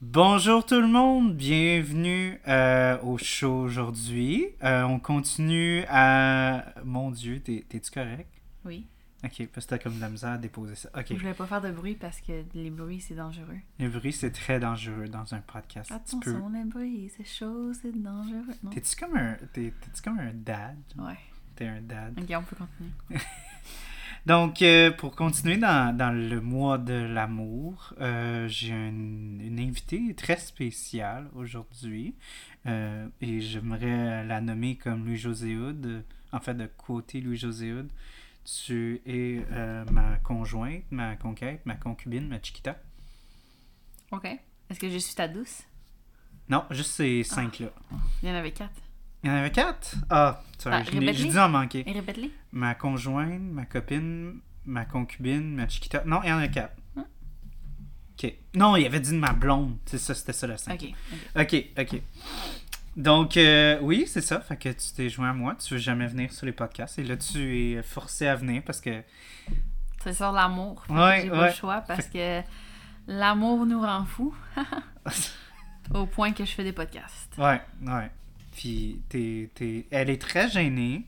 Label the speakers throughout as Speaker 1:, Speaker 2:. Speaker 1: Bonjour tout le monde, bienvenue euh, au show aujourd'hui. Euh, on continue à... Mon Dieu, t'es- t'es-tu correct?
Speaker 2: Oui.
Speaker 1: Ok, parce que t'as comme de la misère à déposer ça. Ok,
Speaker 2: Je voulais pas faire de bruit parce que les bruits, c'est dangereux.
Speaker 1: le bruit c'est très dangereux dans un podcast. Tu peux...
Speaker 2: Attention, les bruits, c'est chaud, c'est dangereux. Non?
Speaker 1: T'es-tu comme un... T'es, t'es-tu comme un dad?
Speaker 2: Ouais.
Speaker 1: T'es un dad.
Speaker 2: Ok, on peut continuer.
Speaker 1: Donc, euh, pour continuer dans, dans le mois de l'amour, euh, j'ai une, une invitée très spéciale aujourd'hui. Euh, et j'aimerais la nommer comme Louis-José Hood, euh, en fait, de côté Louis-José Hood. Tu es euh, ma conjointe, ma conquête, ma concubine, ma chiquita.
Speaker 2: Ok. Est-ce que je suis ta douce?
Speaker 1: Non, juste ces cinq-là.
Speaker 2: Il y en avait quatre.
Speaker 1: Il y en avait quatre? Ah, sorry,
Speaker 2: Ah,
Speaker 1: je n'ai-
Speaker 2: répète-les.
Speaker 1: j'ai dû en manquer.
Speaker 2: Et répète-les.
Speaker 1: Ma conjointe, ma copine, ma concubine, ma chiquita. Non, il y en a quatre.
Speaker 2: Hein?
Speaker 1: Ok. Non, il avait dit de ma blonde. C'est ça, c'était ça la scène.
Speaker 2: Ok. ok.
Speaker 1: Ok, ok. Donc, euh, oui, c'est ça. Fait que tu t'es joint à moi. Tu veux jamais venir sur les podcasts. Et là, tu es forcé à venir parce que.
Speaker 2: C'est sur l'amour. Fait que
Speaker 1: Ouais,
Speaker 2: J'ai
Speaker 1: ouais.
Speaker 2: pas le choix parce que l'amour nous rend fous au point que je fais des podcasts.
Speaker 1: ouais, ouais. Puis, t'es, t'es- elle est très gênée.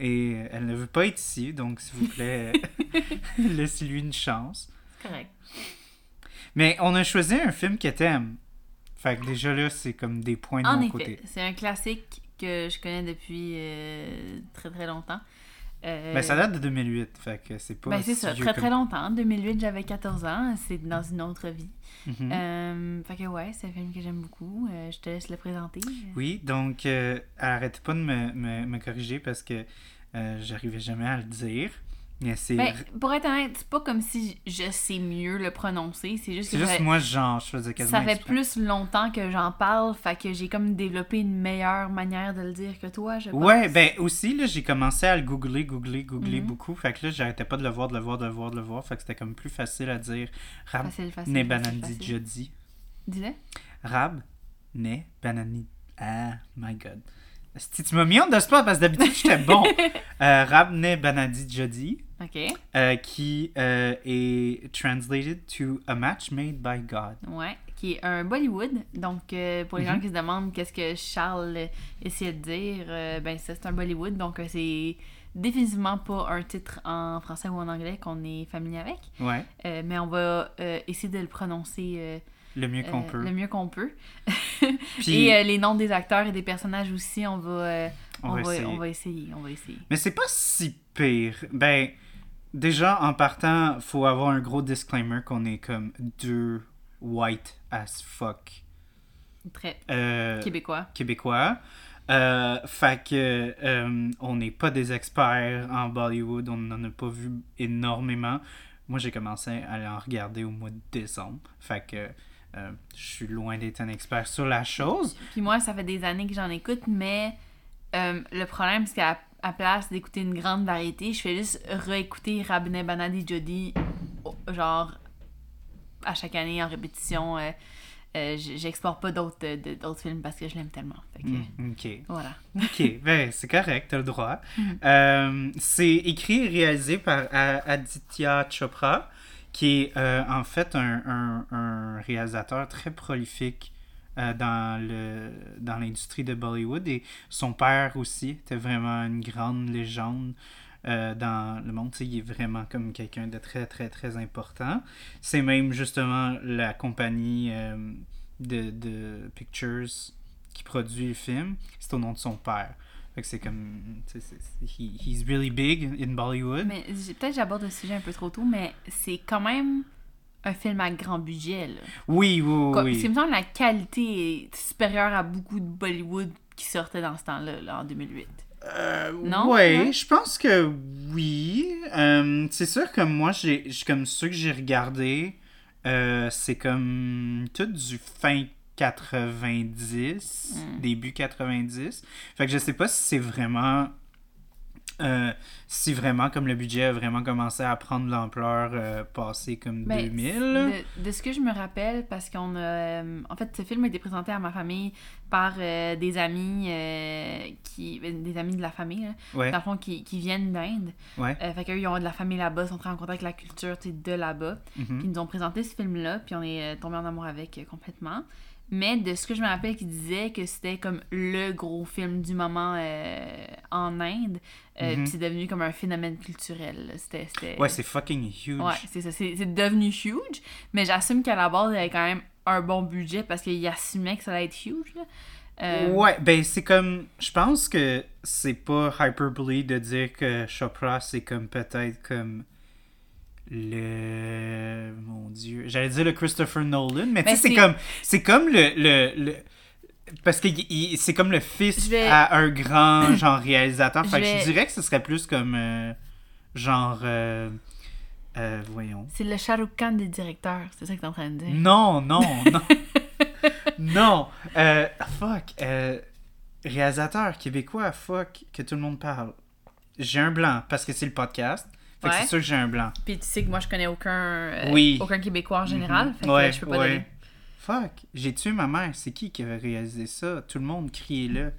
Speaker 1: Et elle ne veut pas être ici. Donc, s'il vous plaît, laissez-lui une chance.
Speaker 2: C'est correct.
Speaker 1: Mais on a choisi un film que t'aimes. Fait que déjà là, c'est comme des points de
Speaker 2: En
Speaker 1: mon
Speaker 2: effet,
Speaker 1: côté.
Speaker 2: c'est un classique que je connais depuis euh, très très longtemps. Euh,
Speaker 1: Mais Ben, ça date de 2008, fait que c'est pas
Speaker 2: Ben, c'est
Speaker 1: si
Speaker 2: ça,
Speaker 1: vieux
Speaker 2: très
Speaker 1: comme-
Speaker 2: très longtemps. 2008, j'avais 14 ans. C'est dans une autre vie.
Speaker 1: Mhm.
Speaker 2: Euh, fait que ouais, c'est un film que j'aime beaucoup. Euh, je te laisse le présenter.
Speaker 1: Oui, donc euh, arrêtez pas de me, me- me corriger parce que euh, j'arrivais jamais à le dire. Mais c'est
Speaker 2: Ben, pour être honnête, c'est pas comme si je sais mieux le prononcer. C'est juste
Speaker 1: c'est
Speaker 2: que
Speaker 1: juste
Speaker 2: j'avais-
Speaker 1: moi, genre, je faisais quasiment
Speaker 2: ça fait
Speaker 1: exprès.
Speaker 2: plus longtemps que j'en parle. Fait que j'ai comme développé une meilleure manière de le dire que toi, je pense.
Speaker 1: Ouais, ben aussi, là, j'ai commencé à le googler, googler, googler
Speaker 2: Mhm.
Speaker 1: beaucoup. Fait que là, j'arrêtais pas de le voir, de le voir, de le voir, de le voir. Fait que c'était comme plus facile à dire Rab
Speaker 2: Facile, facile.
Speaker 1: ne
Speaker 2: facile,
Speaker 1: banandi
Speaker 2: facile.
Speaker 1: jeudi.
Speaker 2: Dis-le.
Speaker 1: Rab, né, banani. Ah, my god. Si tu m'as mis en de spot parce que d'habitude j'étais bon. Euh, Rab, né, banadi, jeudi,
Speaker 2: OK.
Speaker 1: euh, qui euh, est translated to a match made by God.
Speaker 2: Ouais, qui est un Bollywood. Donc, euh, pour les
Speaker 1: Mhm.
Speaker 2: gens qui se demandent qu'est-ce que Charles euh, essayait de dire, euh, ben ça, c'est un Bollywood. Donc, euh, c'est définitivement pas un titre en français ou en anglais qu'on est familier avec.
Speaker 1: Ouais,
Speaker 2: Euh, mais on va euh, essayer de le prononcer euh,
Speaker 1: le mieux qu'on
Speaker 2: euh,
Speaker 1: peut.
Speaker 2: le mieux qu'on peut.
Speaker 1: Puis,
Speaker 2: Et euh, les noms des acteurs et des personnages aussi, on va, euh,
Speaker 1: on va essayer.
Speaker 2: on va essayer. On va essayer.
Speaker 1: Mais c'est pas si pire. Ben, déjà, en partant, faut avoir un gros disclaimer qu'on est comme deux white as fuck.
Speaker 2: Très
Speaker 1: Euh,
Speaker 2: québécois.
Speaker 1: québécois. Euh, fait que euh, on n'est pas des experts en Bollywood, on n'en a pas vu énormément. Moi, j'ai commencé à en regarder au mois de décembre. Fait que euh, je suis loin d'être un expert sur la chose.
Speaker 2: Puis moi, ça fait des années que j'en écoute, mais euh, le problème, c'est qu'à à place d'écouter une grande variété, je fais juste réécouter Rabne Banadi Jodi, au- genre à chaque année en répétition. euh, euh, j- J'exporte pas d'autres euh, de- d'autres films parce que je l'aime tellement. Fait que,
Speaker 1: Mm, ok.
Speaker 2: Voilà.
Speaker 1: Ok, ben c'est correct, t'as le droit. Euh, c'est écrit et réalisé par A- Aditya Chopra, qui est euh, en fait un, un- un réalisateur très prolifique euh, dans le dans l'industrie de Bollywood et son père aussi était vraiment une grande légende euh, dans le monde. Tu sais, il est vraiment comme quelqu'un de très très très important. C'est même justement la compagnie euh, de, de Pictures qui produit le film, c'est au nom de son père. Fait que c'est comme. tu sais, c'est- c'est- he- he's really big in Bollywood.
Speaker 2: Mais j'ai- peut-être j'aborde le sujet un peu trop tôt, mais c'est quand même un film à grand budget. Là.
Speaker 1: Oui, oui,
Speaker 2: Comme-
Speaker 1: oui.
Speaker 2: c'est, me semble la qualité est supérieure à beaucoup de Bollywood qui sortaient dans ce temps-là, là, en 2008.
Speaker 1: Euh,
Speaker 2: Non,
Speaker 1: ouais,
Speaker 2: non?
Speaker 1: je pense que oui. Euh, c'est sûr que moi, j'ai, j'ai- comme ceux que j'ai regardés, euh, c'est comme tout du fin
Speaker 2: Hmm.
Speaker 1: 90, début 90. Fait que je sais pas si c'est vraiment Euh, si vraiment, comme le budget a vraiment commencé à prendre l'ampleur euh, passée comme
Speaker 2: Ben,
Speaker 1: 2000.
Speaker 2: De, de ce que je me rappelle, parce qu'on a. euh, en fait, ce film a été présenté à ma famille par euh, des amis euh, qui. ben, des amis de la famille, là,
Speaker 1: Ouais,
Speaker 2: dans le fond, qui, qui viennent d'Inde.
Speaker 1: ouais.
Speaker 2: Euh, fait qu'eux, ils ont de la famille là-bas, sont entrés en contact avec la culture tu sais, de là-bas.
Speaker 1: mhm.
Speaker 2: Puis ils nous ont présenté ce film-là, puis on est tombé en amour avec euh, complètement. Mais de ce que je me rappelle, qu'ils disaient que c'était comme le gros film du moment euh, en Inde. Euh,
Speaker 1: Mhm.
Speaker 2: Puis c'est devenu comme un phénomène culturel. là. C'était. c'était-
Speaker 1: Ouais, c'est fucking huge.
Speaker 2: Ouais, c'est ça. C'est c'est devenu huge, mais j'assume qu'à la base, il y avait quand même un bon budget parce qu'il assumait que ça allait être huge. là. Euh,
Speaker 1: Ouais, ben c'est comme. Je pense que c'est pas hyperbole de dire que Chopra c'est comme peut-être comme. Le. Mon dieu. J'allais dire le Christopher Nolan, mais,
Speaker 2: Ben,
Speaker 1: tu sais, c'est
Speaker 2: c'est-
Speaker 1: comme. C'est comme le. le, le- Parce que il- il- c'est comme le fils
Speaker 2: Je vais-
Speaker 1: à un grand genre réalisateur.
Speaker 2: Je
Speaker 1: Fait que
Speaker 2: vais-
Speaker 1: je dirais que ce serait plus comme. euh, genre. euh, euh, voyons.
Speaker 2: C'est le Shah Rukh Khan des directeurs, c'est ça que t'es en train de dire.
Speaker 1: Non, non, non. non. Euh, fuck. euh, réalisateur québécois, fuck, que tout le monde parle. J'ai un blanc parce que c'est le podcast. Fait que
Speaker 2: Ouais.
Speaker 1: c'est sûr que j'ai un blanc.
Speaker 2: Puis tu sais que moi, je connais aucun, euh,
Speaker 1: Oui. Mhm.
Speaker 2: aucun Québécois en général, fait que
Speaker 1: Ouais,
Speaker 2: euh, je peux pas
Speaker 1: ouais.
Speaker 2: donner.
Speaker 1: Fuck, j'ai tué ma mère. C'est qui qui avait réalisé ça? Tout le monde criait là.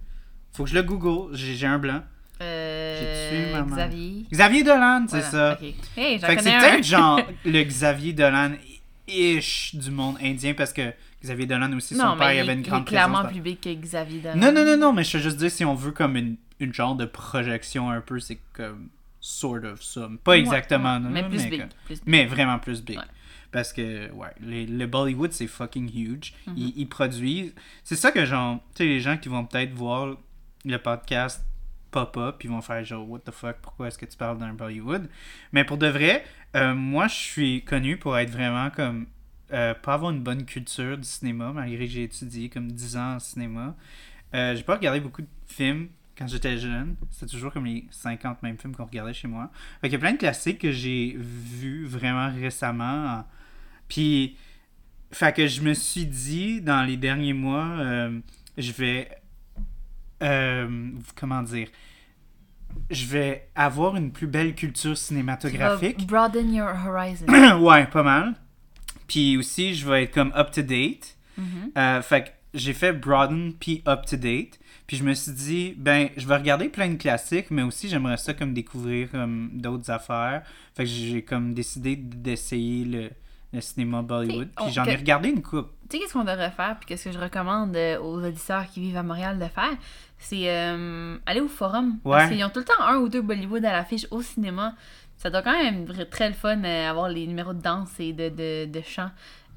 Speaker 1: Faut que je le google. J'ai j'ai un blanc.
Speaker 2: Euh,
Speaker 1: J'ai tué ma mère.
Speaker 2: Xavier.
Speaker 1: Xavier Dolan, c'est
Speaker 2: Voilà,
Speaker 1: ça.
Speaker 2: ok. Hey, j'en
Speaker 1: Fait que c'est
Speaker 2: connais un.
Speaker 1: peut-être genre le Xavier Dolan-ish du monde indien parce que Xavier Dolan aussi, son
Speaker 2: non,
Speaker 1: père,
Speaker 2: mais
Speaker 1: il avait une
Speaker 2: il- il est
Speaker 1: grande présence.
Speaker 2: clairement
Speaker 1: dans-
Speaker 2: plus big que Xavier Dolan.
Speaker 1: Non, non, non, non, mais je veux juste dire, si on veut comme une, une genre de projection un peu, c'est comme sort of ça. Pas
Speaker 2: Ouais,
Speaker 1: exactement,
Speaker 2: ouais,
Speaker 1: non,
Speaker 2: mais
Speaker 1: non,
Speaker 2: plus
Speaker 1: mais,
Speaker 2: big.
Speaker 1: comme-
Speaker 2: plus big.
Speaker 1: mais vraiment plus big.
Speaker 2: Ouais.
Speaker 1: Parce que, ouais, les- le Bollywood, c'est fucking huge.
Speaker 2: Mhm.
Speaker 1: ils, ils produisent. C'est ça que, genre, tu sais, les gens qui vont peut-être voir le podcast pop-up, ils vont faire genre, what the fuck, pourquoi est-ce que tu parles d'un Bollywood? Mais pour de vrai, euh, moi, je suis connu pour être vraiment comme. euh, pas avoir une bonne culture du cinéma, malgré que j'ai étudié comme 10 ans en cinéma. Euh, j'ai pas regardé beaucoup de films quand j'étais jeune. C'était toujours comme les 50 mêmes films qu'on regardait chez moi. Fait qu'il y a plein de classiques que j'ai vus vraiment récemment. Puis, fait que je me suis dit dans les derniers mois, euh, je vais. euh, comment dire Je vais avoir une plus belle culture
Speaker 2: Tu vas
Speaker 1: cinématographique.
Speaker 2: Broaden your horizon.
Speaker 1: ouais, pas mal. Puis aussi, je vais être comme up-to-date.
Speaker 2: Mm-hmm.
Speaker 1: Euh, fait que j'ai fait broaden puis up-to-date. Puis je me suis dit, ben, je vais regarder plein de classiques, mais aussi j'aimerais ça comme découvrir comme d'autres affaires. Fait que j'ai comme décidé d'essayer le, le cinéma Bollywood.
Speaker 2: on-
Speaker 1: Puis j'en
Speaker 2: que-
Speaker 1: ai regardé une coupe.
Speaker 2: Tu sais, qu'est-ce qu'on devrait faire, puis qu'est-ce que je recommande euh, aux auditeurs qui vivent à Montréal de faire, c'est euh, aller au forum.
Speaker 1: Ouais.
Speaker 2: Parce qu'ils ont tout le temps un ou deux Bollywood à l'affiche au cinéma. Ça doit quand même être très le fun euh, avoir les numéros de danse et de, de, de chant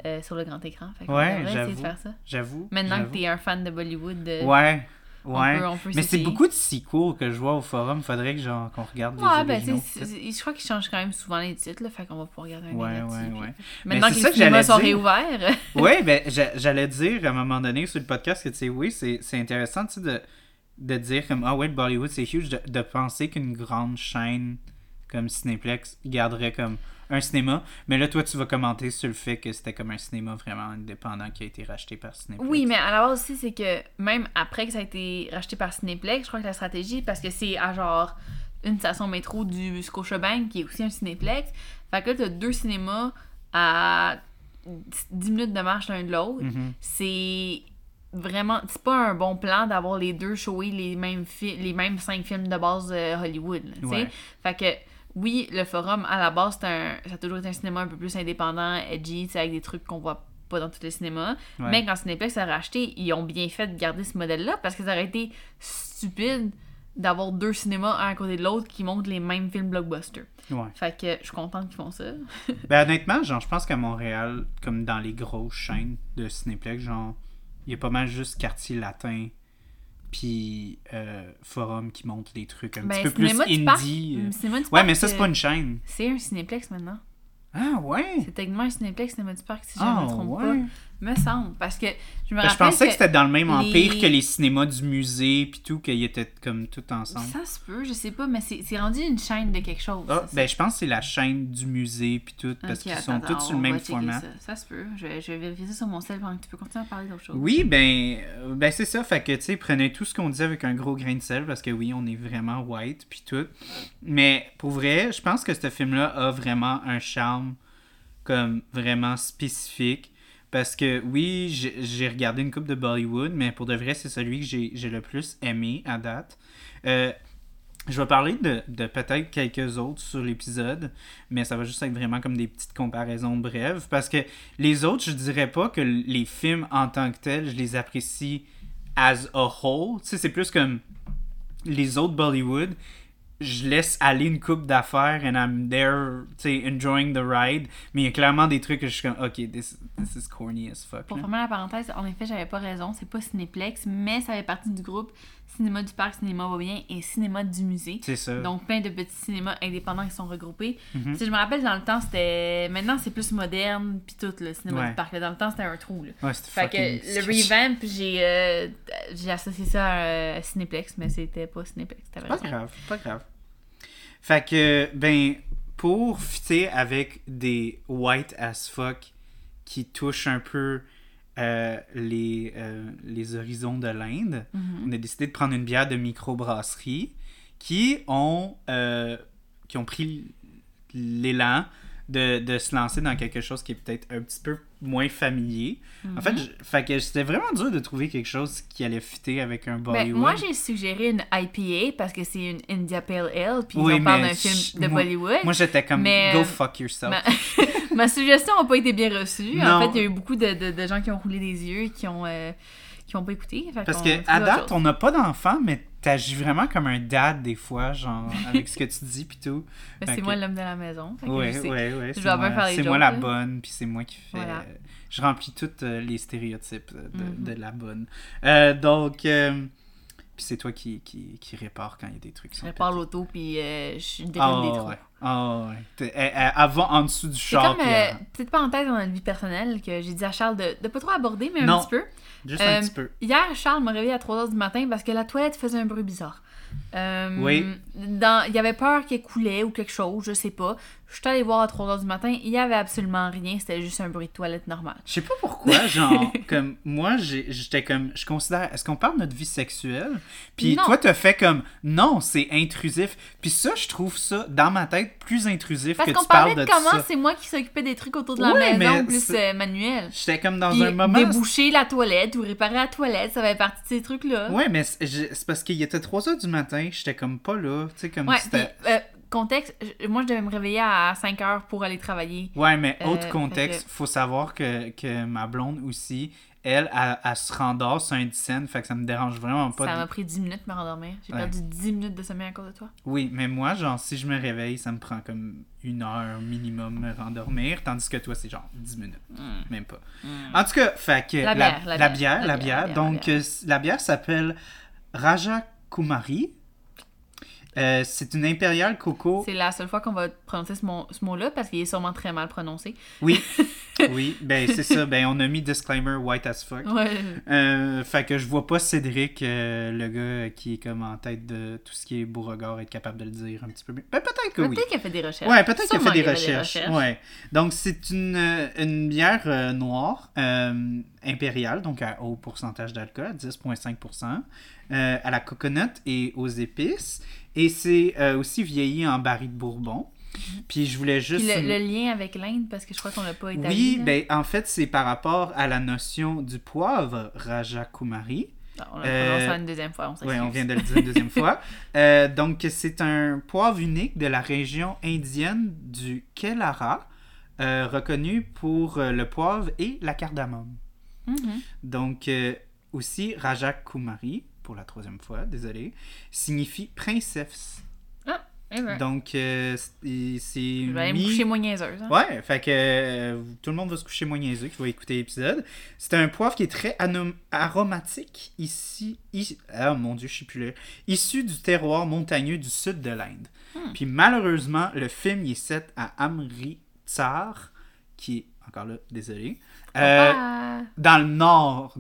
Speaker 2: euh, sur le grand écran. Fait qu'on
Speaker 1: Ouais,
Speaker 2: devrait essayer de
Speaker 1: j'avoue.
Speaker 2: faire ça.
Speaker 1: J'avoue.
Speaker 2: Maintenant que
Speaker 1: j'avoue.
Speaker 2: t'es un fan de Bollywood, euh,
Speaker 1: Ouais.
Speaker 2: on
Speaker 1: Ouais.
Speaker 2: peut- on peut
Speaker 1: mais c'est
Speaker 2: s'essayer.
Speaker 1: beaucoup de si courts que je vois au forum. Faudrait que genre qu'on regarde les
Speaker 2: Ouais, ben, tu
Speaker 1: originaux.
Speaker 2: sais, c'est- je crois qu'ils changent quand même souvent les titres, là, fait qu'on va pouvoir regarder un
Speaker 1: Ouais,
Speaker 2: œil là-dessus,
Speaker 1: ouais,
Speaker 2: puis-
Speaker 1: ouais.
Speaker 2: Maintenant
Speaker 1: c'est
Speaker 2: que
Speaker 1: ça
Speaker 2: les
Speaker 1: que j'allais
Speaker 2: cinémas sont
Speaker 1: dire.
Speaker 2: réouverts.
Speaker 1: Oui, ben, j'a- j'allais dire à un moment donné sur le podcast que, tu sais, oui, c'est c'est intéressant, tu sais, de, de dire comme, ah ouais, le Bollywood, c'est huge, de, de penser qu'une grande chaîne comme Cinéplex garderait comme un cinéma. Mais là, toi, tu vas commenter sur le fait que c'était comme un cinéma vraiment indépendant qui a été racheté par Cinéplex.
Speaker 2: Oui, mais à la base aussi, c'est que même après que ça a été racheté par Cinéplex, je crois que la stratégie, parce que c'est à genre une station métro du Scotiabank qui est aussi un Cinéplex, fait que là, t'as deux cinémas à 10 minutes de marche l'un de l'autre.
Speaker 1: Mhm.
Speaker 2: C'est vraiment... C'est pas un bon plan d'avoir les deux showés les mêmes, fi- les mêmes cinq films de base euh, Hollywood, là, tu sais.
Speaker 1: Ouais.
Speaker 2: Fait que... Oui, le forum, à la base, c'est un, ça a toujours été un cinéma un peu plus indépendant, edgy, tu sais, avec des trucs qu'on voit pas dans tous les cinémas.
Speaker 1: Ouais.
Speaker 2: Mais quand Cineplex a racheté, ils ont bien fait de garder ce modèle-là parce que ça aurait été stupide d'avoir deux cinémas un à côté de l'autre qui montrent les mêmes films blockbusters.
Speaker 1: Ouais.
Speaker 2: Fait que je suis contente qu'ils font ça.
Speaker 1: Ben, honnêtement, genre, je pense qu'à Montréal, comme dans les grosses chaînes de Cinéplex, genre, il y a pas mal juste Quartier Latin puis euh, Forum qui monte des trucs un petit peu plus
Speaker 2: Ben, Cinéma du Parc-
Speaker 1: indie. euh.
Speaker 2: hum, Cinéma du
Speaker 1: Ouais,
Speaker 2: Parc,
Speaker 1: mais ça, c'est
Speaker 2: euh,
Speaker 1: pas une chaîne.
Speaker 2: C'est un Cinéplex maintenant.
Speaker 1: Ah ouais?
Speaker 2: C'est techniquement un Cinéplex Cinéma du Parc, si je ne
Speaker 1: Ah
Speaker 2: me trompe
Speaker 1: ouais?
Speaker 2: pas. Me semble. Parce que je me
Speaker 1: Parce
Speaker 2: rappelle.
Speaker 1: que je pensais que,
Speaker 2: que
Speaker 1: c'était dans le même empire
Speaker 2: les-
Speaker 1: que les cinémas du musée, puis tout, qu'ils étaient comme tout ensemble.
Speaker 2: Ça se peut, je sais pas, mais c'est c'est rendu une chaîne de quelque chose.
Speaker 1: Ah,
Speaker 2: ça,
Speaker 1: ben, je pense que c'est la chaîne du musée, puis tout, parce
Speaker 2: Ok,
Speaker 1: qu'ils sont
Speaker 2: attends,
Speaker 1: tous
Speaker 2: attends,
Speaker 1: sur le
Speaker 2: on va
Speaker 1: même
Speaker 2: checker
Speaker 1: format.
Speaker 2: Ça. Ça se peut. Je, vais- je vais vérifier ça sur mon cell pendant que tu peux continuer à parler d'autre chose.
Speaker 1: Oui, ben, euh, ben c'est ça. Fait que, tu sais, prenez tout ce qu'on disait avec un gros grain de sel, parce que oui, on est vraiment white, puis tout. Mais pour vrai, je pense que ce film-là a vraiment un charme, comme vraiment spécifique. Parce que oui, j'ai- j'ai regardé une coupe de Bollywood, mais pour de vrai, c'est celui que j'ai j'ai le plus aimé à date. Euh, je vais parler de, de peut-être quelques autres sur l'épisode, mais ça va juste être vraiment comme des petites comparaisons brèves. Parce que les autres, je dirais pas que les films en tant que tels, je les apprécie as a whole. Tu sais, c'est plus comme les autres Bollywood, je laisse aller une coupe d'affaires and I'm there, tu sais, enjoying the ride. Mais il y a clairement des trucs que je suis comme, ok, this, this is corny as fuck.
Speaker 2: Pour
Speaker 1: là.
Speaker 2: fermer la parenthèse, en effet, j'avais pas raison. C'est pas Cinéplex, mais ça fait partie du groupe Cinéma du Parc, Cinéma Beaubien et Cinéma du Musée.
Speaker 1: C'est ça.
Speaker 2: Donc, plein de petits cinémas indépendants qui sont regroupés.
Speaker 1: Mhm.
Speaker 2: Si je me rappelle, dans le temps, c'était. Maintenant, c'est plus moderne, puis tout, le cinéma
Speaker 1: Ouais.
Speaker 2: du parc. là. Dans le temps, c'était un trou. Là.
Speaker 1: Ouais, c'était
Speaker 2: Fait que
Speaker 1: fucking
Speaker 2: le
Speaker 1: sketchy.
Speaker 2: revamp, j'ai euh, j'ai associé ça à euh, Cinéplex, mais c'était pas Cinéplex. T'avais
Speaker 1: Pas
Speaker 2: raison.
Speaker 1: grave, pas grave. Fait que, ben, pour fitter avec des white as fuck qui touchent un peu euh, les, euh, les horizons de l'Inde,
Speaker 2: Mm-hmm.
Speaker 1: on a décidé de prendre une bière de microbrasserie qui ont, euh, qui ont pris l'élan de, de se lancer dans quelque chose qui est peut-être un petit peu moins familier. En fait,
Speaker 2: Mm-hmm.
Speaker 1: je- fait que c'était vraiment dur de trouver quelque chose qui allait fitter avec un
Speaker 2: Ben,
Speaker 1: Bollywood.
Speaker 2: moi, j'ai suggéré une IPA parce que c'est une India Pale Ale, puis
Speaker 1: Oui,
Speaker 2: on parle
Speaker 1: mais
Speaker 2: d'un
Speaker 1: je-
Speaker 2: film de
Speaker 1: moi-
Speaker 2: Bollywood.
Speaker 1: Moi, j'étais comme
Speaker 2: Mais-
Speaker 1: go fuck yourself.
Speaker 2: Ma, ma suggestion n'a pas été bien reçue.
Speaker 1: Non.
Speaker 2: En fait, il y a eu beaucoup de, de- de gens qui ont roulé des yeux et qui ont, euh, qui ont pas écouté. Fait
Speaker 1: Parce
Speaker 2: qu'on
Speaker 1: que
Speaker 2: trouve
Speaker 1: à
Speaker 2: autre
Speaker 1: date,
Speaker 2: chose.
Speaker 1: on n'a pas d'enfant, mais t'agis vraiment comme un dad des fois, genre avec ce que tu dis puis tout.
Speaker 2: Mais C'est
Speaker 1: Ok.
Speaker 2: moi l'homme de la maison. Fait que
Speaker 1: Ouais,
Speaker 2: je sais.
Speaker 1: ouais, ouais. C'est
Speaker 2: dois bien faire
Speaker 1: moi,
Speaker 2: les
Speaker 1: c'est moi
Speaker 2: jokes,
Speaker 1: la
Speaker 2: là.
Speaker 1: bonne, puis c'est moi qui fais.
Speaker 2: Voilà.
Speaker 1: Je remplis tous euh, les stéréotypes euh, de,
Speaker 2: Mhm.
Speaker 1: de la bonne. Euh, donc, euh, puis c'est toi qui, qui, qui répare quand il y a des trucs. qui
Speaker 2: Je
Speaker 1: sont
Speaker 2: répare
Speaker 1: pétés.
Speaker 2: l'auto puis euh, je déroule
Speaker 1: Ah
Speaker 2: des trous.
Speaker 1: ouais. Ah ouais. T'es- elle- elle- Avant, en dessous du
Speaker 2: C'est
Speaker 1: char.
Speaker 2: comme,
Speaker 1: puis
Speaker 2: euh,
Speaker 1: avant.
Speaker 2: petite parenthèse dans notre vie personnelle, que j'ai dit à Charles de, de pas trop aborder, mais un
Speaker 1: Non.
Speaker 2: petit peu.
Speaker 1: Juste
Speaker 2: euh,
Speaker 1: un petit peu.
Speaker 2: Hier, Charles m'a réveillé à 3h du matin parce que la toilette faisait un bruit bizarre. Euh,
Speaker 1: Oui.
Speaker 2: dans- il y avait peur qu'elle coulait ou quelque chose, je sais pas. Je suis allée voir à 3h du matin, il y avait absolument rien, c'était juste un bruit de toilette normal.
Speaker 1: Je sais pas pourquoi, genre, comme, moi, j'ai- j'étais comme, je considère, est-ce qu'on parle de notre vie sexuelle? Puis
Speaker 2: Non.
Speaker 1: toi, t'as fait comme, non, c'est intrusif. Puis ça, je trouve ça, dans ma tête, plus intrusif
Speaker 2: Parce
Speaker 1: que
Speaker 2: qu'on
Speaker 1: tu parles
Speaker 2: parlait
Speaker 1: de,
Speaker 2: de comment
Speaker 1: ça.
Speaker 2: c'est moi qui s'occupais des trucs autour de la
Speaker 1: Ouais, mais
Speaker 2: maison, plus
Speaker 1: c'est-
Speaker 2: euh, manuel.
Speaker 1: J'étais comme dans
Speaker 2: Puis
Speaker 1: un moment...
Speaker 2: déboucher la toilette ou réparer la toilette, ça fait partie de ces trucs-là.
Speaker 1: Ouais, mais c'est j'ai- c'est parce qu'il était 3 heures du matin, j'étais comme pas là, tu sais, comme
Speaker 2: Ouais,
Speaker 1: c'était...
Speaker 2: puis, euh, contexte, je- moi je devais me réveiller à 5 heures pour aller travailler.
Speaker 1: Ouais, mais autre
Speaker 2: Euh,
Speaker 1: contexte,
Speaker 2: fait
Speaker 1: faut savoir que, que ma blonde aussi, elle, elle, elle se rendort sur un dixaine, fait que ça me dérange vraiment pas
Speaker 2: ça
Speaker 1: de-
Speaker 2: m'a pris 10 minutes de me rendormir. J'ai
Speaker 1: Ouais.
Speaker 2: perdu 10 minutes de sommeil à cause de toi.
Speaker 1: Oui, mais moi, genre, si je me réveille, ça me prend comme une heure minimum me rendormir, tandis que toi, c'est genre 10 minutes,
Speaker 2: Mm.
Speaker 1: même pas.
Speaker 2: Mm.
Speaker 1: En tout cas, fait que
Speaker 2: La bière, la bière,
Speaker 1: Hmm. bière, la bière. Donc, euh, la bière s'appelle Raja Kumari. Euh, c'est une impériale coco.
Speaker 2: C'est la seule fois qu'on va prononcer ce, mot- ce mot-là parce qu'il est sûrement très mal prononcé.
Speaker 1: Oui, oui, ben c'est Oh. ça. Ben on a mis disclaimer white as fuck.
Speaker 2: Ouais.
Speaker 1: Euh, fait que je vois pas Cédric, euh, le gars qui est comme en tête de tout ce qui est Beauregard, être capable de le dire un petit peu mieux. Ben peut-être que oui.
Speaker 2: Peut-être qu'il a fait des recherches.
Speaker 1: Ouais, peut-être qu'elle
Speaker 2: Sûrement
Speaker 1: fait des
Speaker 2: qu'il a fait des
Speaker 1: recherches.
Speaker 2: recherches.
Speaker 1: Ouais. Donc, c'est une, euh, une bière euh, noire, euh, impériale, donc à haut pourcentage d'alcool, à 10,5%, euh, à la coconut et aux épices. Et c'est euh, aussi vieilli en baril de Bourbon. Puis je voulais
Speaker 2: Mm-hmm. Puis
Speaker 1: juste...
Speaker 2: le, le lien avec l'Inde, parce que je crois qu'on l'a pas établi.
Speaker 1: Oui,
Speaker 2: là.
Speaker 1: ben, en fait, c'est par rapport à la notion du poivre Raja Kumari.
Speaker 2: Non, on l'a
Speaker 1: euh,
Speaker 2: prononcé une deuxième fois, on s'excuse.
Speaker 1: Oui, on vient de le dire une deuxième fois. Euh, donc, c'est un poivre unique de la région indienne du Kelara, euh, reconnu pour euh, le poivre et la cardamome.
Speaker 2: Mhm.
Speaker 1: Donc, euh, aussi, Raja Kumari, pour la troisième fois, désolé, signifie princesse.
Speaker 2: Eh ben,
Speaker 1: Donc, euh, c'est c'est
Speaker 2: je vais aller me
Speaker 1: mis-
Speaker 2: coucher moins niaiseuse. hein.
Speaker 1: Ouais, fait que euh, tout le monde va se coucher moins niaiseux qui va écouter l'épisode. C'est un poivre qui est très anom- aromatique ici. is- ah mon dieu, je suis plus là. Issu du terroir montagneux du sud de l'Inde.
Speaker 2: Hmm.
Speaker 1: Puis malheureusement, le film il est set à Amritsar, qui est Encore là, désolé. Euh,
Speaker 2: Ah,
Speaker 1: dans le nord.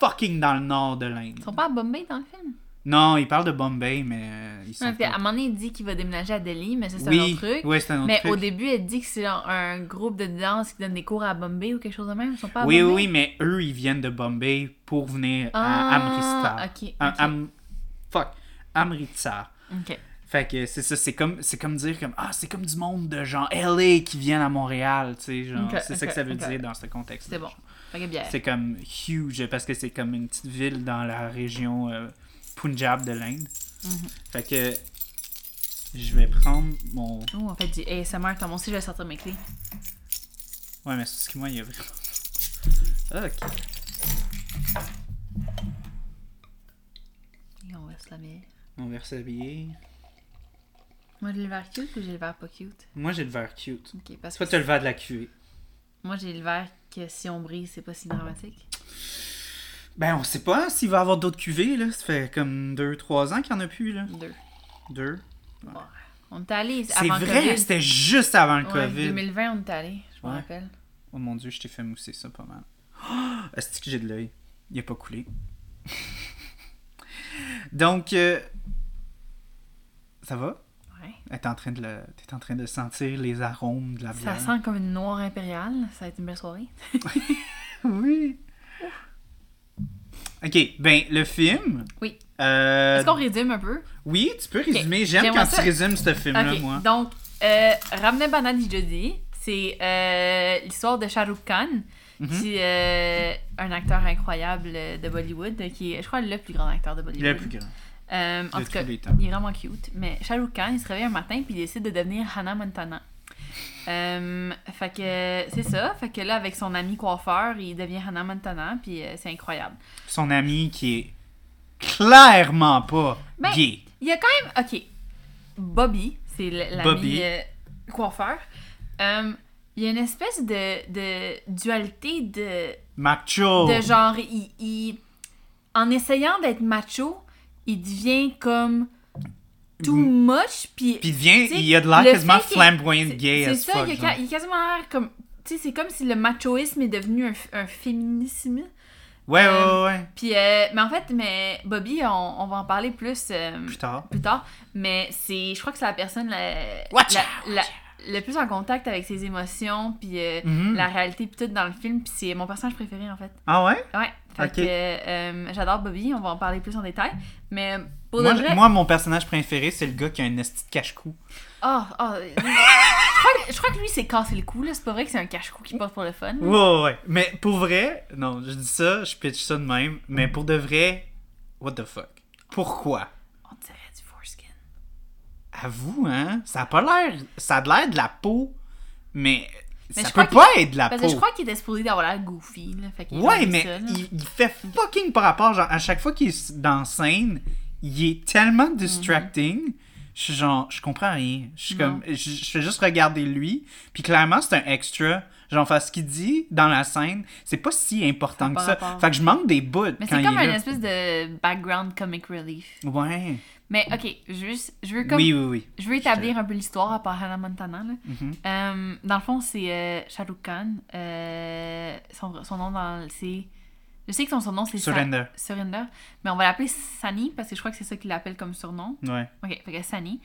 Speaker 1: Fucking dans le nord de l'Inde.
Speaker 2: Ils sont pas à Bombay dans le film.
Speaker 1: Non, il parle de Bombay, mais euh, ils sont.
Speaker 2: Ouais, puis
Speaker 1: pas-
Speaker 2: à un moment donné, il dit qu'il va déménager à Delhi, mais ça, c'est un
Speaker 1: oui,
Speaker 2: autre truc.
Speaker 1: oui, c'est un autre
Speaker 2: mais
Speaker 1: truc.
Speaker 2: au début, elle dit que c'est un, un groupe de danse qui donne des cours à Bombay ou quelque chose de même. Ils sont pas à
Speaker 1: oui,
Speaker 2: Ah, Bombay.
Speaker 1: oui, mais eux, ils viennent de Bombay pour venir à
Speaker 2: Ah,
Speaker 1: Amritsar.
Speaker 2: ok.
Speaker 1: Am-
Speaker 2: ok,
Speaker 1: Am- Fuck. Amritsar.
Speaker 2: ok.
Speaker 1: Fait que c'est ça, c'est comme, c'est comme dire comme, ah, c'est comme du monde de gens LA qui viennent à Montréal, tu sais, genre,
Speaker 2: Ok,
Speaker 1: c'est ça que
Speaker 2: ok,
Speaker 1: ça veut
Speaker 2: ok.
Speaker 1: dire dans ce contexte.
Speaker 2: C'était bon. Fait que bien.
Speaker 1: C'est comme huge parce que c'est comme une petite ville dans la région euh, Punjab de l'Inde.
Speaker 2: Mm-hmm.
Speaker 1: Fait que je vais prendre mon.
Speaker 2: Oh, en fait, du ASMR, t'as mon si je vais sortir mes clés.
Speaker 1: Ouais, mais c'est ce que moi, il y a vraiment. Ok.
Speaker 2: Et on va se la mettre.
Speaker 1: On va s'habiller.
Speaker 2: Moi, j'ai le verre cute ou j'ai le verre pas cute?
Speaker 1: Moi, j'ai le verre cute.
Speaker 2: Ok, parce que
Speaker 1: Toi, t'as le verre de la cuvée.
Speaker 2: moi, j'ai le verre que si on brise, c'est pas si dramatique.
Speaker 1: Ben, on sait pas s'il va y avoir d'autres cuvées, là. Ça fait comme 2-3 ans qu'il n'y en a plus, là.
Speaker 2: Deux.
Speaker 1: 2.
Speaker 2: Bon. On est allé
Speaker 1: C'est
Speaker 2: avant
Speaker 1: vrai,
Speaker 2: COVID.
Speaker 1: c'était juste avant le
Speaker 2: Ouais,
Speaker 1: COVID.
Speaker 2: 2020, on est allé, je me
Speaker 1: Ouais.
Speaker 2: rappelle.
Speaker 1: Oh mon dieu, je t'ai fait mousser ça pas mal. Ah, Est-ce que j'ai de l'œil? Il a pas coulé. Donc, euh, ça va?
Speaker 2: Ouais.
Speaker 1: T'es en, train de le... t'es en train de sentir les arômes de la
Speaker 2: Ça
Speaker 1: bière.
Speaker 2: sent comme une noire impériale. Ça a été une belle soirée.
Speaker 1: Oui. Ok, ben le film.
Speaker 2: Oui.
Speaker 1: euh,
Speaker 2: Est-ce qu'on résume un peu?
Speaker 1: Oui, tu peux résumer. J'aime
Speaker 2: j'aimerais
Speaker 1: quand
Speaker 2: ça.
Speaker 1: tu résumes ce film-là,
Speaker 2: Ok,
Speaker 1: moi.
Speaker 2: Donc, euh, Ramne Bana Dijodi, c'est euh, l'histoire de Shah Rukh Khan,
Speaker 1: Mhm.
Speaker 2: qui est un acteur incroyable euh, de Bollywood, euh, qui est, je crois, le plus grand acteur de Bollywood.
Speaker 1: Le plus grand.
Speaker 2: Euh, en
Speaker 1: de
Speaker 2: tout cas,
Speaker 1: tous les temps.
Speaker 2: il est vraiment cute. Mais Shah Rukh Khan, il se réveille un matin puis il décide de devenir Hannah Montana. Euh, fait que c'est ça. Fait que là, avec son ami coiffeur, il devient Hannah Montana puis euh, c'est incroyable.
Speaker 1: Son ami qui est clairement pas
Speaker 2: Ben,
Speaker 1: gay.
Speaker 2: Il y a quand même. Ok. Bobby, c'est l- l'ami
Speaker 1: Bobby.
Speaker 2: euh, coiffeur. Euh, il y a une espèce de, de dualité de,
Speaker 1: Macho.
Speaker 2: de genre. Il, il- en essayant d'être macho, il devient comme too much. Puis
Speaker 1: Puis il devient,
Speaker 2: Tu sais,
Speaker 1: il a de l'air
Speaker 2: le
Speaker 1: quasiment
Speaker 2: fait qu'il-
Speaker 1: flamboyant
Speaker 2: c'est-
Speaker 1: gay
Speaker 2: C'est
Speaker 1: as
Speaker 2: ça,
Speaker 1: fuck.
Speaker 2: il, a,
Speaker 1: genre.
Speaker 2: ca- il a quasiment l'air comme. Tu sais, c'est comme si le machoisme est devenu un, f- un féminisme.
Speaker 1: Ouais,
Speaker 2: euh,
Speaker 1: ouais, ouais, ouais.
Speaker 2: Puis, euh, mais en fait, mais Bobby, on, on va en parler plus. euh,
Speaker 1: Plus tard.
Speaker 2: plus tard, mais c'est, je crois que c'est la personne la,
Speaker 1: Watch
Speaker 2: la- la- le plus en contact avec ses émotions, puis euh,
Speaker 1: Mhm.
Speaker 2: la réalité, puis tout dans le film, puis c'est mon personnage préféré en fait.
Speaker 1: Ah ouais?
Speaker 2: Ouais, fait
Speaker 1: Ok.
Speaker 2: que euh, j'adore Bobby, on va en parler plus en détail, mais pour
Speaker 1: Moi,
Speaker 2: de vrai...
Speaker 1: je- moi, mon personnage préféré, c'est le gars qui a un esti de cache-cou.
Speaker 2: Oh, oh, je, crois que, je crois que lui s'est cassé le cou, là, c'est pas vrai que c'est un cache-cou qu'il porte pour le fun.
Speaker 1: Ouais, ouais, ouais. Mais pour vrai, non, je dis ça, je pitch ça de même, mais pour de vrai, what the fuck? Pourquoi?
Speaker 2: On dirait du foreskin.
Speaker 1: À vous, hein? Ça a pas l'air. Ça a de l'air de la peau, mais,
Speaker 2: Mais
Speaker 1: ça
Speaker 2: je crois
Speaker 1: peut pas être de la
Speaker 2: Parce
Speaker 1: peau.
Speaker 2: que je crois qu'il était supposé d'avoir l'air goofy, là, fait qu'il a
Speaker 1: Ouais,
Speaker 2: enlevé
Speaker 1: mais
Speaker 2: ça, là.
Speaker 1: il, il fait fucking par rapport. Genre, à chaque fois qu'il est dans scène, il est tellement
Speaker 2: Mhm.
Speaker 1: distracting. Je suis genre, je comprends rien. Je suis comme, je, je fais juste regarder lui. Puis clairement, c'est un extra. Genre, enfin, ce qu'il dit dans la scène, c'est pas si important
Speaker 2: Ça a
Speaker 1: que
Speaker 2: pas
Speaker 1: ça.
Speaker 2: rapport.
Speaker 1: Fait que je manque des bouts
Speaker 2: Mais
Speaker 1: quand
Speaker 2: c'est
Speaker 1: il
Speaker 2: comme
Speaker 1: est
Speaker 2: un
Speaker 1: là.
Speaker 2: espèce de background comic relief.
Speaker 1: Ouais.
Speaker 2: Mais ok, juste, je veux comme
Speaker 1: Oui, oui, Mhm. oui.
Speaker 2: Je veux établir un peu l'histoire à part Hannah Montana. Là. Euh, dans le fond, c'est euh, Shah Rukh Khan. Euh, son, son nom dans c'est. Je sais que son surnom c'est Sa-
Speaker 1: Surinder.
Speaker 2: Surinder, mais on va l'appeler Sani parce que je crois que c'est ça qu'il l'appelle comme surnom.
Speaker 1: Ouais.
Speaker 2: Ok, fait que Sani.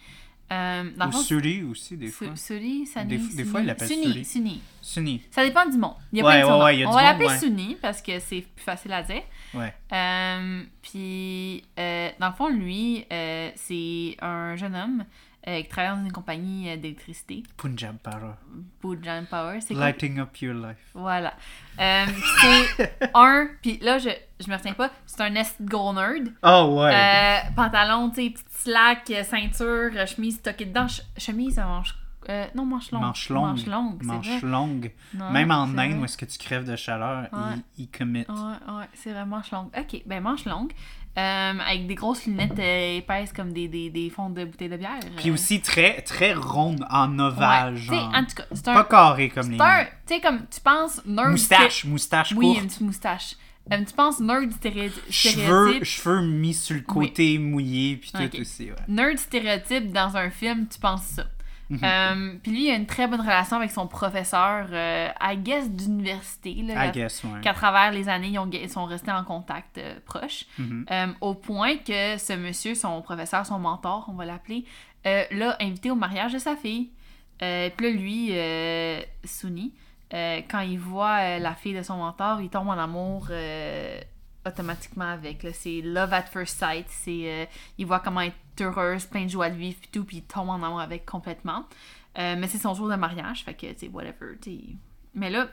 Speaker 2: Euh, dans le
Speaker 1: Ou
Speaker 2: fond,
Speaker 1: Sully aussi, des fois.
Speaker 2: Su- Suri, Sani.
Speaker 1: Des- des
Speaker 2: Suni.
Speaker 1: fois, il l'appelle
Speaker 2: Suni,
Speaker 1: Suri.
Speaker 2: Suni.
Speaker 1: Sunny.
Speaker 2: Ça dépend du monde. Il y a
Speaker 1: Ouais,
Speaker 2: plein de
Speaker 1: ouais,
Speaker 2: surnoms.
Speaker 1: ouais, il y a
Speaker 2: on
Speaker 1: du
Speaker 2: va
Speaker 1: monde,
Speaker 2: l'appeler
Speaker 1: ouais.
Speaker 2: Suni parce que c'est plus facile à dire.
Speaker 1: Ouais.
Speaker 2: Euh, puis, euh, dans le fond, lui, euh, c'est un jeune homme euh, qui travaille dans une compagnie euh, d'électricité,
Speaker 1: Punjab Para.
Speaker 2: pour Giant Power. C'est quoi?
Speaker 1: Lighting up your life.
Speaker 2: Voilà. Euh, puis c'est un, puis là, je, je me retiens pas, c'est un est gros nerd.
Speaker 1: Oh, ouais.
Speaker 2: Euh, pantalon, tu sais, petite slack, euh, ceinture, euh, chemise stockée dedans. Ch- chemise à manche. euh, non, manche longue.
Speaker 1: Manche longue.
Speaker 2: Manche longue, c'est
Speaker 1: Manche
Speaker 2: vrai.
Speaker 1: longue.
Speaker 2: Non,
Speaker 1: Même en
Speaker 2: c'est
Speaker 1: Inde,
Speaker 2: vrai.
Speaker 1: où est-ce que tu crèves de chaleur,
Speaker 2: Ouais.
Speaker 1: ils ils commit.
Speaker 2: Ouais, ouais, c'est vraiment manche longue. Ok, ben manche longue. Euh, avec des grosses lunettes euh, épaisses comme des, des, des fonds de bouteilles de bière.
Speaker 1: Puis
Speaker 2: Euh,
Speaker 1: aussi très, très ronde en
Speaker 2: ouais.
Speaker 1: ovale,
Speaker 2: Tu sais,
Speaker 1: genre.
Speaker 2: En tout cas, c'est
Speaker 1: Pas
Speaker 2: un.
Speaker 1: carré comme les
Speaker 2: C'est un. Tu sais, comme tu penses nerd.
Speaker 1: Moustache, moustache
Speaker 2: sté- Oui, une
Speaker 1: courte.
Speaker 2: petite moustache. Euh, tu penses nerd stéré-
Speaker 1: Cheveux,
Speaker 2: stéréotype.
Speaker 1: cheveux mis sur le côté mouillé, puis tout
Speaker 2: Ok.
Speaker 1: aussi, ouais.
Speaker 2: Nerd stéréotype dans un film, tu penses ça.
Speaker 1: Mhm.
Speaker 2: Euh, Puis lui, il a une très bonne relation avec son professeur, euh, I guess, d'université. là,
Speaker 1: I guess, ouais.
Speaker 2: Qu'à travers les années, ils, ont- ils sont restés en contact euh, proche.
Speaker 1: Mhm.
Speaker 2: Euh, au point que ce monsieur, son professeur, son mentor, on va l'appeler, euh, l'a invité au mariage de sa fille. Euh, Puis là, lui, euh, Suni, euh, quand il voit euh, la fille de son mentor, il tombe en amour euh, automatiquement avec. là. C'est love at first sight. C'est, euh, il voit comment elle est heureuse, plein de joie de vivre, puis tout, puis il tombe en amour avec complètement. Euh, mais c'est son jour de mariage, fait que, tu sais, whatever. tu sais. Mais là,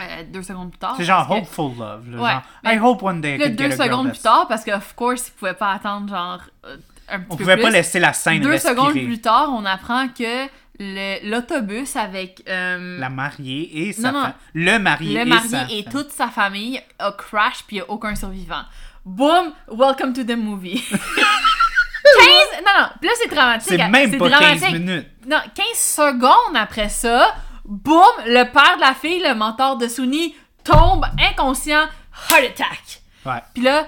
Speaker 2: euh, deux secondes plus tard.
Speaker 1: C'est genre
Speaker 2: parce que-
Speaker 1: hopeful love. là,
Speaker 2: Ouais,
Speaker 1: genre,
Speaker 2: mais-
Speaker 1: I hope one day I
Speaker 2: Là,
Speaker 1: could
Speaker 2: deux
Speaker 1: get a girl
Speaker 2: secondes
Speaker 1: that's-
Speaker 2: plus tard, parce que, of course, ils pouvaient pas attendre, genre, euh, un petit
Speaker 1: On
Speaker 2: peu
Speaker 1: pouvait pas
Speaker 2: plus.
Speaker 1: laisser la scène
Speaker 2: Deux
Speaker 1: respirer.
Speaker 2: secondes plus tard, on apprend que le- l'autobus avec euh,
Speaker 1: La mariée et sa
Speaker 2: Non, non.
Speaker 1: femme. Le marié
Speaker 2: le
Speaker 1: et
Speaker 2: marié
Speaker 1: sa
Speaker 2: et,
Speaker 1: femme.
Speaker 2: toute sa famille a crash puis il n'y a aucun survivant. Boom! Welcome to the movie. 15... Non, non, puis là, c'est dramatique.
Speaker 1: C'est même pas 15
Speaker 2: dramatique.
Speaker 1: minutes.
Speaker 2: Non, 15 secondes après ça, boum, le père de la fille, le mentor de Suni, tombe inconscient, heart attack.
Speaker 1: Ouais.
Speaker 2: Puis là,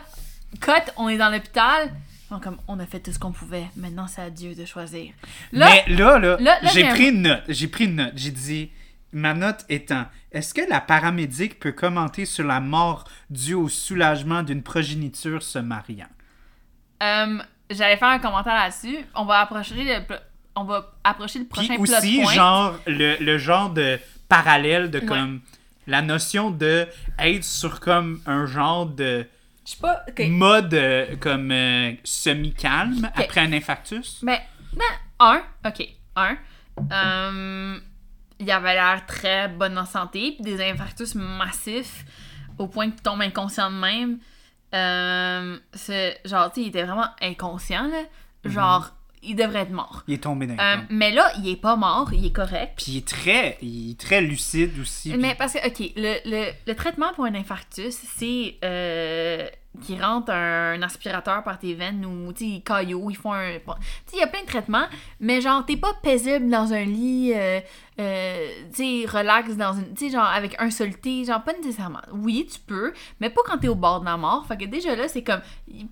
Speaker 2: cut, on est dans l'hôpital. Bon, comme on a fait tout ce qu'on pouvait. Maintenant, c'est à Dieu de choisir. Là,
Speaker 1: Mais là, là,
Speaker 2: là, là,
Speaker 1: j'ai
Speaker 2: j'ai un-
Speaker 1: pris une note. J'ai pris une note. J'ai dit, ma note étant, est-ce que la paramédic peut commenter sur la mort due au soulagement d'une progéniture se mariant?
Speaker 2: euh, j'allais faire un commentaire là-dessus. On va approcher le, pl- on va approcher le
Speaker 1: Puis
Speaker 2: prochain plot
Speaker 1: aussi,
Speaker 2: point.
Speaker 1: genre, le, le genre de parallèle de comme la notion de être sur comme un genre de
Speaker 2: Je sais pas. ok.
Speaker 1: mode euh, comme euh, semi-calme après un infarctus.
Speaker 2: Mais, non, un, ok, un. Euh, il avait l'air très bonne en santé, puis des infarctus massifs, au point qu'il tombe inconscient de même. Euh, c'est- genre, tu sais, il était vraiment inconscient, là.
Speaker 1: Mm-hmm.
Speaker 2: Genre, il devrait être mort.
Speaker 1: Il est tombé d'un
Speaker 2: Euh,
Speaker 1: coup.
Speaker 2: mais là, il est pas mort, il est correct.
Speaker 1: Puis il est très, il est très lucide aussi. puis-
Speaker 2: Mais parce que, OK, le, le- le traitement pour un infarctus, c'est euh, qu'ils rentrent un, aspirateur par tes veines ou, tu sais, ils caillot, ils font un... Tu sais, il y a plein de traitements, mais genre, t'es pas paisible dans un lit, euh, euh, tu sais, relax dans une... Tu sais, genre, avec un seul thé, genre, pas nécessairement. Oui, tu peux, mais pas quand t'es au bord de la mort. Fait que déjà là, c'est comme,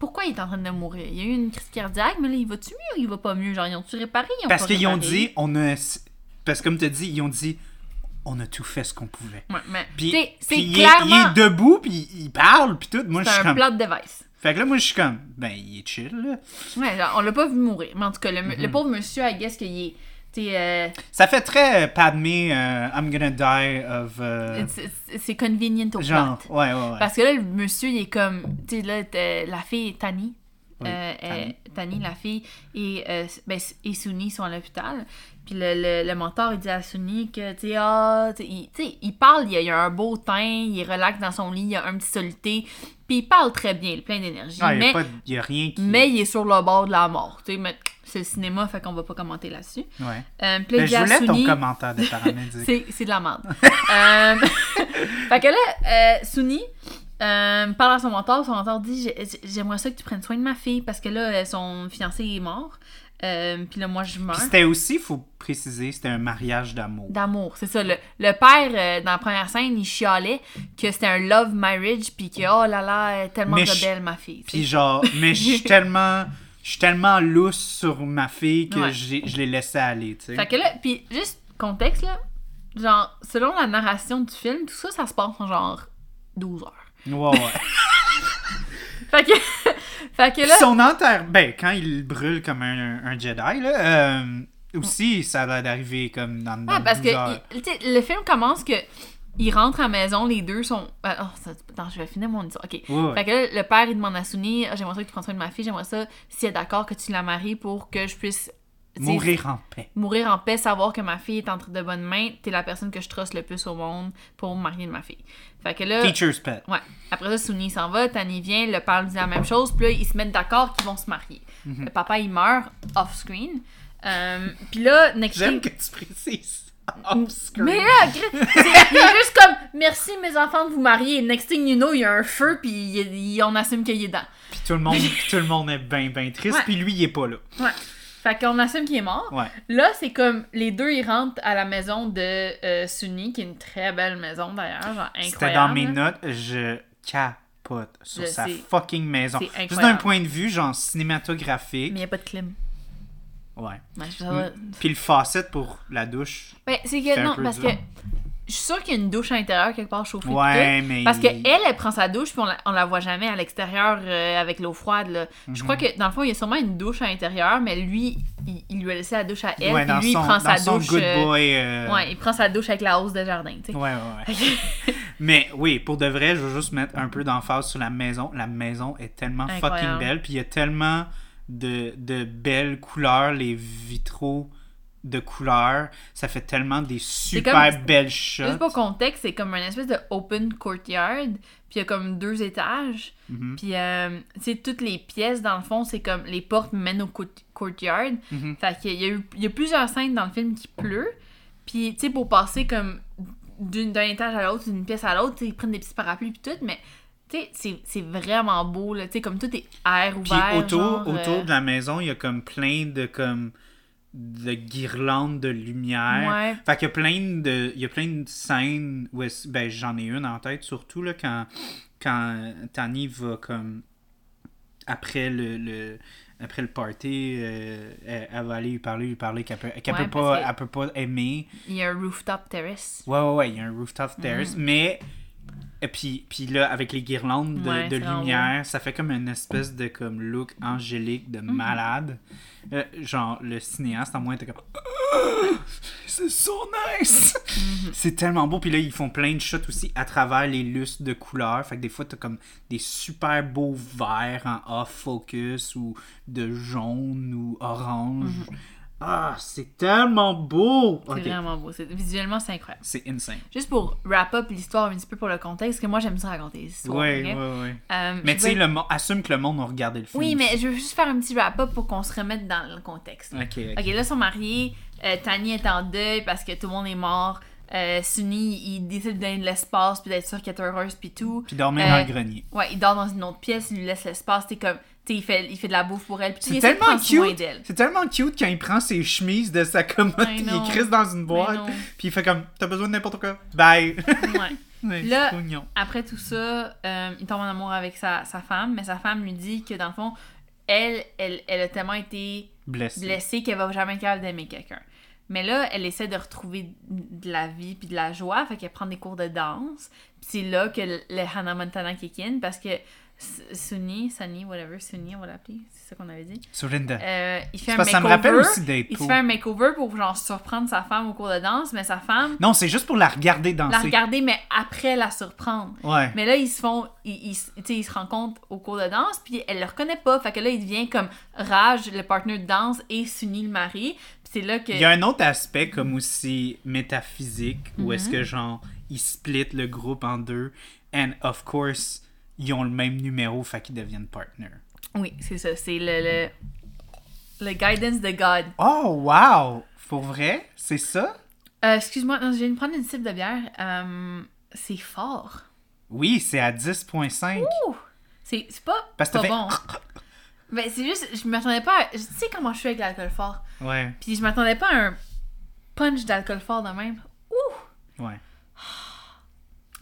Speaker 2: pourquoi il est en train de mourir? Il y a eu une crise cardiaque, mais là, il va-tu mieux ou il va pas mieux? Genre, ils ont-tu réparé? Ils ont
Speaker 1: Parce
Speaker 2: pas
Speaker 1: qu'ils ont
Speaker 2: réparé?
Speaker 1: dit, on a. Parce que comme tu dis, ils ont dit, on a tout fait ce qu'on pouvait.
Speaker 2: Ouais, mais, tu
Speaker 1: Puis,
Speaker 2: sais,
Speaker 1: puis
Speaker 2: c'est
Speaker 1: il, est- il
Speaker 2: clairement...
Speaker 1: est debout, puis il parle, puis tout. Moi, je
Speaker 2: C'est
Speaker 1: suis
Speaker 2: un
Speaker 1: comme.
Speaker 2: plat de device.
Speaker 1: Fait que là, moi, je suis comme, ben, il est chill, là.
Speaker 2: Ouais, genre, on l'a pas vu mourir. Mais en tout cas, le, le pauvre monsieur, I guess qu'il est. tu sais, euh,
Speaker 1: Ça fait très euh, Padmé, euh, I'm gonna die of. euh,
Speaker 2: c'est- c'est- c'est convenient au
Speaker 1: genre,
Speaker 2: plot.
Speaker 1: ouais, ouais, ouais.
Speaker 2: Parce que là, le monsieur, il est comme. Tu sais, là, t'es- la fille, Tani.
Speaker 1: Oui,
Speaker 2: euh,
Speaker 1: Tani.
Speaker 2: euh, Tani, la fille, et, euh, ben, et Suni sont à l'hôpital. Puis le, le, le mentor, il dit à Suni que, tu sais, ah, tu sais, il, tu sais, il parle, il a, il a un beau teint, il est relax dans son lit, il a un petit solité. Puis il parle très bien, il est plein d'énergie.
Speaker 1: Ah, il n'y
Speaker 2: mais
Speaker 1: a, pas de- il y a rien qui.
Speaker 2: mais il est sur le bord de la mort. Tu sais, mais c'est le cinéma, fait qu'on va pas commenter là-dessus.
Speaker 1: Ouais.
Speaker 2: Euh,
Speaker 1: Ben,
Speaker 2: puis là, il dit
Speaker 1: je
Speaker 2: à
Speaker 1: voulais ton
Speaker 2: Suni-
Speaker 1: commentaire de paramédic.
Speaker 2: C'est, c'est de la merde. Euh, fait que là, euh, Suni euh, parle à son mentor. Son mentor dit J'ai- j'ai- J'aimerais ça que tu prennes soin de ma fille parce que là, euh, son fiancé est mort. Euh, Puis là, moi, je meurs.
Speaker 1: Puis c'était aussi, faut préciser, c'était un mariage d'amour.
Speaker 2: D'amour, c'est ça. Le, le père, euh, dans la première scène, il chialait que c'était un love marriage. Puis que, oh là là, elle est tellement
Speaker 1: Mais je-
Speaker 2: rebelle, ma fille.
Speaker 1: Puis genre, mais je suis tellement. Je suis tellement lousse sur ma fille que
Speaker 2: Ouais.
Speaker 1: j'ai- je l'ai laissé aller, tu sais.
Speaker 2: Fait que là, puis juste contexte, là, genre, selon la narration du film, tout ça, ça se passe en genre 12 heures.
Speaker 1: Ouais, ouais.
Speaker 2: Fait que, fait que
Speaker 1: Puis
Speaker 2: là,
Speaker 1: son enterre, ben, quand il brûle comme un, un Jedi, là, euh, aussi, ça a l'air d'arriver comme dans, dans
Speaker 2: Ouais, Ah, parce
Speaker 1: 12 heures.
Speaker 2: que il- tu sais, le film commence que ils rentrent à la maison, les deux sont. Ah, oh, ça- attends, je vais finir mon histoire. Ok.
Speaker 1: Ouais, ouais.
Speaker 2: Fait que là, le père, il demande à Suni Ah, J'aimerais ça que tu prennes soin de ma fille, j'aimerais ça, si elle est d'accord, que tu la maries pour que je puisse. tu sais,
Speaker 1: Mourir en paix.
Speaker 2: Mourir en paix, savoir que ma fille est entre de bonnes mains, t'es la personne que je trosse le plus au monde pour me marier de ma fille. Fait que là.
Speaker 1: Teacher's pet.
Speaker 2: Ouais. Après ça, Suni s'en va, Tani vient, le père lui dit la même chose, puis là, ils se mettent d'accord qu'ils vont se marier.
Speaker 1: Mhm.
Speaker 2: Le papa, il meurt off-screen. Euh, puis là, next
Speaker 1: J'aime
Speaker 2: thing-
Speaker 1: que tu précises.
Speaker 2: mais
Speaker 1: Off-screen.
Speaker 2: là, Chris, c'est- il est juste comme merci mes enfants de vous marier. Next thing you know, il y a un feu puis il- il- on assume qu'il est dedans.
Speaker 1: Puis tout le monde, puis tout le monde est bien, bien triste.
Speaker 2: Ouais.
Speaker 1: Puis lui, il est pas là.
Speaker 2: Ouais. Fait qu'on assume qu'il est mort.
Speaker 1: Ouais.
Speaker 2: Là, c'est comme les deux ils rentrent à la maison de euh, Sunny, qui est une très belle maison d'ailleurs, genre incroyable. hein.
Speaker 1: C'était dans mes notes. Je capote sur
Speaker 2: Je
Speaker 1: sa
Speaker 2: sais.
Speaker 1: fucking maison.
Speaker 2: C'est
Speaker 1: Juste d'un
Speaker 2: incroyable.
Speaker 1: point de vue, genre, cinématographique.
Speaker 2: Mais il n'y a pas de clim.
Speaker 1: Ouais.
Speaker 2: Ouais, ça
Speaker 1: Mm.
Speaker 2: va-
Speaker 1: Puis le facette pour la douche.
Speaker 2: Ben,
Speaker 1: C'est
Speaker 2: c'est que
Speaker 1: un
Speaker 2: non,
Speaker 1: peu
Speaker 2: parce
Speaker 1: dur.
Speaker 2: que je suis sûre qu'il y a une douche à l'intérieur quelque part chauffée.
Speaker 1: Ouais,
Speaker 2: pis tout.
Speaker 1: mais-
Speaker 2: Parce que elle, elle prend sa douche puis on la, on la voit jamais à l'extérieur euh, avec l'eau froide. là. Je
Speaker 1: Mhm.
Speaker 2: crois que dans le fond, il y a sûrement une douche à l'intérieur, mais lui, il, il lui a laissé la douche à elle.
Speaker 1: ouais,
Speaker 2: puis
Speaker 1: dans
Speaker 2: lui,
Speaker 1: son,
Speaker 2: il prend
Speaker 1: dans
Speaker 2: sa
Speaker 1: son
Speaker 2: douche.
Speaker 1: good
Speaker 2: euh,
Speaker 1: boy. euh,
Speaker 2: Ouais, il prend sa douche avec la hausse de jardin. tu sais.
Speaker 1: Ouais, ouais, ouais. Mais oui, pour de vrai, je veux juste mettre un peu d'emphase sur la maison. La maison est tellement fucking
Speaker 2: Incroyable.
Speaker 1: belle. Puis il y a tellement de, de belles couleurs, les vitraux de couleurs. Ça fait tellement des super
Speaker 2: comme-
Speaker 1: belles shots.
Speaker 2: Juste pour contexte, c'est comme une espèce de open courtyard, puis il y a comme deux étages,
Speaker 1: Mm-hmm.
Speaker 2: puis euh, tu sais, toutes les pièces dans le fond, c'est comme les portes mènent au court- courtyard.
Speaker 1: Mhm.
Speaker 2: Fait qu'il y a eu il y a plusieurs scènes dans le film qui pleut, puis tu sais pour passer comme d'une- d'un étage à l'autre, d'une pièce à l'autre, tu sais, ils prennent des petits parapluies puis tout, mais tu sais c'est- c'est vraiment beau là, tu sais comme tout est air
Speaker 1: Puis
Speaker 2: ouvert.
Speaker 1: autour,
Speaker 2: genre,
Speaker 1: autour
Speaker 2: euh,
Speaker 1: de la maison, il y a comme plein de comme de guirlandes de lumière.
Speaker 2: Ouais.
Speaker 1: Fait qu'il y a plein de il y a plein de scènes où est-ce- ben j'en ai une en tête surtout là quand quand Tani va comme après le, le- après le party euh, elle, elle va aller lui parler lui parler qu'elle peut qu'elle
Speaker 2: Ouais,
Speaker 1: peut
Speaker 2: parce
Speaker 1: pas
Speaker 2: que-
Speaker 1: elle peut pas aimer.
Speaker 2: Il y a un rooftop terrace.
Speaker 1: Ouais, ouais, ouais, il y a un rooftop
Speaker 2: Mhm.
Speaker 1: terrace, mais. Et puis, puis là, avec les guirlandes de,
Speaker 2: Ouais, Mhm.
Speaker 1: de
Speaker 2: c'est vraiment
Speaker 1: lumière, ça fait comme une espèce de comme look angélique de malade. Euh, genre, le cinéaste, en moins, était comme. Ah, C'est so nice!
Speaker 2: Mhm.
Speaker 1: C'est tellement beau. Puis là, ils font plein de shots aussi à travers les lustres de couleurs. Fait que des fois, t'as comme des super beaux verts en off-focus ou de jaune ou orange. Ah, c'est tellement beau!
Speaker 2: Mhm. C'est
Speaker 1: Ok.
Speaker 2: vraiment beau, c'est- visuellement c'est incroyable.
Speaker 1: C'est insane.
Speaker 2: Juste pour wrap up l'histoire un petit peu pour le contexte, que moi j'aime ça raconter les histoires.
Speaker 1: Ouais,
Speaker 2: ok?
Speaker 1: ouais, ouais.
Speaker 2: Euh,
Speaker 1: Mais
Speaker 2: je
Speaker 1: tu sais,
Speaker 2: vais-
Speaker 1: le mo- assume que le monde a regardé le film.
Speaker 2: Oui, mais je veux juste faire un petit wrap-up pour qu'on se remette dans le contexte.
Speaker 1: Ok, ok.
Speaker 2: Ok, là, ils sont mariés. Euh, Tani est en deuil parce que tout le monde est mort. Euh, Sunny, il décide de donner de l'espace puis d'être sûr qu'elle est heureuse puis tout.
Speaker 1: Puis dormir
Speaker 2: Euh,
Speaker 1: dans le grenier.
Speaker 2: Ouais, il dort dans une autre pièce, il lui laisse l'espace. T'es comme, t'sais, il fait, il fait de la bouffe pour elle. Puis tu
Speaker 1: C'est
Speaker 2: essaie de
Speaker 1: tellement
Speaker 2: prendre soin
Speaker 1: cute.
Speaker 2: d'elle.
Speaker 1: C'est tellement cute quand il prend ses chemises de sa commode,
Speaker 2: I
Speaker 1: puis il
Speaker 2: know.
Speaker 1: les crisse dans une boîte,
Speaker 2: non.
Speaker 1: puis il fait comme T'as besoin de n'importe quoi. Bye.
Speaker 2: Ouais.
Speaker 1: Ouais,
Speaker 2: Là-
Speaker 1: c'est mignon.
Speaker 2: Après tout ça, euh, il tombe en amour avec sa, sa femme, mais sa femme lui dit que dans le fond, elle, elle, elle a tellement été
Speaker 1: Blessé.
Speaker 2: blessée qu'elle va jamais être capable d'aimer quelqu'un. Mais là, elle essaie de retrouver de la vie puis de la joie, fait qu'elle prend des cours de danse. Puis c'est là que le le Hannah Montana kick in parce que S- Sunny, Sunny, whatever, Sunny, on va l'appeler, c'est ça qu'on avait dit.
Speaker 1: Surrender.
Speaker 2: Euh, il fait
Speaker 1: C'est
Speaker 2: un
Speaker 1: parce que
Speaker 2: makeover.
Speaker 1: ça me rappelle aussi des
Speaker 2: il se
Speaker 1: peaux.
Speaker 2: fait un makeover pour genre surprendre sa femme au cours de danse, mais sa femme
Speaker 1: Non, c'est juste pour la regarder
Speaker 2: la
Speaker 1: danser.
Speaker 2: regarder, mais après la surprendre.
Speaker 1: Ouais.
Speaker 2: Mais là, ils se font, ils, ils, se- tu sais, ils se rencontrent au cours de danse, puis elle le reconnaît pas. Fait que là, il devient comme Rage, le partenaire de danse, et Sunny, le mari. Puis c'est là que.
Speaker 1: Il y a un autre aspect comme aussi métaphysique où est-ce
Speaker 2: Mhm.
Speaker 1: que genre ils split le groupe en deux and of course ils ont le même numéro fait qu'ils deviennent partner.
Speaker 2: Oui, c'est ça. C'est le, le, le guidance de God.
Speaker 1: Oh wow, pour vrai, c'est ça
Speaker 2: Euh, Excuse-moi, non, je viens de prendre une cible de bière. Euh, c'est fort.
Speaker 1: Oui, c'est à 10.5
Speaker 2: Ouh! C'est c'est pas,
Speaker 1: parce que t'as fait-
Speaker 2: pas bon. Ben, c'est juste, je m'attendais pas à. Tu sais comment je suis avec l'alcool fort.
Speaker 1: Ouais,
Speaker 2: Puis je m'attendais pas à un punch d'alcool fort de même. Ouh!
Speaker 1: ouais.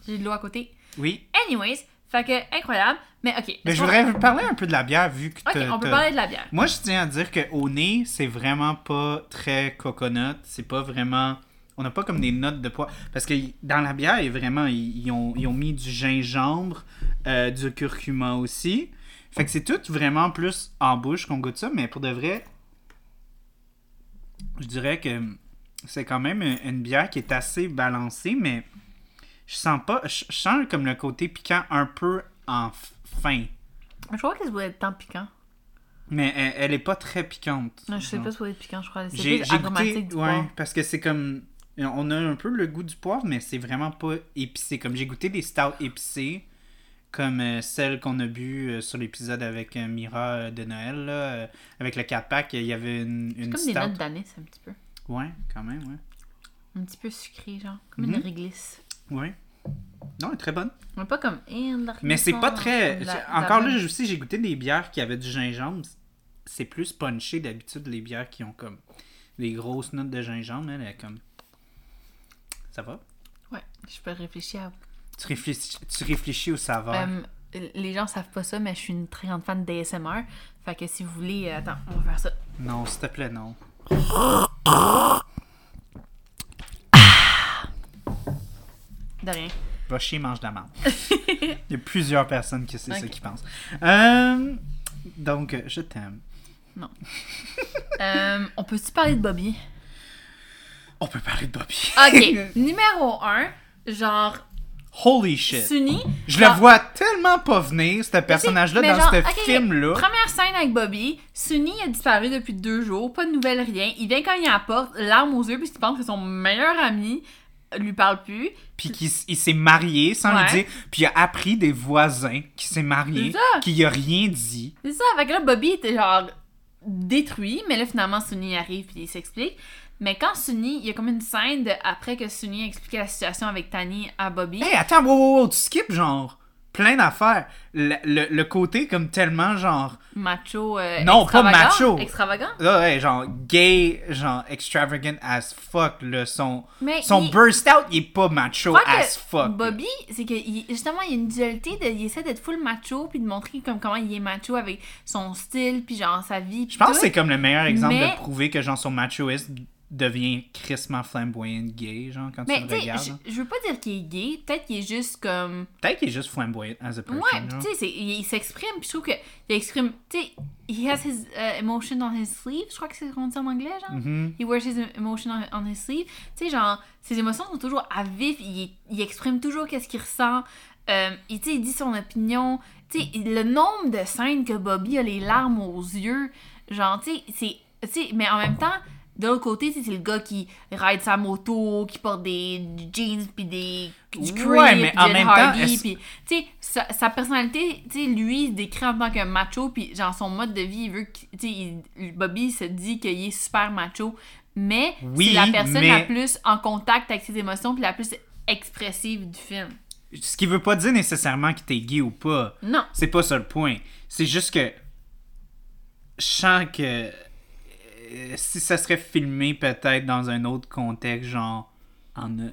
Speaker 2: J'ai de l'eau à côté.
Speaker 1: Oui,
Speaker 2: Anyways, fait que incroyable. Mais ok.
Speaker 1: mais
Speaker 2: est-ce
Speaker 1: je
Speaker 2: qu'on-
Speaker 1: voudrais vous parler un peu de la bière vu que
Speaker 2: Ok,
Speaker 1: t'as-
Speaker 2: on peut
Speaker 1: t'as-
Speaker 2: parler de la bière.
Speaker 1: Moi, je tiens à dire que au nez, c'est vraiment pas très coconut. C'est pas vraiment. On n'a pas comme des notes de poids. Parce que dans la bière, il y a vraiment, ils, ils ont, ils ont mis du gingembre, euh, du curcuma aussi. Fait que c'est tout vraiment plus en bouche qu'on goûte ça. Mais pour de vrai, je dirais que c'est quand même une, une bière qui est assez balancée. Mais je sens pas. Je, je sens comme le côté piquant un peu en f- fin.
Speaker 2: Je crois que ça doit être tant piquant.
Speaker 1: Mais elle, elle est pas très piquante.
Speaker 2: Non, je sais
Speaker 1: Non.
Speaker 2: pas si ça doit être piquant, je crois. C'est
Speaker 1: J'ai
Speaker 2: plus
Speaker 1: j'ai goûté,
Speaker 2: aromatique du
Speaker 1: ouais,
Speaker 2: poivre.
Speaker 1: parce que c'est comme, on a un peu le goût du poivre, mais c'est vraiment pas épicé. Comme j'ai goûté des stouts épicés, comme euh, celle qu'on a bu euh, sur l'épisode avec euh, Mira euh, de Noël, là, euh, avec le 4 pack, il y avait une, une
Speaker 2: Comme
Speaker 1: stout.
Speaker 2: des notes d'anis, un petit peu.
Speaker 1: Ouais, quand même, ouais.
Speaker 2: Un petit peu sucré, genre. Comme
Speaker 1: Mhm.
Speaker 2: une réglisse.
Speaker 1: Ouais. Non, elle est très bonne.
Speaker 2: Mais pas comme. Eh, de la
Speaker 1: Mais c'est pas
Speaker 2: réglisse,
Speaker 1: très.
Speaker 2: de la- de la
Speaker 1: Encore
Speaker 2: bonne.
Speaker 1: là, aussi, j'ai goûté des bières qui avaient du gingembre. C'est plus punché d'habitude, les bières qui ont comme des grosses notes de gingembre. Elle est comme. Ça va?
Speaker 2: Ouais, je peux réfléchir à.
Speaker 1: Tu réfléchis, tu réfléchis au saveur.
Speaker 2: Euh, les gens savent pas ça, mais je suis une très grande fan d'ASMR. Fait que si vous voulez, euh, attends, on va faire ça.
Speaker 1: Non, s'il te plaît, non.
Speaker 2: De rien.
Speaker 1: Va chier, mange de la menthe. Il y a plusieurs personnes qui c'est ça qui pensent. Euh, donc, euh, je t'aime.
Speaker 2: Euh, on peut-tu parler de Bobby?
Speaker 1: On peut parler de Bobby.
Speaker 2: Ok. Numéro 1, genre,
Speaker 1: Holy shit.
Speaker 2: Sunny.
Speaker 1: Je
Speaker 2: genre-
Speaker 1: la vois tellement pas venir, ce personnage-là,
Speaker 2: Mais
Speaker 1: dans
Speaker 2: genre,
Speaker 1: ce
Speaker 2: ok,
Speaker 1: film-là.
Speaker 2: Première scène avec Bobby. Sunny a disparu depuis deux jours. Pas de nouvelles, rien. Il vient cogner à la porte, larmes aux yeux, puisqu'il pense que son meilleur ami lui parle plus.
Speaker 1: Puis qu'il s- il s'est marié sans
Speaker 2: Ouais.
Speaker 1: le dire. Puis il a appris des voisins qu'il s'est marié,
Speaker 2: C'est ça.
Speaker 1: qu'il y a rien dit.
Speaker 2: C'est ça, fait que là, Bobby était genre détruit, mais là, finalement, Sunny arrive puis il s'explique. Mais quand Sunny, il y a comme une scène de- après que Sunny a expliqué la situation avec Tani à Bobby.
Speaker 1: Hé, attends, wow, wow, wow, tu skips, genre, plein d'affaires. Le, le- le côté comme tellement, genre,
Speaker 2: Macho. euh,
Speaker 1: Non, pas
Speaker 2: extravagant-
Speaker 1: macho.
Speaker 2: Extravagant.
Speaker 1: là, ouais, genre, gay, genre, extravagant as fuck, là, son,
Speaker 2: Mais
Speaker 1: son
Speaker 2: il-
Speaker 1: burst out, il est pas macho
Speaker 2: Je crois que
Speaker 1: as fuck. là.
Speaker 2: Bobby, c'est que il- justement, il y a une dualité de. Il essaie d'être full macho puis de montrer comme comment il est macho avec son style puis genre sa vie.
Speaker 1: Je pense que c'est comme le meilleur exemple
Speaker 2: Mais-
Speaker 1: de prouver que, genre, son machoïsme devient crissement flamboyant gay, genre, quand
Speaker 2: Mais
Speaker 1: tu
Speaker 2: tu
Speaker 1: le
Speaker 2: sais,
Speaker 1: regardes.
Speaker 2: je-
Speaker 1: là.
Speaker 2: je veux pas dire qu'il est gay, peut-être qu'il est juste comme.
Speaker 1: Peut-être qu'il est juste flamboyant as a person.
Speaker 2: Ouais, pis
Speaker 1: genre.
Speaker 2: tu sais, c'est- il, il s'exprime, puis je trouve que il exprime, tu sais, he has his euh, emotion on his sleeve, je crois que c'est ce qu'on dit en anglais, genre.
Speaker 1: Mhm.
Speaker 2: He wears his emotion on, on his sleeve. Tu sais, genre, ses émotions sont toujours à vif, il, est- il exprime toujours qu'est-ce qu'il ressent, euh, il, tu sais, il dit son opinion. Tu sais, il- le nombre de scènes que Bobby a les larmes aux yeux, genre, tu sais, c'est. tu sais, mais en même temps, de l'autre côté, tu sais, c'est le gars qui ride sa moto, qui porte des du jeans puis des du
Speaker 1: Ouais,
Speaker 2: Creed,
Speaker 1: mais
Speaker 2: puis
Speaker 1: en
Speaker 2: Jen
Speaker 1: même temps,
Speaker 2: Hardy,
Speaker 1: est-ce-
Speaker 2: puis tu sais sa, sa personnalité, tu sais lui, il se décrit en tant que macho puis genre son mode de vie, il veut qu'il- tu sais il- Bobby se dit qu'il est super macho, mais
Speaker 1: Oui,
Speaker 2: c'est la personne
Speaker 1: mais-
Speaker 2: la plus en contact avec ses émotions puis la plus expressive du film.
Speaker 1: Ce qui veut pas dire nécessairement que t'es gay ou pas.
Speaker 2: Non.
Speaker 1: C'est pas ça le point. C'est juste que je sens que euh, si ça serait filmé peut-être dans un autre contexte, genre en, en-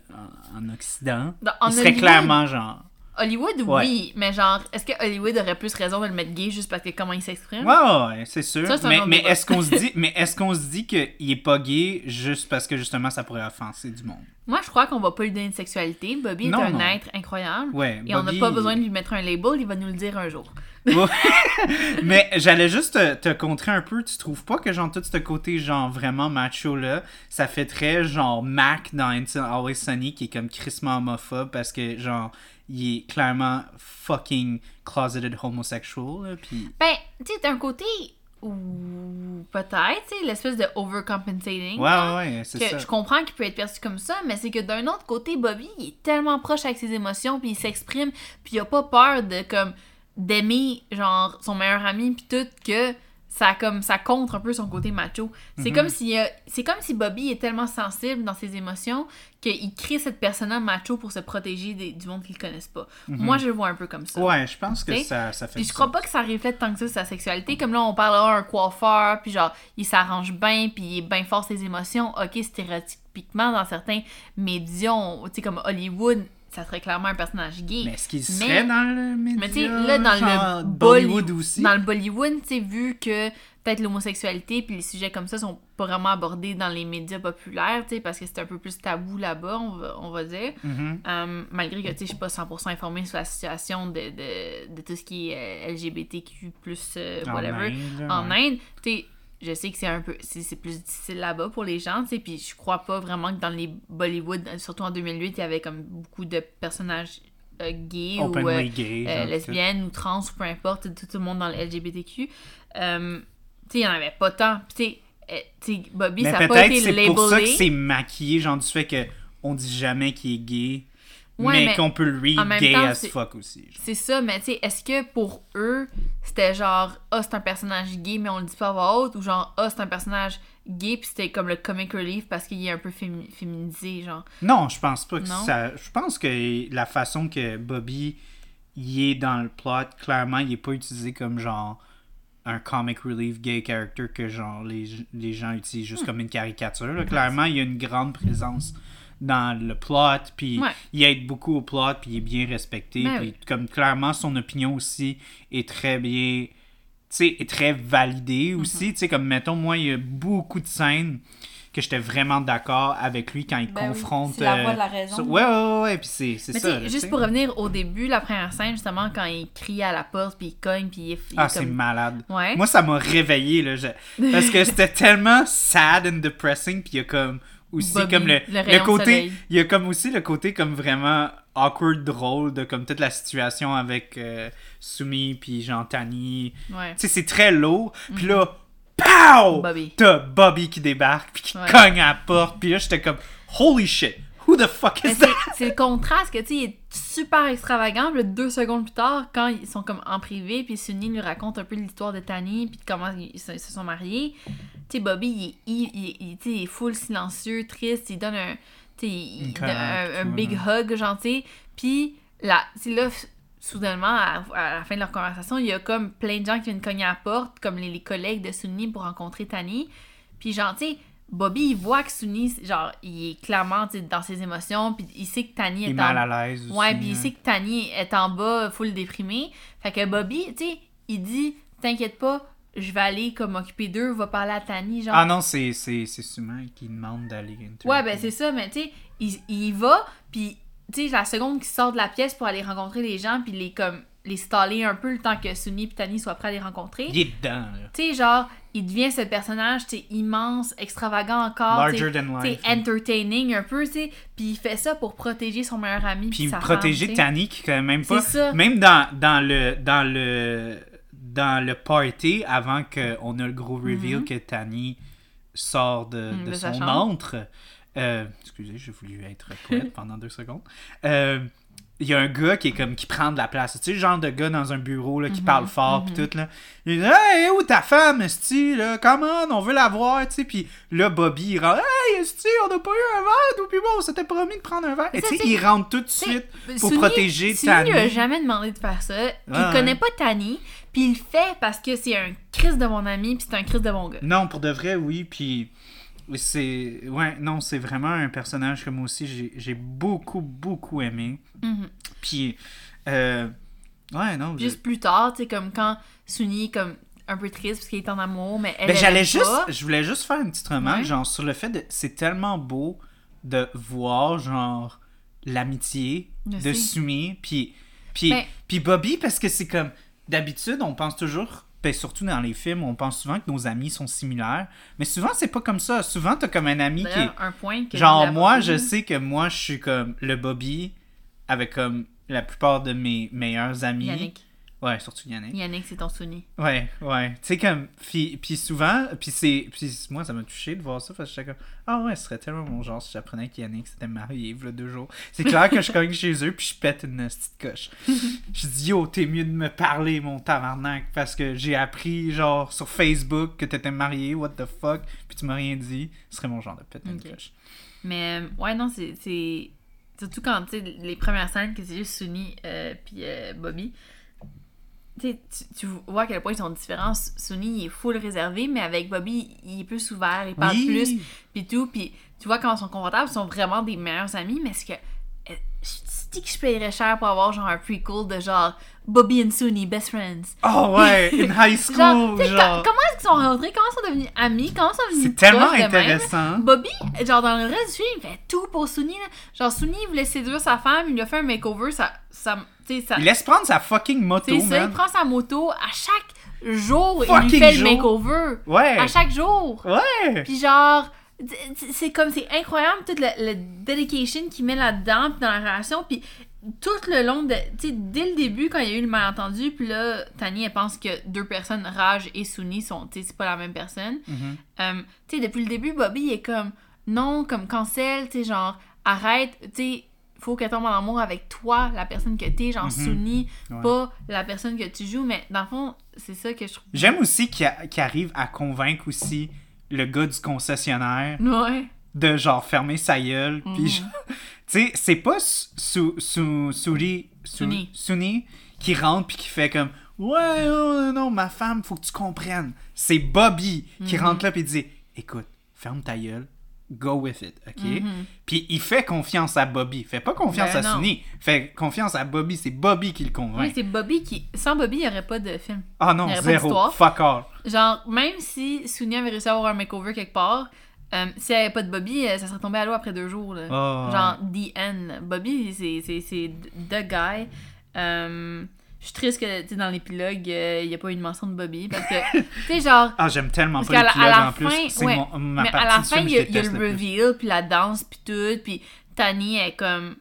Speaker 1: en Occident,
Speaker 2: Dans- en
Speaker 1: il serait
Speaker 2: Hollywood.
Speaker 1: clairement genre.
Speaker 2: Hollywood
Speaker 1: Ouais.
Speaker 2: oui, mais genre est-ce que Hollywood aurait plus raison de le mettre gay juste parce que comment il s'exprime
Speaker 1: Ouais, ouais, ouais, c'est sûr.
Speaker 2: Hein? Ça, c'est un
Speaker 1: mais
Speaker 2: autre
Speaker 1: mais
Speaker 2: débat.
Speaker 1: est-ce qu'on se dit, mais est-ce qu'on se dit qu'il est pas gay juste parce que justement ça pourrait offenser du monde?
Speaker 2: Moi, je crois qu'on va pas lui donner une sexualité. Bobby
Speaker 1: Non,
Speaker 2: est un
Speaker 1: non.
Speaker 2: être incroyable.
Speaker 1: Ouais,
Speaker 2: Et on n'a
Speaker 1: Bobby-
Speaker 2: pas besoin de lui mettre un label, il va nous le dire un jour.
Speaker 1: Ouais. Mais j'allais juste te, te contrer un peu. Tu trouves pas que genre tout ce côté genre vraiment macho là, ça fait très genre Mac dans It's Always Sunny qui est comme crissement homophobe parce que genre il est clairement fucking closeted homosexuel là, puis
Speaker 2: Ben, tu sais, d'un côté, ou peut-être, tu sais, l'espèce de overcompensating.
Speaker 1: ouais
Speaker 2: là,
Speaker 1: ouais, ouais, c'est
Speaker 2: Hein? que
Speaker 1: ça.
Speaker 2: je comprends qu'il peut être perçu comme ça, mais c'est que d'un autre côté, Bobby, il est tellement proche avec ses émotions, puis il s'exprime, puis il a pas peur de, comme, d'aimer, genre, son meilleur ami, puis tout, que ça, comme, ça contre un peu son côté macho. C'est
Speaker 1: Mhm.
Speaker 2: comme s'il y a- c'est comme si Bobby est tellement sensible dans ses émotions qu'il crée cette personne macho pour se protéger des- du monde qu'il ne connaisse pas.
Speaker 1: Mm-hmm.
Speaker 2: Moi, je le vois un peu comme ça.
Speaker 1: Ouais, je pense que
Speaker 2: T'sais,
Speaker 1: ça, ça fait
Speaker 2: Puis je
Speaker 1: ça.
Speaker 2: crois pas que ça reflète tant que ça sa sexualité. Comme là, on parle à un coiffeur, puis genre, il s'arrange bien, puis il est bien fort ses émotions. Ok, stéréotypiquement, dans certains médias, on- tu sais, comme Hollywood, ça serait clairement un personnage gay.
Speaker 1: Mais est-ce qu'il
Speaker 2: Mais-
Speaker 1: serait dans le média?
Speaker 2: Mais tu sais, là, dans
Speaker 1: genre,
Speaker 2: le
Speaker 1: Bollywood aussi.
Speaker 2: Dans le Bollywood, tu sais, vu que peut-être l'homosexualité puis les sujets comme ça sont pas vraiment abordés dans les médias populaires, tu sais, parce que c'est un peu plus tabou là-bas, on va, on va dire.
Speaker 1: Mhm.
Speaker 2: Euh, malgré que, tu sais, je suis pas 100% informée sur la situation de, de, de tout ce qui est euh, LGBTQ+, euh,
Speaker 1: En
Speaker 2: whatever,
Speaker 1: Inde, là,
Speaker 2: en
Speaker 1: ouais.
Speaker 2: Inde, tu sais, je sais que c'est un peu, c'est c'est plus difficile là-bas pour les gens, tu sais, puis je crois pas vraiment que dans les Bollywood, surtout en 2008, il y avait comme beaucoup de personnages euh, gays ou euh,
Speaker 1: Openly gay.
Speaker 2: euh,
Speaker 1: genre, tout.
Speaker 2: lesbiennes ou trans ou peu importe, tout, tout le monde dans le LGBTQ. Euh, tu sais, il y en avait pas tant. Puis, tu sais, euh, tu sais, Bobby,
Speaker 1: Mais
Speaker 2: ça a pas
Speaker 1: peut-être
Speaker 2: été
Speaker 1: c'est pour ça que
Speaker 2: labelé.
Speaker 1: c'est maquillé, genre du fait que on dit jamais qu'il est gay,
Speaker 2: Ouais,
Speaker 1: mais,
Speaker 2: mais
Speaker 1: qu'on peut le
Speaker 2: en même
Speaker 1: read gay
Speaker 2: temps,
Speaker 1: as
Speaker 2: c'est-
Speaker 1: fuck aussi. genre.
Speaker 2: C'est ça, mais tu sais, est-ce que pour eux, c'était genre, ah, c'est un personnage gay, mais on le dit pas à voix haute, ou genre, ah, c'est un personnage gay, puis c'était comme le comic relief parce qu'il est un peu fémi- féminisé, genre.
Speaker 1: Non, je pense pas que
Speaker 2: Non.
Speaker 1: ça. Je pense que la façon que Bobby y est dans le plot, clairement, il est pas utilisé comme genre un comic relief gay character
Speaker 2: Hmm.
Speaker 1: que genre les, les gens utilisent juste comme une caricature. là. Clairement, il y a une grande présence dans le plot, puis
Speaker 2: Ouais.
Speaker 1: il aide beaucoup au plot, puis il est bien respecté,
Speaker 2: Ben
Speaker 1: puis
Speaker 2: oui.
Speaker 1: comme clairement son opinion aussi est très bien, tu sais, est très validée aussi,
Speaker 2: Mhm.
Speaker 1: tu sais, comme mettons, moi, il y a beaucoup de scènes que j'étais vraiment d'accord avec lui quand il
Speaker 3: Ben oui,
Speaker 1: confronte... euh,
Speaker 3: c'est la voix de la raison.
Speaker 1: sur- Ouais, ouais, ouais, puis c'est c'est
Speaker 2: Mais
Speaker 1: ça.
Speaker 2: tu sais,
Speaker 1: là, tu
Speaker 2: juste
Speaker 1: sais.
Speaker 2: pour revenir au début, la première scène, justement, quand il crie à la porte, puis il cogne, puis il est, il est
Speaker 1: Ah, c'est
Speaker 2: comme...
Speaker 1: malade.
Speaker 2: Ouais.
Speaker 1: Moi, ça m'a réveillé, là. je- Parce que c'était tellement sad and depressing, puis il y a comme aussi
Speaker 2: Bobby,
Speaker 1: comme le,
Speaker 2: le rayon de
Speaker 1: côté...
Speaker 2: soleil.
Speaker 1: Il y a comme aussi le côté comme vraiment awkward, drôle de comme toute la situation avec euh, Sumi, puis Jean Tani.
Speaker 2: Ouais.
Speaker 1: Tu sais, c'est très lourd. Puis là, pow!
Speaker 2: Bobby.
Speaker 1: T'as Bobby qui débarque, puis qui
Speaker 2: Ouais.
Speaker 1: cogne à la porte. Puis là, j'étais comme, holy shit, who the fuck
Speaker 2: Mais
Speaker 1: is
Speaker 2: c'est-
Speaker 1: that?
Speaker 2: C'est le contraste que, tu sais, il est super extravagant. Puis là, deux secondes plus tard, quand ils sont comme en privé, puis Sunny lui raconte un peu l'histoire de Tani, puis de comment ils se ils se sont mariés. Tu sais, Bobby, il, est- il, il- il- tu sais, il est full silencieux, triste. Il donne un, tu sais, il-
Speaker 1: Une
Speaker 2: il
Speaker 1: claque,
Speaker 2: donne un, un
Speaker 1: ouais.
Speaker 2: big hug, genre, tu sais. Puis là, tu sais, là, f- soudainement, à, à la fin de leur conversation, il y a comme plein de gens qui viennent cogner à la porte, comme les, les collègues de Sunny pour rencontrer Tani. Puis genre, tu sais, Bobby, il voit que Sunny, genre, il est clairement tu sais, dans ses émotions, puis il sait que Tani
Speaker 1: Il
Speaker 2: est,
Speaker 1: est
Speaker 2: en
Speaker 1: mal à l'aise aussi. hein.
Speaker 2: Ouais, puis il
Speaker 1: là.
Speaker 2: sait que Tani est en bas, full déprimé. Fait que Bobby, tu sais, il dit T'inquiète pas, je vais aller comme m'occuper d'eux, va parler à Tani, genre.
Speaker 1: Ah non, c'est c'est- c'est Sumi qui demande d'aller. interviewer.
Speaker 2: ouais, ben c'est ça, mais tu sais, il, il y va, puis tu sais, la seconde qu'il sort de la pièce pour aller rencontrer les gens, puis les comme les staller un peu le temps que Sunny et Tani soient prêts à les rencontrer.
Speaker 1: Il est dedans, là.
Speaker 2: Tu sais, genre, il devient ce personnage, tu sais, immense, extravagant encore. tu sais,
Speaker 1: Larger than
Speaker 2: tu sais,
Speaker 1: life. hein. là.
Speaker 2: entertaining un peu, tu sais. Puis il fait ça pour protéger son meilleur ami. Puis,
Speaker 1: Puis
Speaker 2: sa
Speaker 1: protéger
Speaker 2: femme, tu sais.
Speaker 1: Tani qui quand même pas.
Speaker 2: C'est ça.
Speaker 1: Même dans, dans le dans le dans le party avant qu'on a le gros reveal que Tani sort de,
Speaker 2: Mhm. Mm,
Speaker 1: de
Speaker 2: de sa
Speaker 1: son
Speaker 2: chambre.
Speaker 1: antre. euh, excusez, j'ai voulu être poète pendant deux secondes. Euh, il y a un gars qui est comme qui prend de la place. Tu sais, le genre de gars dans un bureau
Speaker 2: Mhm,
Speaker 1: là, qui parle fort puis tout là. Il dit Hey, où ta femme, Esti, là? Come on, on veut la voir, tu sais. Puis là, Bobby, il rentre Hey, Esti, on n'a pas eu un verre, nous, puis bon, on s'était promis de prendre un verre. Et
Speaker 2: ça,
Speaker 1: tu sais,
Speaker 2: c'est-
Speaker 1: il rentre tout de suite pour
Speaker 2: Sunny-
Speaker 1: protéger
Speaker 2: Sunny
Speaker 1: Tani. Ah,
Speaker 2: lui a jamais demandé de faire ça. Puis
Speaker 1: Ouais,
Speaker 2: il connaît
Speaker 1: ouais.
Speaker 2: pas Tani. Puis il le fait parce que c'est un Chris de mon ami. Puis c'est un Chris de mon gars.
Speaker 1: Non, pour de vrai, oui, puis c'est... Ouais, non, c'est vraiment un personnage que moi aussi, j'ai- j'ai beaucoup, beaucoup aimé.
Speaker 2: Mhm.
Speaker 1: Puis, euh, ouais, non... je-
Speaker 2: Juste plus tard, tu sais, comme quand Sunny est comme un peu triste parce qu'il est en amour. Mais elle.
Speaker 1: Ben,
Speaker 2: elle
Speaker 1: j'allais
Speaker 2: aime
Speaker 1: juste...
Speaker 2: pas.
Speaker 1: Je voulais juste faire une petite remarque,
Speaker 2: Ouais.
Speaker 1: genre, sur le fait de... C'est tellement beau de voir, genre, l'amitié
Speaker 2: Je
Speaker 1: de
Speaker 2: sais.
Speaker 1: Sumi, puis... Puis,
Speaker 2: Ben-
Speaker 1: puis Bobby, parce que c'est comme... D'habitude, on pense toujours... Ben, surtout dans les films, on pense souvent que nos amis sont similaires. Mais souvent, c'est pas comme ça. Souvent, t'as comme un ami qui est...
Speaker 2: D'ailleurs, un point que
Speaker 1: Genre,
Speaker 2: la-
Speaker 1: moi, je sais que moi, je suis comme le Bobby avec comme la plupart de mes meilleurs amis.
Speaker 2: Yannick.
Speaker 1: Ouais, surtout Yannick.
Speaker 2: Yannick, c'est ton Sunny.
Speaker 1: Ouais, ouais. Tu sais, comme. Puis, puis souvent, puis c'est. Puis moi, ça m'a touché de voir ça parce que j'étais comme. Ah ouais, ce serait tellement mon genre si j'apprenais que Yannick s'était marié il y a deux jours. C'est clair que je cogne chez eux puis je pète une petite coche. je dis, yo, t'es mieux de me parler, mon tabarnak, parce que j'ai appris, genre, sur Facebook que t'étais marié, what the fuck, puis tu m'as rien dit. Ce serait mon genre de péter
Speaker 2: Ok.
Speaker 1: une coche.
Speaker 2: Mais euh, ouais, non, c'est- c'est. Surtout quand, tu sais, les premières scènes que c'est juste Sunny euh, puis euh, Bobby. Tu sais, tu- tu vois à quel point ils sont différents. S- Sunny, il est full réservé, mais avec Bobby, il est plus ouvert, il parle
Speaker 1: Oui.
Speaker 2: plus, puis tout. Puis tu vois, quand ils sont confortables, ils sont vraiment des meilleurs amis, mais est-ce que. euh, Je dis que je paierais cher pour avoir genre un prequel de genre Bobby and Sunny, best friends.
Speaker 1: Oh ouais, in high
Speaker 2: Genre,
Speaker 1: school,
Speaker 2: tu sais,
Speaker 1: genre.
Speaker 2: co- comment est-ce qu'ils sont rentrés? Comment ils sont devenus amis? Comment ils sont devenus
Speaker 1: C'est tellement
Speaker 2: proches de même? bah,
Speaker 1: intéressant.
Speaker 2: Bobby, genre dans le reste du film, il fait tout pour Sunny. là. Genre Sunny, il voulait séduire sa femme, il lui a fait un makeover, ça. ça tu sais, ça.
Speaker 1: Il laisse prendre sa fucking moto,
Speaker 2: C'est ça, il
Speaker 1: man.
Speaker 2: prend sa moto à chaque jour, il
Speaker 1: Fucking
Speaker 2: lui fait
Speaker 1: jour.
Speaker 2: le makeover.
Speaker 1: Ouais.
Speaker 2: À chaque jour.
Speaker 1: Ouais.
Speaker 2: Puis genre, d- d- c'est comme, c'est incroyable toute la, la dedication qu'il met là-dedans, puis dans la relation, puis tout le long de, tu sais, dès le début quand il y a eu le malentendu, puis là, Tani, elle pense que deux personnes, Raj et Sunny, sont, tu sais, c'est pas la même personne.
Speaker 1: Mhm.
Speaker 2: Euh, tu sais, depuis le début, Bobby il est comme non, comme cancel, tu sais, genre arrête, tu sais, faut qu'elle tombe en amour avec toi, la personne que t'es, genre
Speaker 1: Mhm.
Speaker 2: Sunny,
Speaker 1: Ouais.
Speaker 2: pas la personne que tu joues, mais dans le fond, c'est ça que je trouve.
Speaker 1: J'aime aussi qu'il a- qu'il arrive à convaincre aussi le gars du concessionnaire
Speaker 2: Ouais.
Speaker 1: de genre fermer sa gueule.
Speaker 2: Mm.
Speaker 1: Puis genre- tu sais, c'est pas Su- Su- Su- Suri- Su-
Speaker 2: Suni.
Speaker 1: Suni qui rentre puis qui fait comme ouais non, non, non, ma
Speaker 2: Mm-hmm.
Speaker 1: femme faut que tu comprennes. C'est Bobby qui rentre là puis dit écoute ferme ta gueule go with it, OK?
Speaker 2: Mhm.
Speaker 1: Puis il fait confiance à Bobby. Il fait pas confiance
Speaker 2: Ben
Speaker 1: à
Speaker 2: non.
Speaker 1: Sunny. Il fait confiance à Bobby. C'est Bobby qui le
Speaker 2: Oui,
Speaker 1: convainc.
Speaker 2: c'est Bobby qui. Sans Bobby, il n'y aurait pas de film.
Speaker 1: Ah
Speaker 2: Il y
Speaker 1: non,
Speaker 2: aurait pas
Speaker 1: zéro.
Speaker 2: d'histoire.
Speaker 1: Fuck all.
Speaker 2: Genre, même si Sonia avait réussi à avoir un makeover quelque part, euh, s'il n'y avait pas de Bobby, euh, ça serait tombé à l'eau après deux jours. là.
Speaker 1: Ah.
Speaker 2: Genre, The End. Bobby, c'est- c'est c'est The Guy. Euh, je suis triste que, tu sais, dans l'épilogue, euh, il n'y a pas eu une mention de Bobby. Parce que, tu sais, genre,
Speaker 1: Ah, j'aime tellement
Speaker 2: Parce
Speaker 1: pas
Speaker 2: qu'à la- à
Speaker 1: l'épilogue
Speaker 2: la
Speaker 1: en plus.
Speaker 2: fin,
Speaker 1: C'est
Speaker 2: ouais.
Speaker 1: mon- ma
Speaker 2: mais à
Speaker 1: partie
Speaker 2: la
Speaker 1: du
Speaker 2: fin,
Speaker 1: film
Speaker 2: il
Speaker 1: que
Speaker 2: y a,
Speaker 1: je
Speaker 2: il y a
Speaker 1: déteste
Speaker 2: le
Speaker 1: le plus.
Speaker 2: reveal, puis la danse, puis tout. Puis Tani est comme.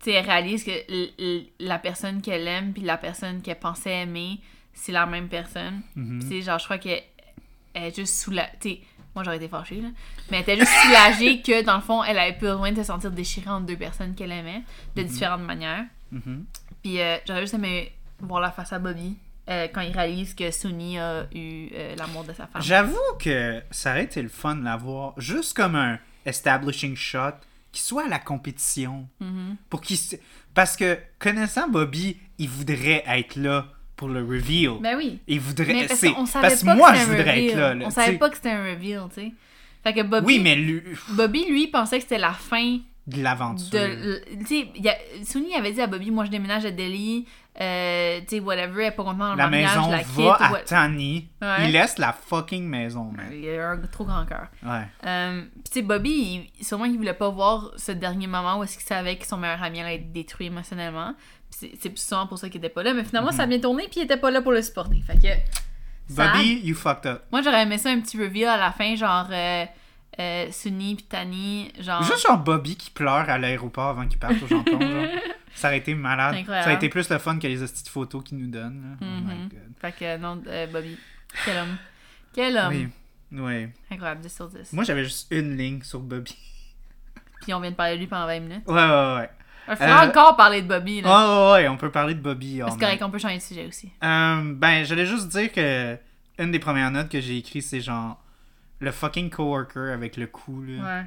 Speaker 2: Tu sais, elle réalise que l- l- la personne qu'elle aime, puis la personne qu'elle pensait aimer, c'est la même personne.
Speaker 1: Mhm.
Speaker 2: Puis, tu sais, genre, je crois qu'elle elle est juste soulagée. Tu sais, moi, j'aurais été fâchée, là. Mais elle était juste soulagée que, dans le fond, elle avait plus besoin de se sentir déchirée entre deux personnes qu'elle aimait, de
Speaker 1: Mm-hmm.
Speaker 2: différentes manières.
Speaker 1: Mhm.
Speaker 2: Puis, euh, j'aurais juste aimé voir la face à Bobby euh, quand il réalise que Sunny a eu euh, l'amour de sa femme.
Speaker 1: J'avoue que ça aurait été le fun de l'avoir juste comme un establishing shot qui soit à la compétition.
Speaker 2: Mm-hmm.
Speaker 1: pour qu'il se- Parce que connaissant Bobby, il voudrait être là pour le reveal.
Speaker 2: Ben oui.
Speaker 1: il voudrait.
Speaker 2: Mais parce
Speaker 1: c'est-
Speaker 2: qu'on savait
Speaker 1: parce que
Speaker 2: pas
Speaker 1: moi,
Speaker 2: que
Speaker 1: je
Speaker 2: c'était un
Speaker 1: voudrais
Speaker 2: reveal.
Speaker 1: être là. là,
Speaker 2: On
Speaker 1: tu
Speaker 2: savait
Speaker 1: sais.
Speaker 2: pas que c'était un reveal, tu sais. Fait que Bobby,
Speaker 1: Oui, mais lui,
Speaker 2: Bobby, lui, pensait que c'était la fin
Speaker 1: de l'aventure.
Speaker 2: de. l- Tu sais, il y a- Sunny avait dit à Bobby Moi, je déménage à Delhi, euh, tu sais, whatever, elle est pas contente dans le
Speaker 1: La
Speaker 2: mariage,
Speaker 1: maison
Speaker 2: je la quitte.
Speaker 1: va à
Speaker 2: what-
Speaker 1: Tani.
Speaker 2: Ouais.
Speaker 1: Il laisse la fucking maison, man.
Speaker 2: Il a un trop grand cœur.
Speaker 1: Ouais.
Speaker 2: Euh, Puis, tu sais, Bobby, il- sûrement qu'il voulait pas voir ce dernier moment où est-ce qu'il savait que son meilleur ami allait être détruit émotionnellement. Puis c'est- c'est souvent pour ça qu'il était pas là. Mais finalement,
Speaker 1: Mhm.
Speaker 2: ça a bien tourné, puis il était pas là pour le supporter. Fait que. ça-
Speaker 1: Bobby, you fucked up.
Speaker 2: Moi, j'aurais aimé ça un petit reveal à la fin, genre euh, euh, Sunny puis Tani, genre.
Speaker 1: Juste genre Bobby qui pleure à l'aéroport avant qu'il parte au Janton. genre. Ça aurait été malade.
Speaker 2: C'est incroyable.
Speaker 1: Ça aurait été plus le fun que les hosties de photos qu'ils nous donnent. là. Oh my
Speaker 2: Mhm.
Speaker 1: god.
Speaker 2: Fait que non, euh, Bobby. Quel homme. Quel homme.
Speaker 1: Oui. Oui.
Speaker 2: Incroyable, 10 sur 10.
Speaker 1: Moi, j'avais juste une ligne sur Bobby.
Speaker 2: Puis on vient de parler de lui pendant 20 minutes.
Speaker 1: Ouais, ouais, ouais.
Speaker 2: Il faudrait
Speaker 1: Euh, Ah,
Speaker 2: encore parler de Bobby,
Speaker 1: Ouais,
Speaker 2: là.
Speaker 1: ouais, ouais, on peut parler de Bobby.
Speaker 2: C'est
Speaker 1: all
Speaker 2: correct,
Speaker 1: night.
Speaker 2: on peut changer de sujet aussi.
Speaker 1: Euh, ben, j'allais juste dire que une des premières notes que j'ai écrites, c'est genre le fucking coworker avec le cou, là.
Speaker 2: Ouais.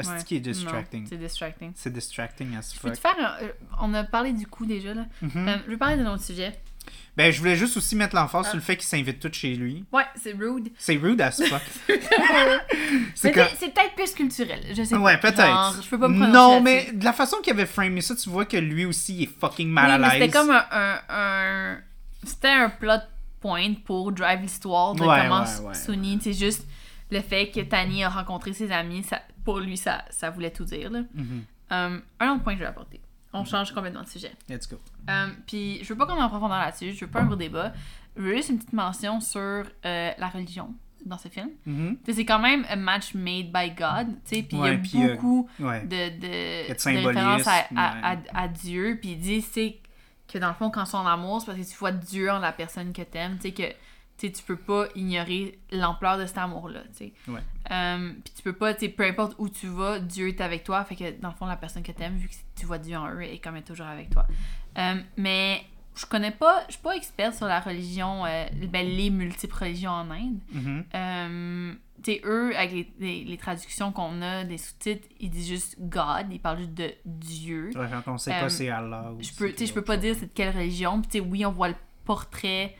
Speaker 1: Hostie
Speaker 2: ouais.
Speaker 1: qui est
Speaker 2: Non,
Speaker 1: Mm. distracting.
Speaker 2: C'est distracting.
Speaker 1: C'est distracting as
Speaker 2: Je peux
Speaker 1: fuck.
Speaker 2: te faire. un- euh, On a parlé du coup déjà, là.
Speaker 1: Mhm.
Speaker 2: Euh, je veux parler d'un autre sujet.
Speaker 1: Ben, je voulais juste aussi mettre l'emphase
Speaker 2: Ah.
Speaker 1: sur le fait qu'il s'invite tout chez lui.
Speaker 2: Ouais, c'est rude.
Speaker 1: C'est rude as fuck.
Speaker 2: Mais
Speaker 1: c'est
Speaker 2: t'sais,
Speaker 1: que...
Speaker 2: C'est peut-être plus culturel. Je sais
Speaker 1: Ouais,
Speaker 2: pas.
Speaker 1: peut-être.
Speaker 2: Genre, Je peux pas me prononcer
Speaker 1: Non,
Speaker 2: là-dessus.
Speaker 1: mais de la façon qu'il avait framé ça, tu vois que lui aussi il est fucking mal
Speaker 2: Oui,
Speaker 1: à
Speaker 2: mais
Speaker 1: l'aise.
Speaker 2: c'était comme un, un, un- C'était un plot point pour drive l'histoire de
Speaker 1: Ouais,
Speaker 2: comment
Speaker 1: ouais, ouais.
Speaker 2: Sunny, c'est juste le fait que Tani a rencontré ses amis, ça, pour lui, ça, ça voulait tout dire. là.
Speaker 1: Mhm.
Speaker 2: Euh, un autre point que je vais apporter.
Speaker 1: Mm-hmm.
Speaker 2: On change complètement de sujet.
Speaker 1: Let's go.
Speaker 2: Euh, Puis je veux pas qu'on en profondeur là-dessus, je veux pas un gros débat. Je veux juste une petite mention sur euh, la religion dans ce film.
Speaker 1: Mhm.
Speaker 2: Tu sais, C'est quand même a match made by God, tu sais, puis
Speaker 1: Ouais,
Speaker 2: il
Speaker 1: puis,
Speaker 2: y
Speaker 1: euh,
Speaker 2: a beaucoup
Speaker 1: Ouais.
Speaker 2: de, de,
Speaker 1: y a de
Speaker 2: de
Speaker 1: symbolisme,
Speaker 2: référence à, à,
Speaker 1: ouais.
Speaker 2: à- à Dieu, puis il dit c'est que dans le fond, quand ils sont en amour, c'est parce que tu vois Dieu en la personne que t'aimes, tu sais, que tu sais, tu peux pas ignorer l'ampleur de cet amour-là, tu sais.
Speaker 1: Ouais.
Speaker 2: Euh, puis tu peux pas, tu sais, peu importe où tu vas, Dieu est avec toi, fait que dans le fond, la personne que t'aimes, vu que tu vois Dieu en eux, est comme toujours avec toi. Euh, mais je connais pas, je suis pas experte sur la religion, euh, ben, les multiples religions en Inde,
Speaker 1: Mhm.
Speaker 2: euh, tu sais, eux, avec les, les- les traductions qu'on a des sous-titres, ils disent juste God, ils parlent juste de Dieu.
Speaker 1: Ouais, quand on sait
Speaker 2: Euh,
Speaker 1: pas c'est Allah. ou
Speaker 2: Je
Speaker 1: Ah, c'est
Speaker 2: peux, tu sais, je peux pas dire c'est de quelle religion. Puis, tu sais, oui, on voit le portrait,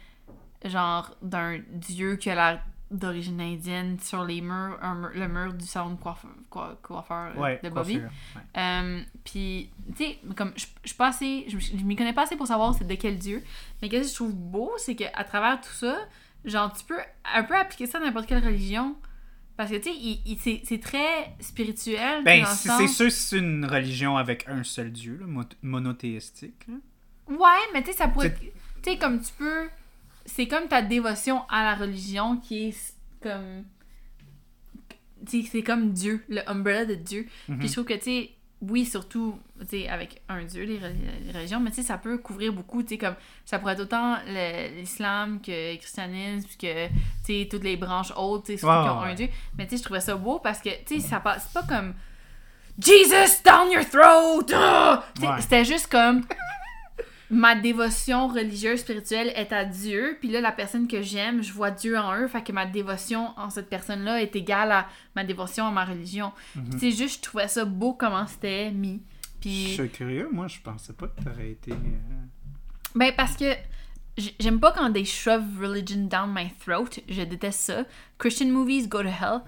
Speaker 2: genre, d'un Dieu qui a l'air d'origine indienne sur les murs, un mur- le mur du salon de coiffeur, coi- coiffeur, euh,
Speaker 1: Ouais,
Speaker 2: de Bobby.
Speaker 1: coiffure, ouais.
Speaker 2: Euh, puis, tu sais, comme je je suis pas assez, je, je m'y connais pas assez pour savoir c'est de quel dieu. Mais qu'est-ce que je trouve beau, c'est qu'à travers tout ça, genre, tu peux un peu appliquer ça à n'importe quelle religion. Parce que, tu sais, il- il- c'est- c'est très spirituel.
Speaker 1: Ben,
Speaker 2: dans le
Speaker 1: c'est
Speaker 2: sens-
Speaker 1: c'est sûr que c'est une religion avec un seul dieu, là, mon- monothéistique. là.
Speaker 2: Ouais, mais tu sais, ça pourrait. Tu sais, comme tu peux. C'est comme ta dévotion à la religion qui est s- comme. Tu sais, c'est comme Dieu, le umbrella de Dieu.
Speaker 1: Mhm.
Speaker 2: Puis je trouve que, tu sais, oui, surtout, tu sais, avec un Dieu, les, reli- les religions, mais tu sais, ça peut couvrir beaucoup, tu sais, comme. Ça pourrait être autant le- l'islam que le christianisme, que, tu sais, toutes les branches hautes, tu sais, surtout
Speaker 1: Ouais,
Speaker 2: qui ont
Speaker 1: ouais,
Speaker 2: un Dieu. Mais tu sais, je trouvais ça beau parce que, tu sais, ça passe c'est pas comme. Jesus down your throat! Ah! Tu sais,
Speaker 1: Ouais.
Speaker 2: C'était juste comme ma dévotion religieuse spirituelle est à Dieu, puis là la personne que j'aime, je vois Dieu en eux, fait que ma dévotion en cette personne-là est égale à ma dévotion en ma religion.
Speaker 1: Mhm.
Speaker 2: Puis C'est juste je trouvais ça beau comment c'était mis.
Speaker 1: Je
Speaker 2: Puis
Speaker 1: suis curieux, moi, je pensais pas que t'aurais été. euh,
Speaker 2: ben parce que j- j'aime pas quand they shove religion down my throat, je déteste ça. Christian movies go to hell.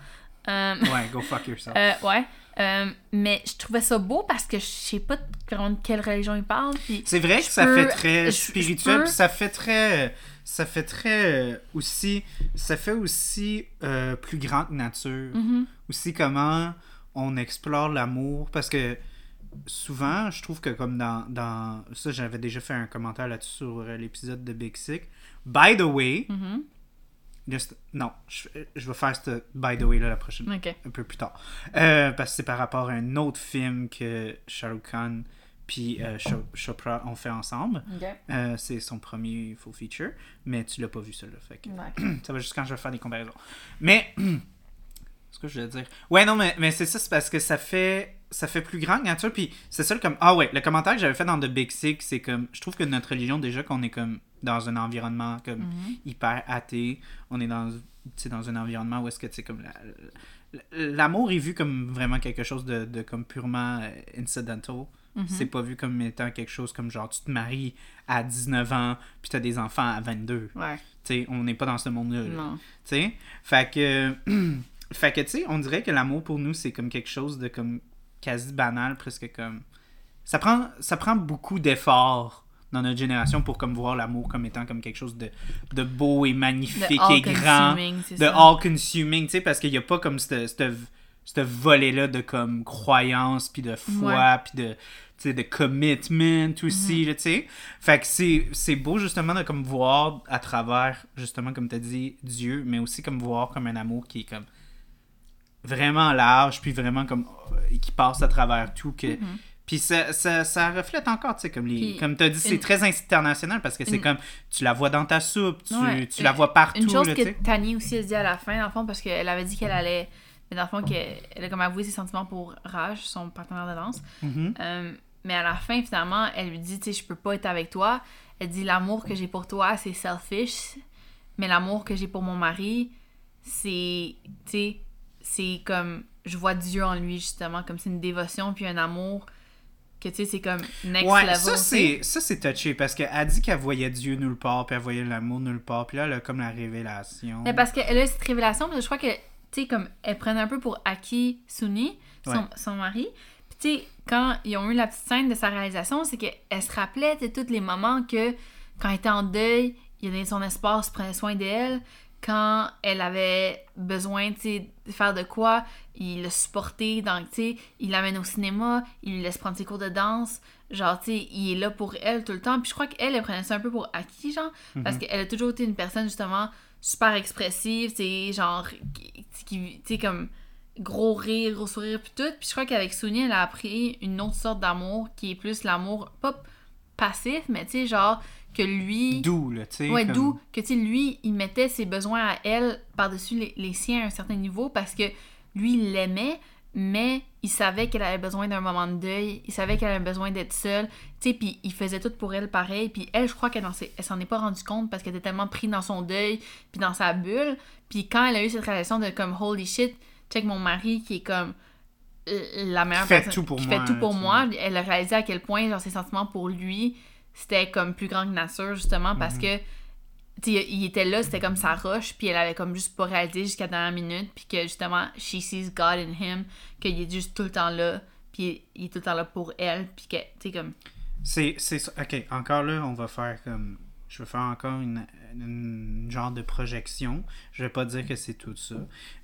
Speaker 2: Euh,
Speaker 1: Ouais, go fuck yourself.
Speaker 2: euh, ouais. Euh, mais je trouvais ça beau parce que je sais pas de- vraiment de quelle religion il parle. Puis...
Speaker 1: C'est vrai que
Speaker 2: je
Speaker 1: ça
Speaker 2: peux-
Speaker 1: fait
Speaker 2: je-
Speaker 1: très
Speaker 2: je
Speaker 1: spirituel,
Speaker 2: peux-
Speaker 1: puis ça fait très, ça fait très euh, aussi, ça fait aussi euh, plus grand que nature.
Speaker 2: Mhm.
Speaker 1: Aussi comment on explore l'amour, parce que souvent, je trouve que comme dans, dans ça, j'avais déjà fait un commentaire là-dessus sur euh, l'épisode de Big Sick. By the way,
Speaker 2: Mhm.
Speaker 1: just- non, je, je vais faire ce by the way là la prochaine
Speaker 2: mhm. Ok.
Speaker 1: un peu plus tard. Euh, parce que c'est par rapport à un autre film que Shah Rukh Khan puis euh, Cho- Chopra ont fait ensemble. Euh, c'est son premier full feature, mais tu l'as pas vu celui-là. Fait que
Speaker 2: Mhm,
Speaker 1: ça va juste quand je vais faire des comparaisons. Mais ce que je voulais dire. Ouais, non, mais, mais c'est ça, c'est parce que ça fait ça fait plus grand que nature. Puis c'est ça le comme ah ouais, le commentaire que j'avais fait dans The Big Sick, c'est comme je trouve que notre religion déjà qu'on est comme dans un environnement comme hyper athée, on est dans tu sais, dans un environnement où est-ce que tu sais comme la- la- l'amour est vu comme vraiment quelque chose de, de comme purement euh, incidental.
Speaker 2: mhm. Mm-hmm.
Speaker 1: C'est pas vu comme étant quelque chose comme genre tu te maries à 19 ans puis t'as des enfants à 22.
Speaker 2: Ouais.
Speaker 1: Tu sais, on n'est pas dans ce monde-là. là.
Speaker 2: Non.
Speaker 1: Tu sais? Fait que. fait que, tu sais, on dirait que l'amour pour nous, c'est comme quelque chose de comme quasi banal, presque comme. Ça prend, ça prend beaucoup d'efforts dans notre génération pour comme voir l'amour comme étant comme quelque chose de, de beau et
Speaker 2: De
Speaker 1: magnifique et grand,
Speaker 2: all-consuming, c'est
Speaker 1: de
Speaker 2: ça.
Speaker 1: all-consuming, tu sais, parce qu'il n'y a pas comme ce volet-là de comme croyance, puis de foi,
Speaker 2: Ouais.
Speaker 1: puis de, tu sais, de commitment aussi, là, tu sais. Fait que c'est c'est beau justement de comme voir à travers, justement, comme tu as dit, Dieu, mais aussi comme voir comme un amour qui est comme vraiment large, puis vraiment comme. et qui passe à travers tout. que Puis ça, ça, ça reflète encore, tu sais, comme, les,
Speaker 2: Mm-hmm. Puis
Speaker 1: comme tu as dit, c'est
Speaker 2: une-
Speaker 1: très international parce que c'est
Speaker 2: une-
Speaker 1: comme. Tu la vois dans ta soupe, tu,
Speaker 2: Ouais.
Speaker 1: tu la vois partout.
Speaker 2: Une chose
Speaker 1: là, tu sais. Mm.
Speaker 2: que Tani aussi a dit à la fin, dans le fond, parce qu'elle avait dit qu'elle allait. Mais dans le fond, qu'elle elle a comme avoué ses sentiments pour Raj, son partenaire de danse.
Speaker 1: Mhm.
Speaker 2: Euh, mais à la fin, finalement, elle lui dit, tu sais, je peux pas être avec toi. Elle dit, l'amour que j'ai pour toi, c'est selfish. Mais l'amour que j'ai pour mon mari, c'est, tu sais, c'est comme, je vois Dieu en lui, justement, comme c'est une dévotion, puis un amour que, tu sais, c'est comme next
Speaker 1: ouais,
Speaker 2: level.
Speaker 1: ça
Speaker 2: tu sais.
Speaker 1: c'est ça c'est touché parce qu'elle dit qu'elle voyait Dieu nulle part, puis elle voyait l'amour nulle part, puis là elle a comme la révélation.
Speaker 2: Mais parce qu'elle a cette révélation, parce que je crois que, tu sais, comme, elle prenait un peu pour acquis Suni, son,
Speaker 1: Ouais.
Speaker 2: son mari. Puis, tu sais, quand ils ont eu la petite scène de sa réalisation, c'est qu'elle se rappelait, tu sais, tous les moments que, quand elle était en deuil, il donnait son espace, prenait soin d'elle. Quand elle avait besoin, tu sais, de faire de quoi, il l'a supporté. Donc, tu sais, il l'amène au cinéma, il lui laisse prendre ses cours de danse. Genre, tu sais, il est là pour elle tout le temps. Puis je crois qu'elle, elle prenait ça un peu pour acquis, genre, parce qu'elle a toujours été une personne, justement, super expressive, tu sais, genre, qui, qui- tu sais, comme gros rire, gros sourire, puis tout. Puis je crois qu'avec Sonia, elle a appris une autre sorte d'amour qui est plus l'amour, pas passif, mais tu sais, genre, que lui.
Speaker 1: D'où là, tu sais.
Speaker 2: Ouais,
Speaker 1: comme-
Speaker 2: d'où que, tu sais, lui, il mettait ses besoins à elle par-dessus les, les siens à un certain niveau parce que lui, il l'aimait, mais il savait qu'elle avait besoin d'un moment de deuil, il savait qu'elle avait besoin d'être seule, tu sais, puis il faisait tout pour elle pareil, puis elle, je crois qu'elle n'en s'est- elle s'en est pas rendue compte parce qu'elle était tellement prise dans son deuil, puis dans sa bulle, puis quand elle a eu cette réalisation de comme « holy shit, check mon mari qui est comme euh, la meilleure
Speaker 1: fait
Speaker 2: personne
Speaker 1: tout pour
Speaker 2: qui
Speaker 1: moi,
Speaker 2: fait tout
Speaker 1: là,
Speaker 2: pour
Speaker 1: tu
Speaker 2: moi », elle a réalisé à quel point, genre, ses sentiments pour lui, c'était comme plus grand que nature, justement,
Speaker 1: Mhm.
Speaker 2: parce que tu sais, il était là, c'était comme sa roche, puis elle avait comme juste pas réalisé jusqu'à la dernière minute, puis que justement, she sees God in him, qu'il est juste tout le temps là, puis il est tout le temps là pour elle, puis que, tu sais, comme...
Speaker 1: C'est c'est ça. Ok, encore là, on va faire comme. Je vais faire encore une, une genre de projection. Je vais pas dire que c'est tout ça.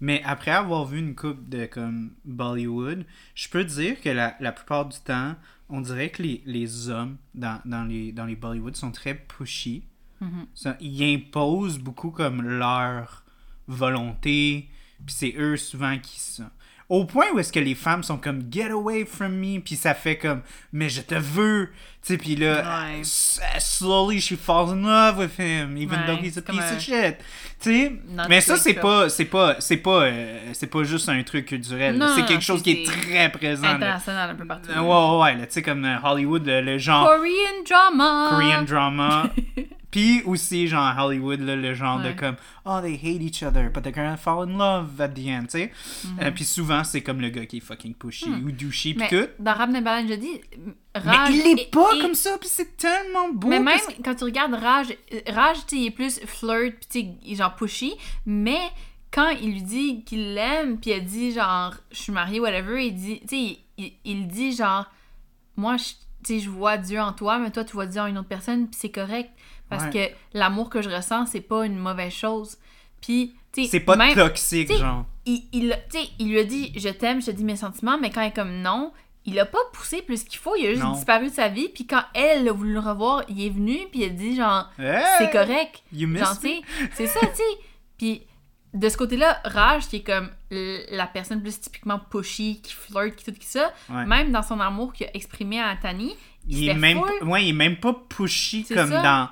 Speaker 1: Mais après avoir vu une coupe de comme Bollywood, je peux dire que la, la plupart du temps, on dirait que les, les hommes dans, dans les, dans les Bollywood sont très pushy.
Speaker 2: Mm-hmm.
Speaker 1: Ça, ils imposent beaucoup comme leur volonté. Puis c'est eux souvent qui sont. Au point où est-ce que les femmes sont comme get away from me, puis ça fait comme mais je te veux, tu sais, puis là
Speaker 2: Ouais.
Speaker 1: s- slowly she falls in love with him, even
Speaker 2: Ouais,
Speaker 1: though he's a
Speaker 2: c'est comme
Speaker 1: piece
Speaker 2: un-
Speaker 1: of shit, tu sais.
Speaker 2: Not
Speaker 1: Mais ça
Speaker 2: great
Speaker 1: c'est
Speaker 2: job.
Speaker 1: pas c'est pas c'est pas euh, c'est pas juste un truc culturel, là.
Speaker 2: Non,
Speaker 1: c'est
Speaker 2: non,
Speaker 1: quelque chose
Speaker 2: c'est-
Speaker 1: qui est
Speaker 2: c'est
Speaker 1: très présent. là.
Speaker 2: International un peu partout.
Speaker 1: Ouais ouais ouais, là, tu sais comme euh, Hollywood le, le genre
Speaker 2: Korean drama!
Speaker 1: Korean drama. Puis aussi, genre, Hollywood, là, le genre
Speaker 2: Ouais.
Speaker 1: de comme, oh, they hate each other, but they're gonna fall in love at the end, tu sais. Euh, Puis souvent, c'est comme le gars qui est fucking pushy ou douchey, pis
Speaker 2: Mm-hmm. Hmm. Mais
Speaker 1: tout.
Speaker 2: dans Rap Nabalan, je dis...
Speaker 1: Mais
Speaker 2: Raj
Speaker 1: il est pas
Speaker 2: et-
Speaker 1: comme ça, puis c'est tellement beau.
Speaker 2: Mais même
Speaker 1: parce que-
Speaker 2: quand tu regardes Rage, Rage, tu sais, il est plus flirt, puis tu sais, il est genre pushy, mais quand il lui dit qu'il l'aime, puis elle dit genre, je suis mariée, whatever, il dit, tu sais, il, il- il dit genre, moi, je- tu sais, je vois Dieu en toi, mais toi, tu vois Dieu en une autre personne, puis c'est correct. Parce que l'amour que je ressens, c'est pas une mauvaise chose. Puis, tu sais,
Speaker 1: C'est pas
Speaker 2: même-
Speaker 1: toxique,
Speaker 2: t'sais,
Speaker 1: genre.
Speaker 2: il, il, tu sais, il lui a dit je t'aime, je te dis mes sentiments, mais quand elle est comme non, il a pas poussé plus qu'il faut, il a juste
Speaker 1: Non.
Speaker 2: disparu de sa vie. Puis quand elle a voulu le revoir, il est venu, puis il a dit genre c'est
Speaker 1: Hey,
Speaker 2: correct,
Speaker 1: You
Speaker 2: genre
Speaker 1: missed
Speaker 2: tu sais, c'est ça, tu sais. Puis de ce côté-là, Raj qui est comme l- la personne plus typiquement pushy, qui flirte, qui tout qui ça,
Speaker 1: Ouais.
Speaker 2: même dans son amour qu'il a exprimé à Tani,
Speaker 1: il est
Speaker 2: c'était
Speaker 1: même
Speaker 2: full.
Speaker 1: ouais, il est même pas pushy
Speaker 2: C'est
Speaker 1: comme
Speaker 2: ça.
Speaker 1: dans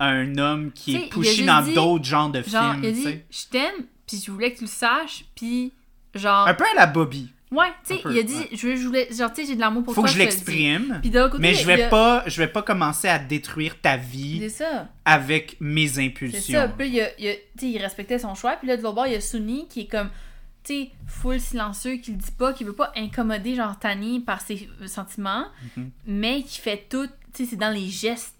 Speaker 1: un homme qui
Speaker 2: Tu sais,
Speaker 1: est
Speaker 2: il a
Speaker 1: pushy
Speaker 2: juste
Speaker 1: dans
Speaker 2: dit-
Speaker 1: d'autres genres de
Speaker 2: genre
Speaker 1: films,
Speaker 2: il a
Speaker 1: tu
Speaker 2: dit
Speaker 1: sais.
Speaker 2: je t'aime, puis je voulais que tu le saches, puis genre
Speaker 1: Un peu à la Bobby.
Speaker 2: ouais, tu sais,
Speaker 1: un peu,
Speaker 2: il a dit
Speaker 1: ouais.
Speaker 2: je, je voulais genre tu sais j'ai de l'amour pour
Speaker 1: Faut
Speaker 2: toi,
Speaker 1: que je
Speaker 2: te le dis.
Speaker 1: l'exprime.
Speaker 2: Puis de l'autre côté,
Speaker 1: Mais je vais
Speaker 2: il a-
Speaker 1: pas je vais pas commencer à détruire ta
Speaker 2: C'est
Speaker 1: vie
Speaker 2: ça,
Speaker 1: avec mes
Speaker 2: c'est ça.
Speaker 1: impulsions.
Speaker 2: Puis il, a- il, a- tu sais, il respectait son choix. Puis là, de l'autre bord, il y a Sunny qui est comme, tu sais, full silencieux, qui le dit pas, qui veut pas incommoder, genre, Tani par ses sentiments,
Speaker 1: Mhm.
Speaker 2: mais qui fait tout, tu sais, c'est dans les gestes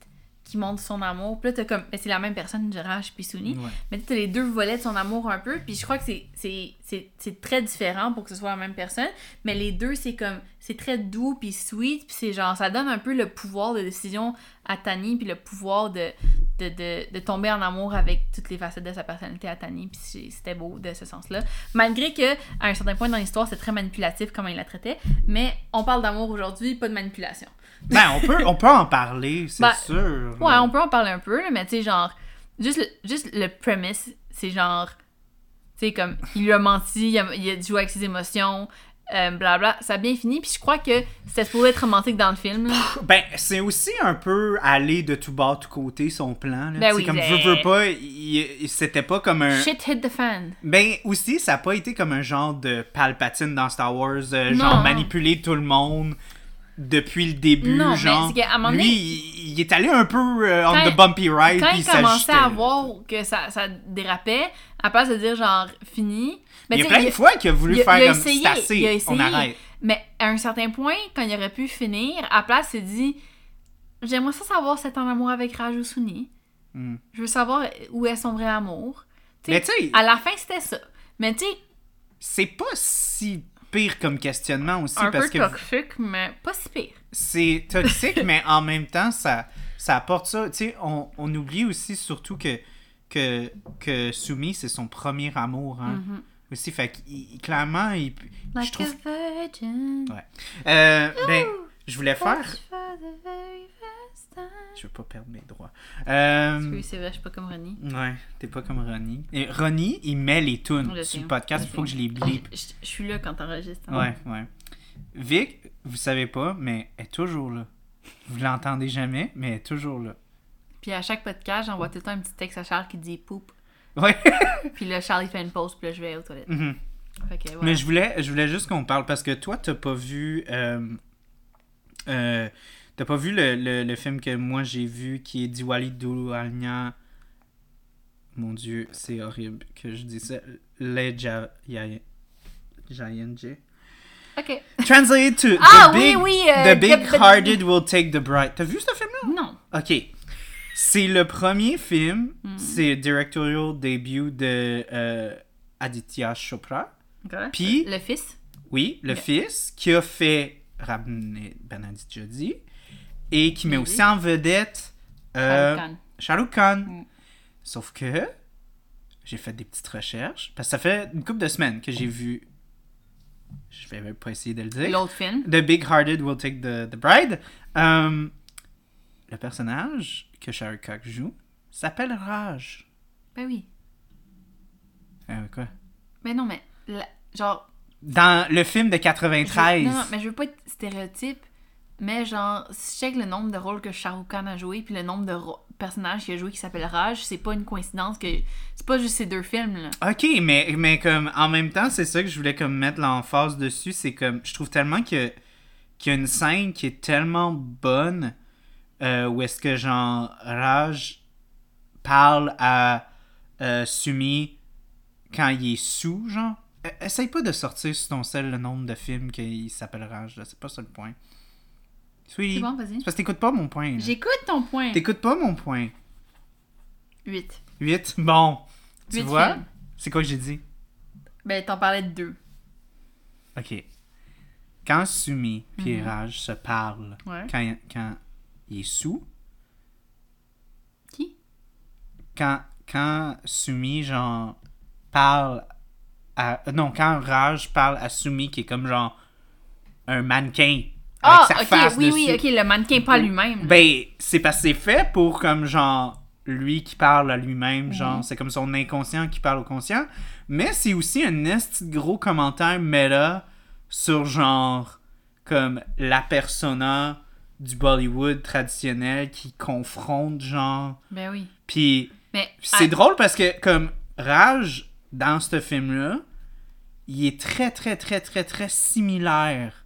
Speaker 2: qui montrent son amour. Puis là, t'as comme, mais c'est la même personne, Raj puis Sunny.
Speaker 1: Ouais.
Speaker 2: Mais t'as les deux volets de son amour un peu. Puis je crois que c'est- c'est- c'est c'est très différent pour que ce soit la même personne. Mais les deux, c'est comme, c'est très doux puis sweet. Puis c'est genre, ça donne un peu le pouvoir de décision à Tani. Puis le pouvoir de, de, de, de tomber en amour avec toutes les facettes de sa personnalité à Tani. Puis c'est- c'était beau de ce sens-là. Malgré que, à un certain point dans l'histoire, c'est très manipulatif comment il la traitait. Mais on parle d'amour aujourd'hui, pas de manipulation.
Speaker 1: Ben, on peut on peut en parler, c'est
Speaker 2: Ben,
Speaker 1: sûr.
Speaker 2: Ouais, on peut en parler un peu, là, mais tu sais, genre, juste le, juste le premise, c'est genre, tu sais, comme, il lui a menti, il a, il a joué avec ses émotions, euh, blabla. Ça a bien fini, puis je crois que c'était supposé être romantique dans le film. là.
Speaker 1: Ben, c'est aussi un peu aller de tout bord, tout côté, son plan. Là.
Speaker 2: Ben
Speaker 1: Tu sais,
Speaker 2: oui,
Speaker 1: comme
Speaker 2: ben-
Speaker 1: veux, veux pas, il- il- c'était pas comme un.
Speaker 2: Shit hit the fan.
Speaker 1: Ben, aussi, ça a pas été comme un genre de Palpatine dans Star Wars, euh,
Speaker 2: Non,
Speaker 1: genre
Speaker 2: non.
Speaker 1: manipuler tout le monde depuis le début.
Speaker 2: Non, mais
Speaker 1: genre,
Speaker 2: c'est qu'à un moment donné-
Speaker 1: lui, il, il est allé un peu euh, on
Speaker 2: Quand-
Speaker 1: the bumpy ride.
Speaker 2: Quand
Speaker 1: puis
Speaker 2: il
Speaker 1: s'ajustait,
Speaker 2: commençait
Speaker 1: là.
Speaker 2: à voir que ça, ça dérapait, à place de dire genre fini, mais
Speaker 1: il y
Speaker 2: tu
Speaker 1: a
Speaker 2: sais,
Speaker 1: plein de fois qu'il a voulu
Speaker 2: il a-
Speaker 1: faire
Speaker 2: il a
Speaker 1: comme
Speaker 2: essayé,
Speaker 1: c'est assez,
Speaker 2: il a essayé.
Speaker 1: on arrête.
Speaker 2: Mais à un certain point, quand il aurait pu finir, à place, il s'est dit J'aimerais ça savoir si t'es en amour avec Raj ou Sunny.
Speaker 1: Mm.
Speaker 2: Je veux savoir où est son vrai amour. T'sais,
Speaker 1: Mais tu sais-
Speaker 2: À la fin, c'était ça. Mais tu sais,
Speaker 1: C'est pas si pire comme questionnement aussi
Speaker 2: un
Speaker 1: parce que
Speaker 2: peu toxique, mais pas si pire.
Speaker 1: c'est toxique, mais en même temps, ça, ça apporte ça. Tu sais, on, on oublie aussi surtout que, que, que Sumi, c'est son premier amour.
Speaker 2: Mm.
Speaker 1: Hein, Aussi, fait que clairement, il, je
Speaker 2: Mhm. Like
Speaker 1: trouve.
Speaker 2: a virgin.
Speaker 1: Ouais. Euh, ben, je voulais faire.
Speaker 2: touched for the very first time.
Speaker 1: Je veux pas perdre mes droits. Euh,
Speaker 2: Oui, c'est vrai, je suis pas comme Ronnie.
Speaker 1: ouais, t'es pas comme Ronnie. Et Ronnie, il met les tunes
Speaker 2: Je
Speaker 1: sur
Speaker 2: sais.
Speaker 1: le Ah podcast, il faut que je les blip.
Speaker 2: Je je suis là quand t'enregistres. hein.
Speaker 1: Ouais, ouais. Vic, vous savez pas, mais elle est toujours là. Vous l'entendez jamais, mais elle est toujours là.
Speaker 2: Puis à chaque podcast, j'envoie tout le temps un petit texte à Charles qui dit poup.
Speaker 1: Ouais.
Speaker 2: Puis là, Charles, il fait une pause, puis là, je vais aux toilettes.
Speaker 1: Mhm.
Speaker 2: Fait que, voilà.
Speaker 1: Mais je voulais, je voulais juste qu'on parle parce que toi, t'as pas vu. euh, euh, t'as pas vu le, le- le film que moi j'ai vu qui est Diwali Dulania. Mon dieu, c'est horrible que je dis ça. Les Ja- Ya- Jayenge.
Speaker 2: Ok.
Speaker 1: Translate to
Speaker 2: Ah,
Speaker 1: The
Speaker 2: oui,
Speaker 1: Big,
Speaker 2: oui, euh,
Speaker 1: the big
Speaker 2: the-
Speaker 1: Hearted Will Take the Bright. T'as vu ce film-là?
Speaker 2: Non.
Speaker 1: Ok. C'est le premier film,
Speaker 2: Hmm.
Speaker 1: c'est le directorial debut de euh, Aditya Chopra.
Speaker 2: Ok.
Speaker 1: Puis-
Speaker 2: Le fils.
Speaker 1: Oui, le
Speaker 2: Yeah.
Speaker 1: fils qui a fait ramener Bernadette Jodie et qui met
Speaker 2: Oui.
Speaker 1: aussi en vedette euh,
Speaker 2: Shah Rukh Khan.
Speaker 1: Shah Rukh Khan.
Speaker 2: Mm.
Speaker 1: Sauf que j'ai fait des petites recherches parce que ça fait une couple de semaines que j'ai vu. Je vais même pas essayer de le dire.
Speaker 2: L'autre film.
Speaker 1: The Big Hearted Will Take the, the Bride. Euh, le personnage que Shah Rukh Khan joue s'appelle Raj.
Speaker 2: Ben oui.
Speaker 1: Euh, quoi
Speaker 2: Mais non, mais. la- Genre.
Speaker 1: Dans le film de
Speaker 2: je-
Speaker 1: 93.
Speaker 2: Non, non, mais je veux pas être stéréotype, mais genre, si je check le nombre de rôles que Shah Rukh Khan a joué, puis le nombre de ro- personnages qu'il a joué qui s'appelle Raj, c'est pas une coïncidence que. C'est pas juste ces deux films, là.
Speaker 1: Ok, mais, mais comme en même temps, c'est ça que je voulais comme mettre l'emphase dessus, c'est comme je trouve tellement que qu'il y a une scène qui est tellement bonne euh, où est-ce que genre Raj parle à euh, Sumi quand il est sous, genre. Euh, Essaye pas de sortir sur ton sel le nombre de films qu'il s'appelle Raj, là, c'est pas ça le point. Sweetie,
Speaker 2: C'est bon, vas-y.
Speaker 1: c'est parce que t'écoutes pas mon point. là.
Speaker 2: J'écoute ton point.
Speaker 1: T'écoutes pas mon point.
Speaker 2: 8.
Speaker 1: 8, bon. Tu
Speaker 2: Huit
Speaker 1: vois?
Speaker 2: films.
Speaker 1: C'est quoi que j'ai dit?
Speaker 2: Ben, t'en parlais de deux.
Speaker 1: OK. Quand Sumi et Raj se parlent,
Speaker 2: Mhm. Ouais.
Speaker 1: quand, il- quand il est sous,
Speaker 2: Qui?
Speaker 1: quand, quand Sumi, genre, parle à... Non, quand Raj parle à Sumi, qui est comme, genre, un mannequin avec
Speaker 2: Ah,
Speaker 1: sa
Speaker 2: ok,
Speaker 1: face
Speaker 2: oui,
Speaker 1: dessus.
Speaker 2: oui, ok, le mannequin, pas lui-même.
Speaker 1: Ben, c'est parce que c'est fait pour, comme, genre, lui qui parle à lui-même,
Speaker 2: Mm.
Speaker 1: genre, c'est comme son inconscient qui parle au conscient. Mais c'est aussi un esti de gros commentaire méta sur, genre, comme, la persona du Bollywood traditionnel qui confronte, genre...
Speaker 2: Ben oui.
Speaker 1: Puis...
Speaker 2: Mais ah,
Speaker 1: Puis C'est
Speaker 2: à-
Speaker 1: drôle parce que, comme, Rage, dans ce film-là, il est très, très, très, très, très similaire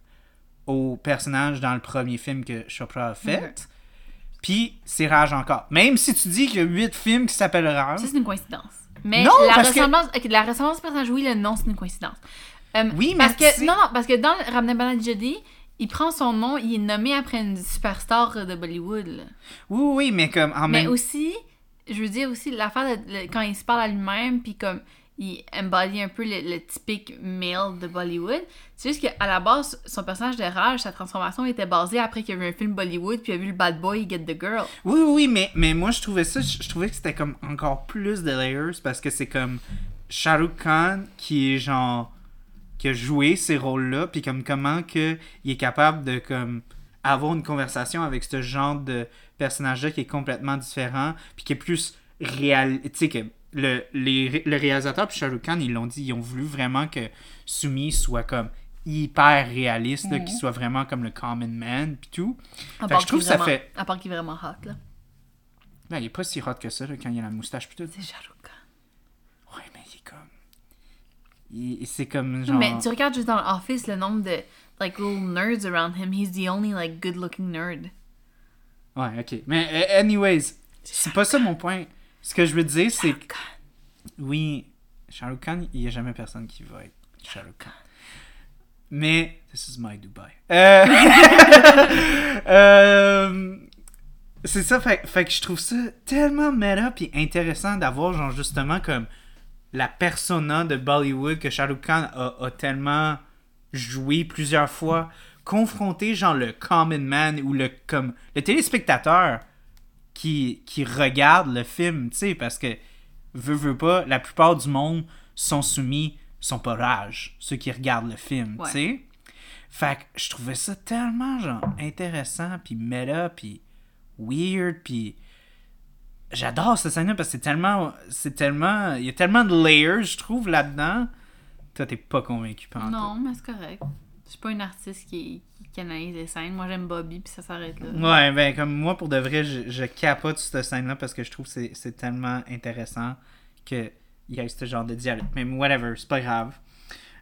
Speaker 1: au personnage dans le premier film que Chopra a fait. Puis c'est Rage encore. Même si tu dis qu'il y a huit films qui s'appellent Rage.
Speaker 2: ça, c'est une coïncidence. Mais
Speaker 1: Non,
Speaker 2: la
Speaker 1: parce que-
Speaker 2: ressemblance, ok, la ressemblance du personnage, oui, le nom, c'est une coïncidence. Euh,
Speaker 1: Oui, mais
Speaker 2: parce que
Speaker 1: c'est-
Speaker 2: non, non, parce que dans le Ramna Banana Jodi, il prend son nom, il est nommé après une superstar de Bollywood. là.
Speaker 1: Oui, oui, oui, Ah, mais comme en
Speaker 2: Mais
Speaker 1: même
Speaker 2: aussi, je veux dire aussi l'affaire de le- quand il se parle à lui-même, puis comme il embody un peu le, le typique male de Bollywood. C'est juste qu'à la base, son personnage de Raj, sa transformation était basée après qu'il y a vu un film Bollywood, puis il a vu le bad boy Get the Girl.
Speaker 1: Oui, oui, mais, mais moi, je trouvais ça, je, je trouvais que c'était comme encore plus de layers parce que c'est comme Shah Rukh Khan qui est genre, qui a joué ces rôles-là, puis comme comment que il est capable de comme avoir une conversation avec ce genre de personnage-là qui est complètement différent, puis qui est plus réel, tu sais, que le, les ré- le réalisateur puis Shah Rukh Khan, ils l'ont dit, ils ont voulu vraiment que Sumi soit comme hyper réaliste, là, qu'il soit vraiment comme le common man, puis tout.
Speaker 2: Mhm. À
Speaker 1: Fait que
Speaker 2: part
Speaker 1: je trouve
Speaker 2: qu'il
Speaker 1: que
Speaker 2: est
Speaker 1: ça
Speaker 2: vraiment-
Speaker 1: fait
Speaker 2: À part qu'il est vraiment hot, là.
Speaker 1: non, Ben, il est pas si hot que ça là, quand il a la moustache pis tout.
Speaker 2: C'est Shah Rukh Khan.
Speaker 1: Ouais, mais il est comme. il- C'est comme genre.
Speaker 2: Mais tu regardes juste dans l'office le nombre de like little nerds around him. He's the only like good looking nerd.
Speaker 1: Ouais, ok. Mais euh, anyways, c'est pas ça mon point. Ce que je veux dire, c'est que. Oui, Shah Rukh Khan, il y a jamais personne qui va être Shah Rukh Khan. Mais. This is my Dubai. Euh. euh, C'est ça, fait, fait que je trouve ça tellement meta puis intéressant d'avoir, genre, justement, comme la persona de Bollywood que Shah Rukh Khan a, a tellement joué plusieurs fois, confronté, genre, le common man ou le, comme, le téléspectateur qui, qui regarde le film, tu sais, parce que, veut, veut pas, la plupart du monde sont soumis, sont pas rage, ceux qui regardent le film,
Speaker 2: Ouais.
Speaker 1: tu sais. Fait que je trouvais ça tellement, genre, intéressant, puis meta, puis weird, puis j'adore cette scène-là parce que c'est tellement, c'est tellement, il y a tellement de layers, je trouve, là-dedans. Toi, t'es pas convaincu pendant
Speaker 2: Non, mais c'est correct. Je suis pas une artiste qui, qui analyse les scènes. Moi, j'aime Bobby, puis ça s'arrête là.
Speaker 1: Ouais, ben comme moi, pour de vrai, je, je capote sur cette scène-là parce que je trouve que c'est- c'est tellement intéressant que il y a ce genre de dialogue. Mais whatever, c'est pas grave.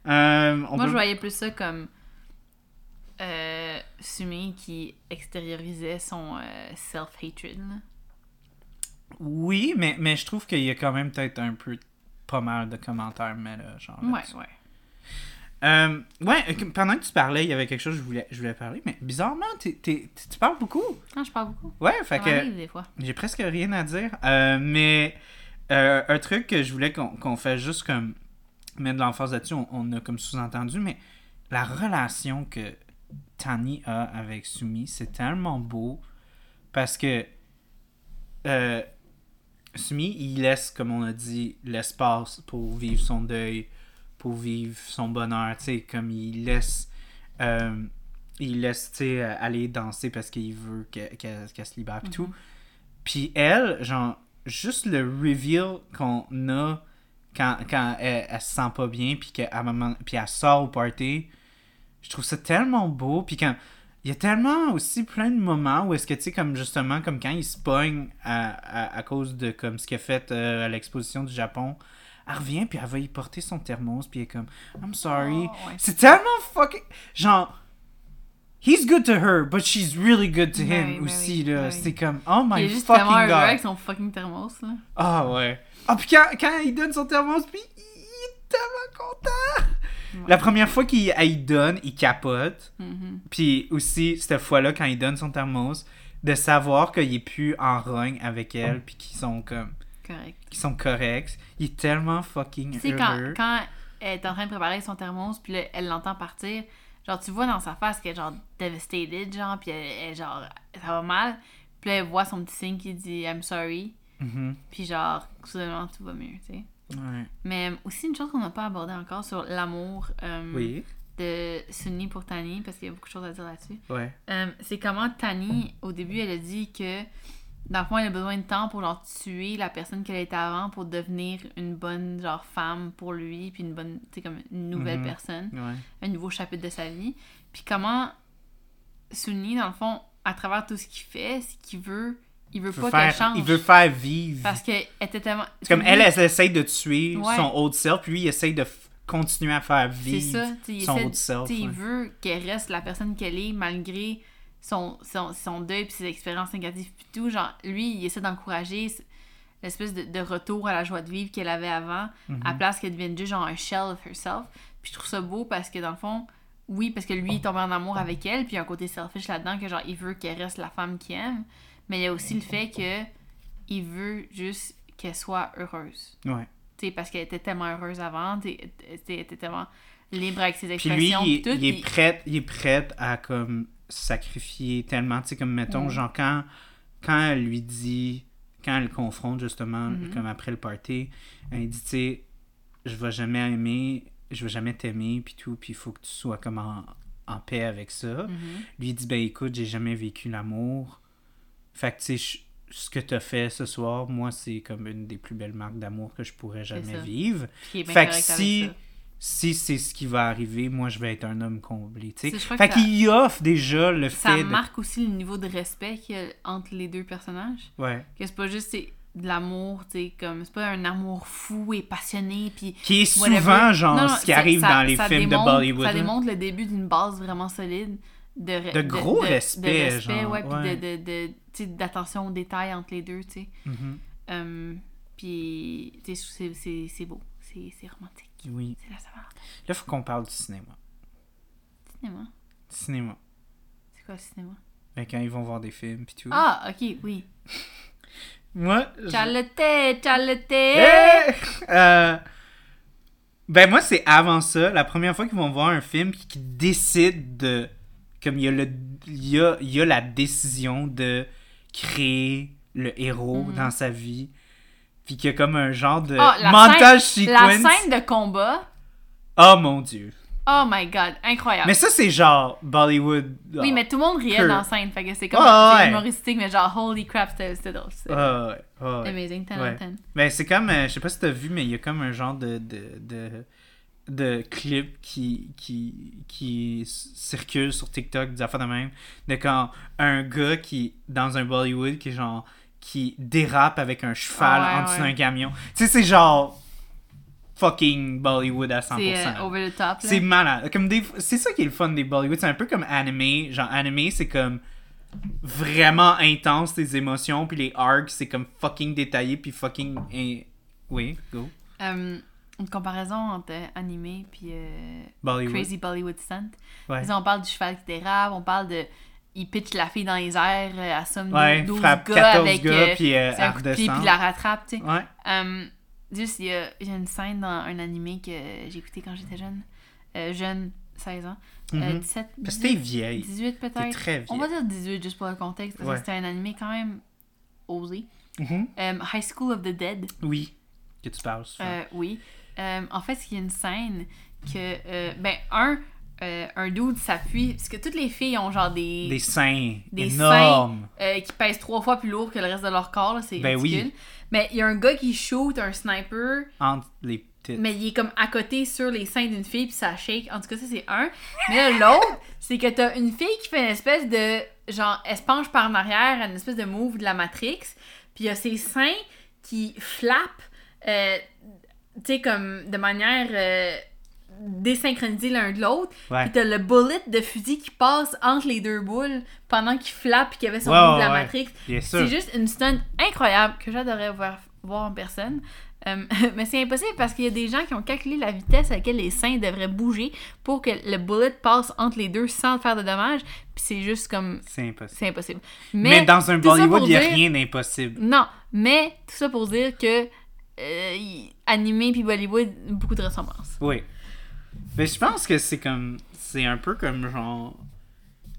Speaker 1: Euh, on
Speaker 2: Moi,
Speaker 1: peut-
Speaker 2: je voyais plus ça comme euh, Sumi qui extériorisait son euh, self-hatred. là.
Speaker 1: Oui, mais, mais je trouve qu'il y a quand même peut-être un peu pas mal de commentaires, mais là, genre.
Speaker 2: Ouais,
Speaker 1: là-dessus.
Speaker 2: ouais.
Speaker 1: Euh, ouais, euh, pendant que tu parlais, il y avait quelque chose que je voulais, je voulais parler, mais bizarrement, t'es- t'es- t'es- tu parles beaucoup.
Speaker 2: Non, je parle beaucoup.
Speaker 1: Ouais, fait
Speaker 2: Ça
Speaker 1: que.
Speaker 2: m'arrive des fois.
Speaker 1: J'ai presque rien à dire, euh, mais euh, un truc que je voulais qu'on qu'on fasse juste comme mettre de l'emphase là-dessus, on, on a comme sous-entendu, mais la relation que Tani a avec Sumi, c'est tellement beau parce que euh, Sumi, il laisse, comme on a dit, l'espace pour vivre son deuil, pour vivre son bonheur, tu sais, comme il laisse, euh, il laisse, tu sais, euh, aller danser parce qu'il veut que- qu'elle qu'elle se libère et
Speaker 2: Mhm.
Speaker 1: tout. Puis elle, genre, juste le reveal qu'on a quand, quand elle, elle se sent pas bien, puis qu'à un moment, puis elle sort au party, je trouve ça tellement beau. Puis quand. Il y a tellement aussi plein de moments où est-ce que, tu sais, comme justement, comme quand il se pogne à, à, à cause de comme ce qu'il a fait euh, à l'exposition du Japon, elle revient, puis elle va y porter son thermos, puis elle est comme, I'm sorry.
Speaker 2: Oh, ouais.
Speaker 1: C'est tellement fucking. Genre, he's good to her, but she's really good to
Speaker 2: Ben
Speaker 1: him
Speaker 2: oui, ben
Speaker 1: aussi,
Speaker 2: oui,
Speaker 1: là.
Speaker 2: ben oui.
Speaker 1: C'est comme, oh
Speaker 2: Il
Speaker 1: my
Speaker 2: est juste tellement
Speaker 1: fucking
Speaker 2: heureux
Speaker 1: god.
Speaker 2: avec son fucking thermos, là.
Speaker 1: Ah ouais. Ah, puis quand, quand il donne son thermos, puis il est tellement content. La première fois qu'il il donne, il capote.
Speaker 2: Mhm.
Speaker 1: Puis aussi, cette fois-là, quand il donne son thermos, de savoir qu'il est plus en rogne avec elle, puis qu'ils sont comme.
Speaker 2: Correct.
Speaker 1: qu'ils sont corrects. Il est tellement fucking
Speaker 2: Tu sais, quand,
Speaker 1: heureux.
Speaker 2: quand elle est en train de préparer son thermos, puis là, elle l'entend partir. Genre, tu vois dans sa face qu'elle est genre devastated, genre, puis elle, elle, genre, ça va mal. Puis là, elle voit son petit signe qui dit I'm sorry.
Speaker 1: Mhm.
Speaker 2: Puis genre, soudainement, tout va mieux, tu sais.
Speaker 1: Ouais.
Speaker 2: Mais euh, aussi, une chose qu'on n'a pas abordée encore sur l'amour euh,
Speaker 1: Oui,
Speaker 2: de Sunny pour Tani, parce qu'il y a beaucoup de choses à dire là-dessus.
Speaker 1: ouais.
Speaker 2: Euh, c'est comment Tani, au début, elle a dit que dans le fond, elle a besoin de temps pour genre tuer la personne qu'elle était avant pour devenir une bonne genre femme pour lui, puis une bonne, tu sais, comme une nouvelle
Speaker 1: Mhm.
Speaker 2: personne,
Speaker 1: Ouais.
Speaker 2: un nouveau chapitre de sa vie. Puis comment Sunny, dans le fond, à travers tout ce qu'il fait, ce qu'il veut, il veut
Speaker 1: Il veut
Speaker 2: pas
Speaker 1: faire-
Speaker 2: qu'elle change.
Speaker 1: Il veut faire vivre.
Speaker 2: Parce qu'elle était tellement.
Speaker 1: C'est comme
Speaker 2: Sunny,
Speaker 1: elle, elle essaye de tuer
Speaker 2: Mhm. Ouais.
Speaker 1: son old self, puis lui, il essaye de f- continuer à faire
Speaker 2: C'est
Speaker 1: vivre
Speaker 2: ça, tu sais, il
Speaker 1: son
Speaker 2: essaie-
Speaker 1: old self.
Speaker 2: tu sais, il
Speaker 1: ouais.
Speaker 2: veut qu'elle reste la personne qu'elle est malgré son, son, son deuil puis ses expériences négatives puis tout. Genre, lui, il essaie d'encourager ce- l'espèce de, de retour à la joie de vivre qu'elle avait avant, à
Speaker 1: Mhm.
Speaker 2: place qu'elle devienne juste genre un shell of herself. Puis je trouve ça beau parce que dans le fond, oui, parce que lui, il tombe en amour avec elle, puis il y a un côté selfish là-dedans que genre, il veut qu'elle reste la femme qu'il aime, mais il y a aussi le fait que il veut juste qu'elle soit heureuse.
Speaker 1: Ouais.
Speaker 2: T'sais, parce qu'elle était tellement heureuse avant, t'sais, t'sais, elle était tellement libre avec ses
Speaker 1: Puis lui,
Speaker 2: expressions,
Speaker 1: il,
Speaker 2: pis tout.
Speaker 1: il est
Speaker 2: pis-
Speaker 1: prêt, il est prêt à comme sacrifier tellement, tu sais, comme mettons,
Speaker 2: Mhm.
Speaker 1: genre quand, quand elle lui dit, quand elle le confronte justement,
Speaker 2: Mhm.
Speaker 1: comme après le party, elle dit, tu sais, je vais jamais aimer, je vais jamais t'aimer, puis tout, puis il faut que tu sois comme en, en paix avec ça.
Speaker 2: Mhm.
Speaker 1: Lui il dit, ben écoute, j'ai jamais vécu l'amour. Fait que, tu sais, je- ce que t'as fait ce soir, moi, c'est comme une des plus belles marques d'amour que je pourrais jamais
Speaker 2: ça.
Speaker 1: vivre.
Speaker 2: Pis il est bien
Speaker 1: Fait que
Speaker 2: correct avec
Speaker 1: si-
Speaker 2: ça.
Speaker 1: Si c'est ce qui va arriver, moi, je vais être un homme comblé, tu sais.
Speaker 2: C'est- je crois
Speaker 1: Fait
Speaker 2: que ça-
Speaker 1: qu'il offre déjà le
Speaker 2: Ça
Speaker 1: fait de...
Speaker 2: marque aussi le niveau de respect qu'il y a entre les deux personnages.
Speaker 1: Ouais.
Speaker 2: Que c'est pas juste c'est de l'amour, t'sais, comme c'est pas un amour fou et passionné, puis
Speaker 1: Qui est souvent,
Speaker 2: whatever.
Speaker 1: genre,
Speaker 2: Non, non,
Speaker 1: ce qui
Speaker 2: ça-
Speaker 1: arrive
Speaker 2: ça-
Speaker 1: dans les
Speaker 2: ça
Speaker 1: films
Speaker 2: démontre-
Speaker 1: de Bollywood.
Speaker 2: Ça
Speaker 1: là.
Speaker 2: démontre le début d'une base vraiment solide de, re-
Speaker 1: De gros respect,
Speaker 2: de respect,
Speaker 1: genre,
Speaker 2: ouais, puis
Speaker 1: ouais.
Speaker 2: de- de- de- t'sais, d'attention aux détails entre les deux, tu sais.
Speaker 1: Mhm.
Speaker 2: Um, puis, tu sais, c'est- c'est c'est beau, c'est c'est romantique.
Speaker 1: Oui.
Speaker 2: C'est la Saint-Valentin.
Speaker 1: Là, faut qu'on parle du cinéma.
Speaker 2: Cinéma.
Speaker 1: Cinéma.
Speaker 2: C'est quoi le cinéma?
Speaker 1: Ben, quand ils vont voir des films, puis tout.
Speaker 2: Ah, ok, oui.
Speaker 1: Moi, je-
Speaker 2: Charlotte, Charlotte! Eh!
Speaker 1: Hey! Euh, ben moi c'est avant ça, la première fois qu'ils vont voir un film qui, qui décide de comme il y a le il y a, il y a la décision de créer le héros dans sa vie. Puis qu'il y a comme un genre de
Speaker 2: Mm-hmm. Ah, la
Speaker 1: montage
Speaker 2: scène, la
Speaker 1: sequence.
Speaker 2: scène de combat.
Speaker 1: Oh mon dieu.
Speaker 2: Oh my god, incroyable.
Speaker 1: Mais ça c'est genre Bollywood.
Speaker 2: oui, mais tout le monde riait
Speaker 1: Kurt.
Speaker 2: dans la scène, fait que c'est comme
Speaker 1: Ouais,
Speaker 2: c'est
Speaker 1: ouais.
Speaker 2: humoristique, mais genre, holy crap, c'était c'était drôle. c'était
Speaker 1: Ah, ouais, ah, ouais.
Speaker 2: Amazing, 10 out of 10.
Speaker 1: Ben, c'est comme, euh, je sais pas si t'as vu, mais il y a comme un genre de, de, de, de clip qui, qui, qui s- circule sur TikTok, des affaires de même, de quand un gars qui, dans un Bollywood, qui est genre, qui dérape avec un cheval
Speaker 2: Ah ouais,
Speaker 1: en dessous
Speaker 2: ouais.
Speaker 1: d'un camion. Tu sais, c'est genre fucking Bollywood à 100%.
Speaker 2: C'est euh, over the top. là.
Speaker 1: C'est malade. Comme des... C'est ça qui est le fun des Bollywood. C'est un peu comme animé. Genre, animé, c'est comme vraiment intense les émotions. Puis les arcs, c'est comme fucking détaillé. Puis fucking. in- Oui, go.
Speaker 2: Um, une comparaison entre animé puis euh,
Speaker 1: Bollywood.
Speaker 2: Crazy Bollywood Stunt.
Speaker 1: Ouais.
Speaker 2: Disons, on parle du cheval qui dérape, on parle de. Il pitch la fille dans les airs, euh, assomme
Speaker 1: Ouais,
Speaker 2: 12
Speaker 1: frappe
Speaker 2: gars
Speaker 1: 14
Speaker 2: avec
Speaker 1: gars,
Speaker 2: euh,
Speaker 1: puis euh,
Speaker 2: c'est un
Speaker 1: elle
Speaker 2: coup de pied,
Speaker 1: redescend.
Speaker 2: puis la rattrape, tu sais.
Speaker 1: Ouais.
Speaker 2: Um, juste, il y a, il y a une scène dans un animé que j'ai écouté quand j'étais jeune. Euh, jeune, 16 ans. Euh,
Speaker 1: Mhm.
Speaker 2: 17,
Speaker 1: Parce que t'es vieille.
Speaker 2: 18
Speaker 1: T'es
Speaker 2: peut-être.
Speaker 1: très
Speaker 2: On
Speaker 1: vieille.
Speaker 2: va dire 18 juste pour le contexte, parce
Speaker 1: Ouais.
Speaker 2: que c'était un animé quand même osé.
Speaker 1: Mhm.
Speaker 2: Um, High School of the Dead.
Speaker 1: Oui. Que tu parles. souvent.
Speaker 2: Euh, oui. Euh, en fait, il y a une scène que, euh, ben, un, euh, un dude s'appuie, parce que toutes les filles ont genre des...
Speaker 1: Des seins.
Speaker 2: Des
Speaker 1: énormes.
Speaker 2: euh, qui pèsent trois fois plus lourd que le reste de leur corps, là, c'est
Speaker 1: Ben oui.
Speaker 2: ridicule. Mais il y a un gars qui shoot un sniper,
Speaker 1: Entre les petites.
Speaker 2: mais il est comme à côté sur les seins d'une fille, puis ça shake. En tout cas, ça, c'est un. Mais là, l'autre, c'est que t'as une fille qui fait une espèce de. Genre, elle se penche par en arrière, une espèce de move de la Matrix. Puis il y a ses seins qui flappent, euh, tu sais, comme de manière euh, désynchronisée l'un de l'autre.
Speaker 1: Ouais.
Speaker 2: Puis t'as le bullet de fusil qui passe entre les deux boules pendant qu'il flappe, puis qu'il y avait son
Speaker 1: Ouais,
Speaker 2: move de
Speaker 1: ouais,
Speaker 2: la
Speaker 1: ouais.
Speaker 2: Matrix.
Speaker 1: Bien sûr.
Speaker 2: C'est juste une stunt incroyable que j'adorais voir, voir en personne. Euh, mais c'est impossible parce qu'il y a des gens qui ont calculé la vitesse à laquelle les seins devraient bouger pour que le bullet passe entre les deux sans faire de dommages. Puis c'est juste comme.
Speaker 1: C'est impossible.
Speaker 2: C'est impossible.
Speaker 1: Mais, dans un
Speaker 2: tout ça
Speaker 1: Bollywood,
Speaker 2: pour
Speaker 1: il n'y a
Speaker 2: dire-
Speaker 1: rien d'impossible.
Speaker 2: Non, mais tout ça pour dire que euh, y- animé puis Bollywood, beaucoup de ressemblances.
Speaker 1: Oui. Mais je pense que c'est comme. C'est un peu comme genre.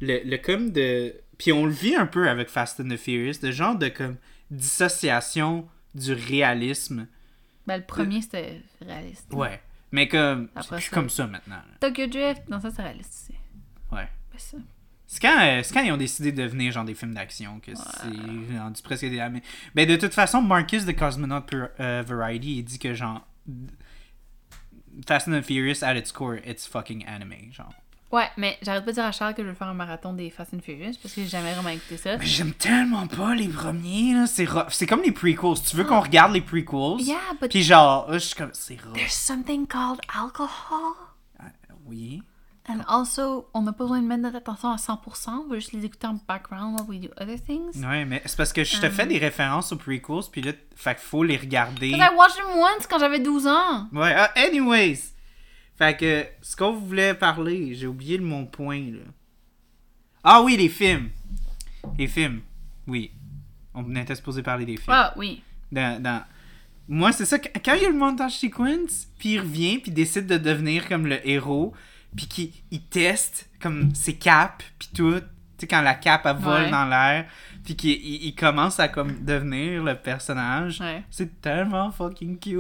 Speaker 1: Le, le comme de. Puis on le vit un peu avec Fast and the Furious, de genre de comme dissociation du réalisme.
Speaker 2: Ben, le premier, c'était réaliste.
Speaker 1: Euh. Ouais. Mais comme. C'est
Speaker 2: Après
Speaker 1: plus
Speaker 2: ça-
Speaker 1: comme ça maintenant. là.
Speaker 2: Tokyo Drift, non, ça, c'est réaliste aussi.
Speaker 1: Ouais.
Speaker 2: Ben, ça.
Speaker 1: C'est quand, euh, c'est quand ils ont décidé de devenir genre des films d'action que c'est rendu presque des mais ben, de toute façon Marcus de Cosmonaut Pur- euh, Variety il dit que genre Fast and the Furious at its core it's fucking anime genre
Speaker 2: Ouais, mais j'arrête pas de dire à Charles que je veux faire un marathon des Fast and Furious parce que j'ai jamais vraiment écouté ça.
Speaker 1: mais j'aime tellement pas les premiers là c'est rough. c'est comme les prequels tu veux qu'on regarde les prequels
Speaker 2: Yeah, but-
Speaker 1: puis genre euh, je suis comme c'est rough
Speaker 2: There's something called alcohol.
Speaker 1: oui
Speaker 2: And also, on n'a pas besoin de mettre notre attention à 100%, on va juste les écouter en background while we do other things.
Speaker 1: ouais mais c'est parce que je te
Speaker 2: Um.
Speaker 1: fais des références aux prequels puis là fait que faut les regarder
Speaker 2: Because I watched them once quand j'avais 12 ans.
Speaker 1: Ouais, ah, anyways! Fait que, ce qu'on voulait parler, j'ai oublié le mon point, là. Ah oui, les films! Les films, oui. On était supposé parler des films.
Speaker 2: Ah oui.
Speaker 1: Dans- dans- Moi, c'est ça, qu- quand il y a le montage sequence, puis il revient, puis il décide de devenir comme le héros, puis qu'il il teste comme ses capes, puis tout. Tu sais, quand la cape, elle vole
Speaker 2: Ouais.
Speaker 1: dans l'air, puis qu'il il- il commence à comme devenir le personnage.
Speaker 2: Ouais.
Speaker 1: C'est tellement fucking cute!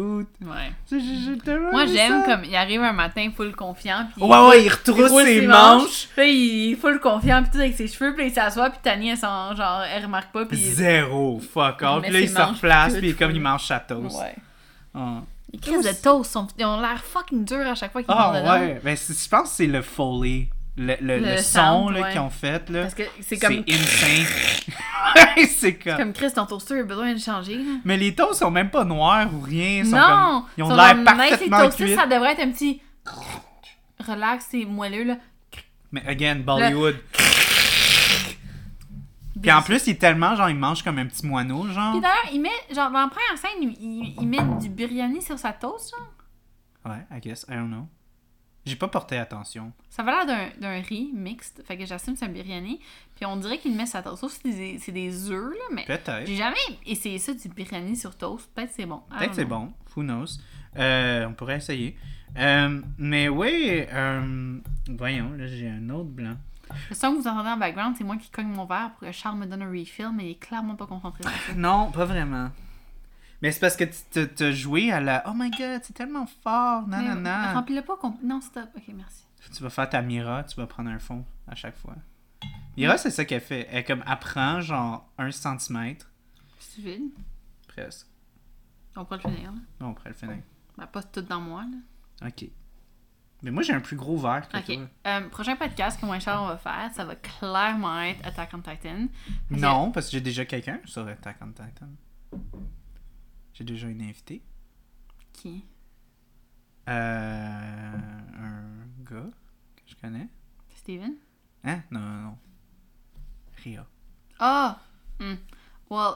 Speaker 2: Ouais.
Speaker 1: C'est- j'ai- j'ai tellement
Speaker 2: Moi,
Speaker 1: aimé
Speaker 2: j'aime
Speaker 1: ça.
Speaker 2: comme il arrive un matin full confiant. Puis
Speaker 1: Ouais, ouais, il retrousse
Speaker 2: retrousse
Speaker 1: ses manches.
Speaker 2: Puis là, il est full confiant, puis tout avec ses cheveux, puis là, il s'assoit, puis Tani, elle, s'en- genre, elle remarque pas, puis.
Speaker 1: Zéro, fuck off.
Speaker 2: met
Speaker 1: Puis là, il
Speaker 2: ses
Speaker 1: se
Speaker 2: manches,
Speaker 1: replace,
Speaker 2: tout,
Speaker 1: puis comme
Speaker 2: ouais.
Speaker 1: il mange sa toast.
Speaker 2: Ouais.
Speaker 1: Ah,
Speaker 2: Les crises de toast sont- ils ont l'air fucking durs à chaque fois qu'ils
Speaker 1: Ah,
Speaker 2: parlent dedans.
Speaker 1: ouais. Ben, c'est- je pense que c'est le foley, le, le,
Speaker 2: Le
Speaker 1: le son
Speaker 2: sound,
Speaker 1: là,
Speaker 2: ouais.
Speaker 1: qu'ils ont fait. Là.
Speaker 2: Parce que c'est comme,
Speaker 1: C'est insane. Ouais, c'est comme...
Speaker 2: comme Chris, ton toaster a besoin de changer. là.
Speaker 1: Mais les toasts sont même pas noirs ou rien. ils sont comme-
Speaker 2: non!
Speaker 1: Ils ont
Speaker 2: sont
Speaker 1: de l'air
Speaker 2: comme,
Speaker 1: parfaitement
Speaker 2: Même si toasté,
Speaker 1: cuits.
Speaker 2: ça devrait être un petit. Relax, c'est moelleux, là.
Speaker 1: Mais again, Bollywood. Puis en plus, il est tellement genre, il mange comme un petit moineau, genre.
Speaker 2: Puis d'ailleurs, il met, genre, dans la première scène, il, il- il met du biryani sur sa toast, genre.
Speaker 1: Ouais, I guess, I don't know. J'ai pas porté attention.
Speaker 2: Ça va l'air d'un- d'un riz mixte, fait que j'assume que c'est un biryani. Puis on dirait qu'il met sa toast. Sauf que c'est des, c'est des œufs, là, mais
Speaker 1: Peut-être.
Speaker 2: j'ai jamais essayé ça du biryani sur toast. Peut-être que c'est bon. I
Speaker 1: Peut-être
Speaker 2: don't
Speaker 1: que c'est
Speaker 2: know.
Speaker 1: bon. Who knows? Euh, on pourrait essayer. Euh, mais oui, euh, voyons, là j'ai un autre blanc.
Speaker 2: Le son que vous entendez en background, c'est moi qui cogne mon verre pour que Charles me donne un refill, mais il est clairement pas concentré. sur ça.
Speaker 1: Non, pas vraiment. Mais c'est parce que tu t'as- t'as joué à la Oh my god, c'est tellement fort,
Speaker 2: Mais- mais euh,
Speaker 1: nanana.
Speaker 2: Remplis-le pas. compl- Non, stop. Ok, merci.
Speaker 1: Tu vas faire ta Mira, tu vas prendre un fond à chaque fois. Mira, c'est ça qu'elle fait. Elle comme apprend genre un centimètre,
Speaker 2: C'est vide.
Speaker 1: presque.
Speaker 2: On pourrait le finir, là.
Speaker 1: Non, on pourrait le finir.
Speaker 2: Ben, pas tout dans moi, là.
Speaker 1: Ok. Mais moi j'ai un plus gros verre que
Speaker 2: Ok.
Speaker 1: toi.
Speaker 2: Euh, prochain podcast que moi et Charles on va faire, ça va clairement être Attack on Titan. Parce que-
Speaker 1: Non, parce que j'ai déjà quelqu'un sur Attack on Titan. J'ai déjà une invitée.
Speaker 2: Qui
Speaker 1: Euh, un gars que je connais.
Speaker 2: Steven
Speaker 1: Hein? Non, non, non. Ria.
Speaker 2: Ah Hmm. Well,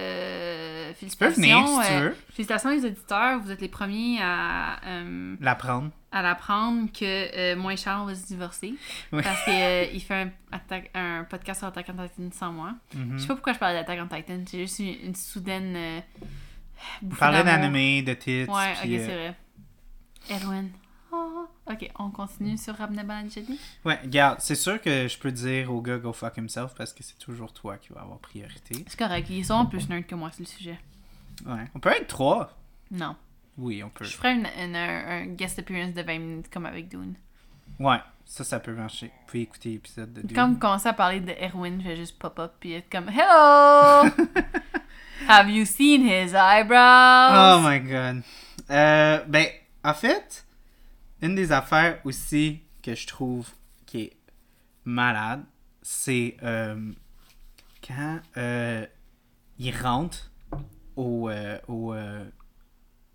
Speaker 2: euh.
Speaker 1: peux
Speaker 2: Félicitations.
Speaker 1: venir si tu
Speaker 2: euh,
Speaker 1: veux.
Speaker 2: Félicitations les auditeurs. Vous êtes les premiers à, euh,
Speaker 1: La prendre.
Speaker 2: à l'apprendre que euh, moi et Charles on va se divorcer.
Speaker 1: Oui.
Speaker 2: Parce qu'il il fait un, atta- un podcast sur Attack on Titan sans moi.
Speaker 1: Mhm.
Speaker 2: Je sais pas pourquoi je parlais d'Attack on Titan. J'ai juste une, une soudaine. euh, bouffée
Speaker 1: Parler
Speaker 2: d'amour.
Speaker 1: d'anime, de titres.
Speaker 2: Ouais, ok,
Speaker 1: puis, euh,
Speaker 2: c'est vrai. Edwin. Ah. Ok, on continue sur Rabna Balanchetti.
Speaker 1: Ouais, regarde, c'est sûr que je peux dire au gars go fuck himself parce que c'est toujours toi qui va avoir priorité.
Speaker 2: C'est correct, ils sont plus nerd que moi sur le sujet.
Speaker 1: Ouais. On peut être trois.
Speaker 2: Non.
Speaker 1: Oui, on peut.
Speaker 2: Je ferais une, une- un, un guest appearance de 20 minutes comme avec Dune.
Speaker 1: Ouais, ça, ça peut marcher. Vous pouvez écouter l'épisode de Dune.
Speaker 2: Quand vous commencez à parler de Erwin, je vais juste pop-up puis être comme Hello! Have you seen his
Speaker 1: Oh
Speaker 2: eyebrows?
Speaker 1: my god. Euh, ben, en fait, une des affaires aussi que je trouve qui est malade, c'est euh, quand euh, il rentre au, euh, au, euh,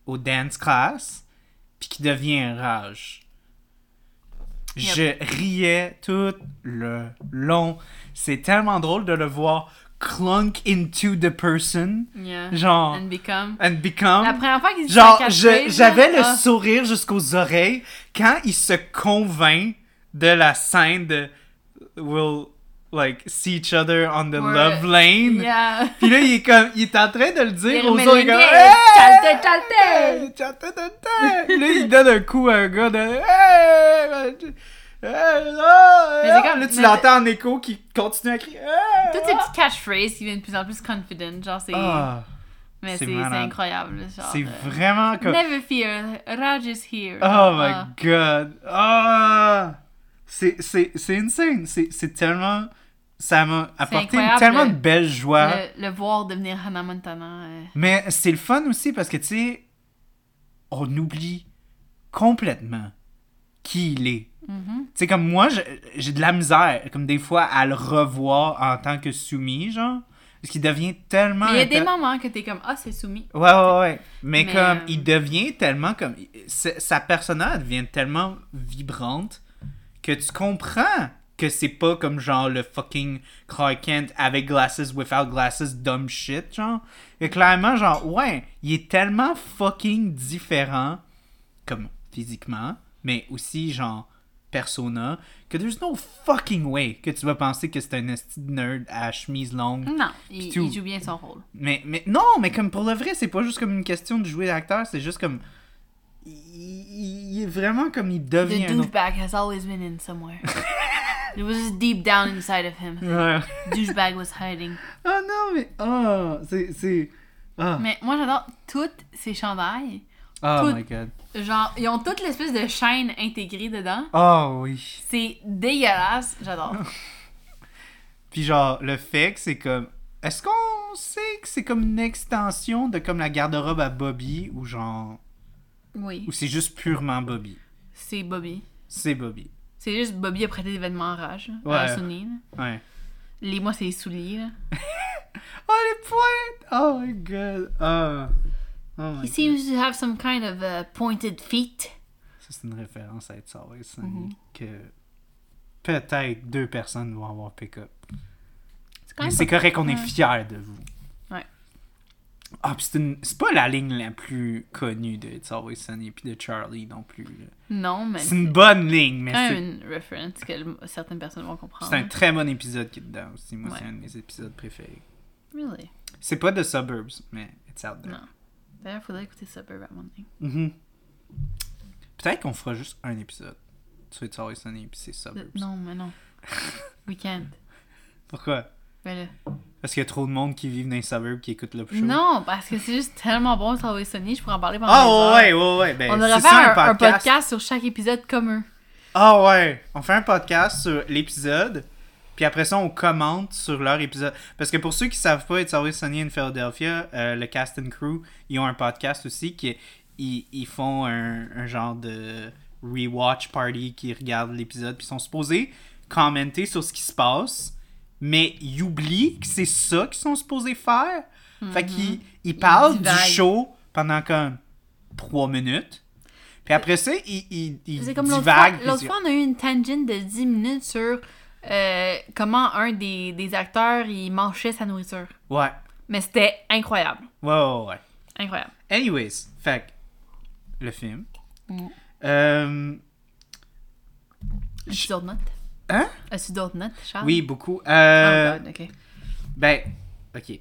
Speaker 1: au dance class, puis qu'il devient rage.
Speaker 2: Yep.
Speaker 1: Je riais tout le long. C'est tellement drôle de le voir clunk into the person.
Speaker 2: Yeah.
Speaker 1: Genre.
Speaker 2: And become.
Speaker 1: And become.
Speaker 2: La première fois qu'il dit
Speaker 1: Genre,
Speaker 2: sa catchphrase,
Speaker 1: je- j'avais le
Speaker 2: là, ah,
Speaker 1: sourire jusqu'aux oreilles quand il se convainc de la scène de We'll like see each other on the
Speaker 2: Ouais.
Speaker 1: love lane.
Speaker 2: Yeah.
Speaker 1: Puis là, il est, comme, il est en train de le dire
Speaker 2: Il
Speaker 1: aux
Speaker 2: remet
Speaker 1: autres.
Speaker 2: le
Speaker 1: il est comme,
Speaker 2: lien,
Speaker 1: Hey!
Speaker 2: chantais, chantais!
Speaker 1: Hey, chantais, chantais! Là, il donne un coup à un gars de. Hey, hey, là,
Speaker 2: Mais c'est comme-
Speaker 1: là, tu
Speaker 2: mais-
Speaker 1: l'entends en écho qui continue à crier. Hey,
Speaker 2: Toutes ces petites catchphrases qui deviennent de plus en plus confident, genre c'est.
Speaker 1: Ah,
Speaker 2: mais
Speaker 1: c'est
Speaker 2: c'est c'est
Speaker 1: malade.
Speaker 2: incroyable, genre.
Speaker 1: c'est
Speaker 2: euh,
Speaker 1: vraiment comme.
Speaker 2: Never fear, Raj is here.
Speaker 1: Oh my
Speaker 2: Ah.
Speaker 1: god. Ah! C'est c'est- c'est insane. C'est c'est tellement. Ça m'a apporté
Speaker 2: incroyable,
Speaker 1: tellement
Speaker 2: le-
Speaker 1: de belles joies.
Speaker 2: Le, le voir devenir Hannah Montana. euh,
Speaker 1: Mais c'est le fun aussi parce que, tu sais, on oublie complètement qui il est.
Speaker 2: Mm-hmm.
Speaker 1: Tu sais, comme moi, je- j'ai de la misère, comme des fois, à le revoir en tant que soumis, genre. Parce qu'il devient tellement.
Speaker 2: Mais il y a des
Speaker 1: inter-
Speaker 2: moments que t'es comme, ah, c'est soumis.
Speaker 1: Ouais, ouais, ouais. Mais,
Speaker 2: Mais,
Speaker 1: comme,
Speaker 2: euh,
Speaker 1: il devient tellement comme. c'est- Sa personnage devient tellement vibrante que tu comprends que c'est pas comme genre le fucking Clark Kent avec glasses, without glasses, dumb shit, genre. Et clairement, genre, ouais, il est tellement fucking différent, comme physiquement, mais aussi, genre, persona, que there's no fucking way que tu vas penser que c'est un esti de nerd à chemise longue.
Speaker 2: Non, il,
Speaker 1: tout.
Speaker 2: il joue bien son rôle.
Speaker 1: Mais, mais non, mais comme pour le vrai, c'est pas juste comme une question de jouer l'acteur, c'est juste comme. Il, il- il est vraiment comme il devient.
Speaker 2: The
Speaker 1: un autre-
Speaker 2: douchebag has always been in somewhere. It was just deep down inside of him.
Speaker 1: Ouais.
Speaker 2: Douchebag was hiding.
Speaker 1: oh non, mais. Oh, c'est. c'est... ah,
Speaker 2: Mais moi, j'adore toutes ces chandails.
Speaker 1: oh
Speaker 2: tout-
Speaker 1: my god.
Speaker 2: Genre, ils ont toute l'espèce de chaîne intégrée dedans.
Speaker 1: Oh oui.
Speaker 2: C'est dégueulasse, j'adore.
Speaker 1: Puis genre, le fait que c'est comme. Est-ce qu'on sait que c'est comme une extension de comme la garde-robe à Bobby ou genre.
Speaker 2: Oui,
Speaker 1: Ou c'est juste purement Bobby
Speaker 2: c'est Bobby.
Speaker 1: C'est Bobby.
Speaker 2: C'est juste Bobby a prêté des vêtements en rage là,
Speaker 1: Ouais.
Speaker 2: à Sunny. là.
Speaker 1: Ouais.
Speaker 2: Les moi, c'est les souliers. là.
Speaker 1: Oh les pointes! Oh my god. Ah. Oh my god.
Speaker 2: He seems to have some kind of uh, pointed feet.
Speaker 1: Ça, c'est une référence à It's Always Sunny
Speaker 2: Mhm.
Speaker 1: que peut-être deux personnes vont avoir pick-up.
Speaker 2: C'est
Speaker 1: Mais C'est correct qu'on est
Speaker 2: Ouais.
Speaker 1: fiers de vous.
Speaker 2: Ouais.
Speaker 1: Ah, puis c'est une- c'est pas la ligne la plus connue de It's Always Sunny puis de Charlie non plus. là.
Speaker 2: Non, mais
Speaker 1: C'est une bonne ligne, mais
Speaker 2: quand même
Speaker 1: c'est-
Speaker 2: une reference que le- certaines personnes vont comprendre.
Speaker 1: c'est un très bon épisode qui est dedans aussi. Moi, c'est
Speaker 2: Ouais.
Speaker 1: un de mes épisodes préférés.
Speaker 2: Really?
Speaker 1: C'est pas de Suburbs, mais It's Out There.
Speaker 2: Non. D'ailleurs, faudrait écouter Suburb à mon nez.
Speaker 1: Mhm. Peut-être qu'on fera juste un épisode sur It's Always Sunny puis c'est Suburbs.
Speaker 2: Non, mais non. Weekend.
Speaker 1: Pourquoi?
Speaker 2: Ben là.
Speaker 1: Parce qu'il y a trop de monde qui vivent dans les suburbs qui écoutent le show.
Speaker 2: Non, parce que c'est juste tellement bon de travailler Sony, je pourrais en parler pendant
Speaker 1: Ah
Speaker 2: des
Speaker 1: ouais,
Speaker 2: heures.
Speaker 1: ouais, ouais. Ben,
Speaker 2: On
Speaker 1: c'est
Speaker 2: devrait
Speaker 1: ça,
Speaker 2: faire un, un podcast sur chaque épisode comme eux.
Speaker 1: Ah ouais. On fait un podcast sur l'épisode. Puis après ça, on commente sur leur épisode. Parce que pour ceux qui savent pas, It's Always Sunny in Philadelphia, euh, le cast and crew, ils ont un podcast aussi qui ils, ils font un, un genre de rewatch party qui regardent l'épisode. Puis ils sont supposés commenter sur ce qui se passe. Mais ils oublient que c'est ça qu'ils sont supposés faire. Fait qu'ils ils parlent du
Speaker 2: Mhm. divaguent.
Speaker 1: show pendant comme trois minutes. Puis après ça, ils, ils, ils
Speaker 2: C'est comme l'autre fois,
Speaker 1: divaguent, puis ils
Speaker 2: l'autre
Speaker 1: disent-
Speaker 2: fois, on a eu une tangente de 10 minutes sur euh, comment un des, des acteurs, il mangeait sa nourriture.
Speaker 1: Ouais.
Speaker 2: Mais c'était incroyable.
Speaker 1: Ouais, ouais, ouais.
Speaker 2: Incroyable.
Speaker 1: Anyways, fait que le film.
Speaker 2: Mm.
Speaker 1: Euh,
Speaker 2: As-tu d'autres notes?
Speaker 1: Hein?
Speaker 2: As-tu d'autres notes, Charles?
Speaker 1: oui, beaucoup.
Speaker 2: Ah. Oh
Speaker 1: Euh,
Speaker 2: God, ok.
Speaker 1: ben, ok.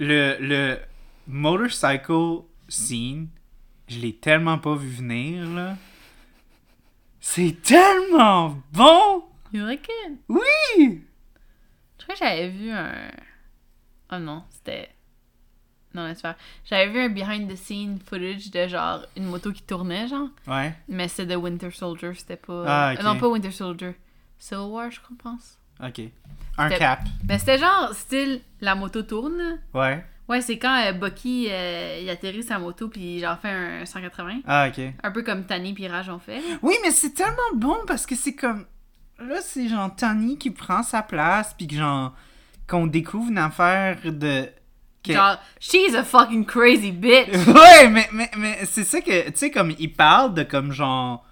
Speaker 1: Le, le motorcycle scene, je l'ai tellement pas vu venir, là. C'est tellement bon!
Speaker 2: Il y aurait que-
Speaker 1: Oui!
Speaker 2: Je crois que j'avais vu un. Oh non, c'était. Non, laisse faire. J'avais vu un behind the scene footage de genre une moto qui tournait, genre.
Speaker 1: Ouais.
Speaker 2: Mais c'était de Winter Soldier, c'était pas. euh,
Speaker 1: Ah, ok.
Speaker 2: Non, pas Winter Soldier. Civil War, je crois, pense.
Speaker 1: Ok. Un
Speaker 2: C'était-
Speaker 1: cap.
Speaker 2: Mais c'était genre, style, la moto tourne.
Speaker 1: Ouais.
Speaker 2: Ouais, c'est quand euh, Bucky, euh, il atterrit sa moto puis genre fait un 180.
Speaker 1: Ah, ok.
Speaker 2: Un peu comme Tani et Raj ont fait.
Speaker 1: Oui, mais c'est tellement bon parce que c'est comme. Là, c'est genre Tony qui prend sa place, puis que genre. Qu'on découvre une affaire de. que-
Speaker 2: Genre, she's a fucking crazy bitch.
Speaker 1: Ouais, mais, mais, mais c'est ça que. Tu sais, comme il parle de comme genre.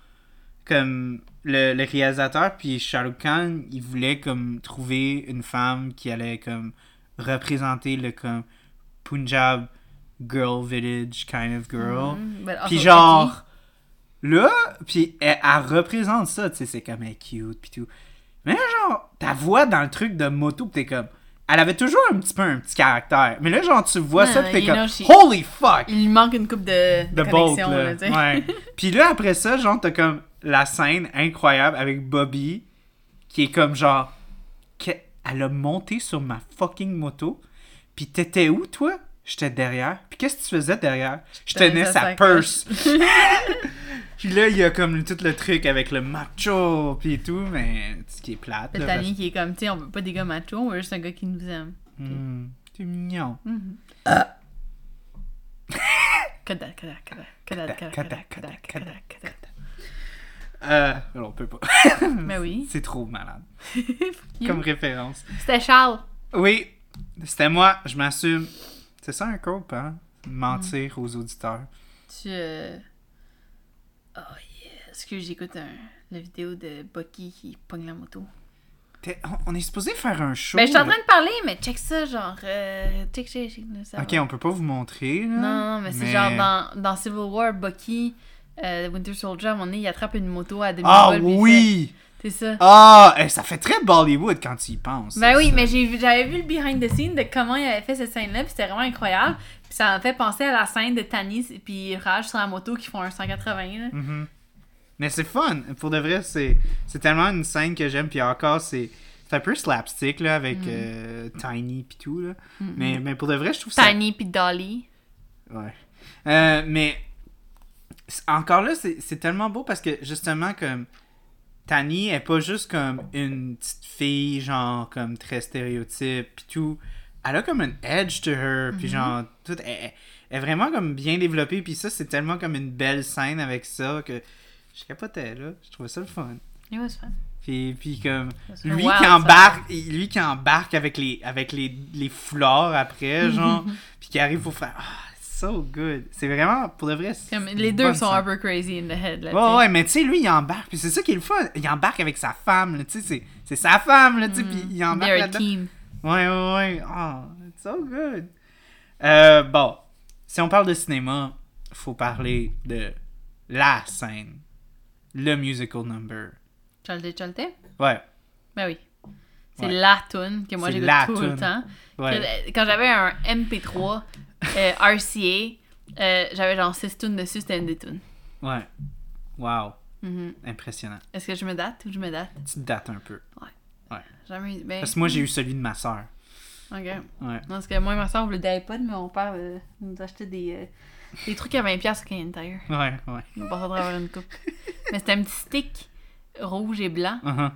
Speaker 1: Comme le, le réalisateur, puis Shah Rukh Khan, il voulait comme trouver une femme qui allait comme représenter le comme Punjab girl village kind of girl.
Speaker 2: Mhm, but also
Speaker 1: Puis genre, là, puis elle, elle représente ça, tu sais, c'est comme elle est cute, puis tout. Mais là, genre, ta voix dans le truc de moto, pis t'es comme, elle avait toujours un petit peu un petit caractère. Mais là, genre, tu vois
Speaker 2: Non,
Speaker 1: ça, puis t'es
Speaker 2: you
Speaker 1: comme
Speaker 2: know, she-
Speaker 1: Holy fuck!
Speaker 2: Il lui manque une coupe de, de
Speaker 1: The boat,
Speaker 2: connexion,
Speaker 1: là.
Speaker 2: là, tu sais.
Speaker 1: ouais. Puis là, après ça, genre, t'as comme la scène incroyable avec Bobby, qui est comme genre. que- Elle a monté sur ma fucking moto. Puis t'étais où, toi? J'étais derrière. Puis qu'est-ce que tu faisais derrière? Je
Speaker 2: tenais
Speaker 1: tenais
Speaker 2: sa
Speaker 1: sa
Speaker 2: sacoche.
Speaker 1: purse. puis là, il y a comme tout le truc avec le macho, puis tout, mais ce qui est plate.
Speaker 2: Puis
Speaker 1: Là,
Speaker 2: Tani qui est comme, tu sais, on veut pas des gars machos, on veut juste un gars qui nous aime.
Speaker 1: parce- Hmm, T'es mignon.
Speaker 2: Kodak, Kodak, Kodak, Kodak, Kodak, Kodak, Kodak, Kodak, Kodak.
Speaker 1: Euh, on peut pas.
Speaker 2: Mais Ben oui.
Speaker 1: C'est trop malade.
Speaker 2: You.
Speaker 1: Comme référence.
Speaker 2: C'était Charles.
Speaker 1: Oui, c'était moi, je m'assume. C'est ça un cope, hein?
Speaker 2: Mm.
Speaker 1: Mentir aux auditeurs.
Speaker 2: Tu. euh, Oh yeah. Excuse, j'écoute un... la vidéo de Bucky qui pogne la moto.
Speaker 1: T'es- on- On est supposé faire un show.
Speaker 2: Ben, je suis en
Speaker 1: là.
Speaker 2: train de parler, mais check ça, genre. euh, Check, check, check. là, ça
Speaker 1: Ok,
Speaker 2: va.
Speaker 1: on peut pas vous montrer. là,
Speaker 2: Non, mais c'est genre dans, dans Civil War, Bucky, euh, Winter Soldier, à un moment donné, il attrape une moto à demi
Speaker 1: Ah oui!
Speaker 2: C'est ça.
Speaker 1: Ah, eh, ça fait très Bollywood quand tu y penses.
Speaker 2: Ben oui,
Speaker 1: ça.
Speaker 2: mais j'ai vu- j'avais vu le behind the scene de comment il avait fait cette scène-là, puis c'était vraiment incroyable. Puis ça m'a fait penser à la scène de Tanis et puis Raj sur la moto qui font un 180. Là.
Speaker 1: Mhm. Mais c'est fun. Pour de vrai, c'est c'est tellement une scène que j'aime. Puis encore, c'est c'est un peu slapstick là, avec
Speaker 2: Mm.
Speaker 1: euh, Tiny pis tout. Là. mais, mais pour de vrai, je trouve ça
Speaker 2: Tiny puis Dolly.
Speaker 1: Ouais. Euh, mais c- encore là, c'est c'est tellement beau parce que justement, comme Tani est pas juste comme une petite fille, genre, comme très stéréotype, pis tout. Elle a comme un edge to her, puis genre, tout. Elle, elle- elle est vraiment comme bien développée, puis ça, c'est tellement comme une belle scène avec ça que je capotais, là. Je trouvais ça le fun.
Speaker 2: It was fun.
Speaker 1: Puis, puis comme
Speaker 2: That's
Speaker 1: lui
Speaker 2: wild,
Speaker 1: qui
Speaker 2: ça.
Speaker 1: embarque lui qui embarque avec les avec les, les foulards après genre puis qui arrive pour faire ah so good c'est vraiment pour de vrai c'est
Speaker 2: Comme,
Speaker 1: une
Speaker 2: les deux
Speaker 1: bonne
Speaker 2: sont
Speaker 1: scène.
Speaker 2: un peu crazy in the head. Là,
Speaker 1: ouais ouais mais tu sais lui il embarque puis c'est ça qui est le fun il embarque avec sa femme là, tu sais c'est c'est sa femme là tu sais puis il
Speaker 2: t'sais.
Speaker 1: embarque
Speaker 2: They're a
Speaker 1: là-dedans.
Speaker 2: team.
Speaker 1: Ouais, ouais, ouais. Ah, it's so good. Euh, bon, si on parle de cinéma, faut parler de la scène, le musical number.
Speaker 2: Chalte, chalte.
Speaker 1: Ouais,
Speaker 2: Ben oui. C'est
Speaker 1: Ouais.
Speaker 2: la tune que moi
Speaker 1: C'est
Speaker 2: j'écoute
Speaker 1: la
Speaker 2: tout le
Speaker 1: tune.
Speaker 2: temps.
Speaker 1: ouais.
Speaker 2: Que- euh, Quand j'avais un MP3 euh, RCA, euh, j'avais genre 6 tunes dessus, c'était une des tunes.
Speaker 1: Ouais. Wow.
Speaker 2: Mhm.
Speaker 1: Impressionnant.
Speaker 2: Est-ce que je me date ou je me date?
Speaker 1: Tu te dates un peu.
Speaker 2: Jamais. Ben,
Speaker 1: Parce que moi, j'ai eu celui de ma sœur.
Speaker 2: Ok.
Speaker 1: Ouais.
Speaker 2: Non, parce que moi et ma soeur, on voulait des iPods, mais mon père euh, nous achetait des, euh, des trucs à 20$ au Canadian Tire.
Speaker 1: Ouais, ouais.
Speaker 2: On passait à travers une coupe. mais c'était un petit stick rouge et blanc.
Speaker 1: Uh-huh.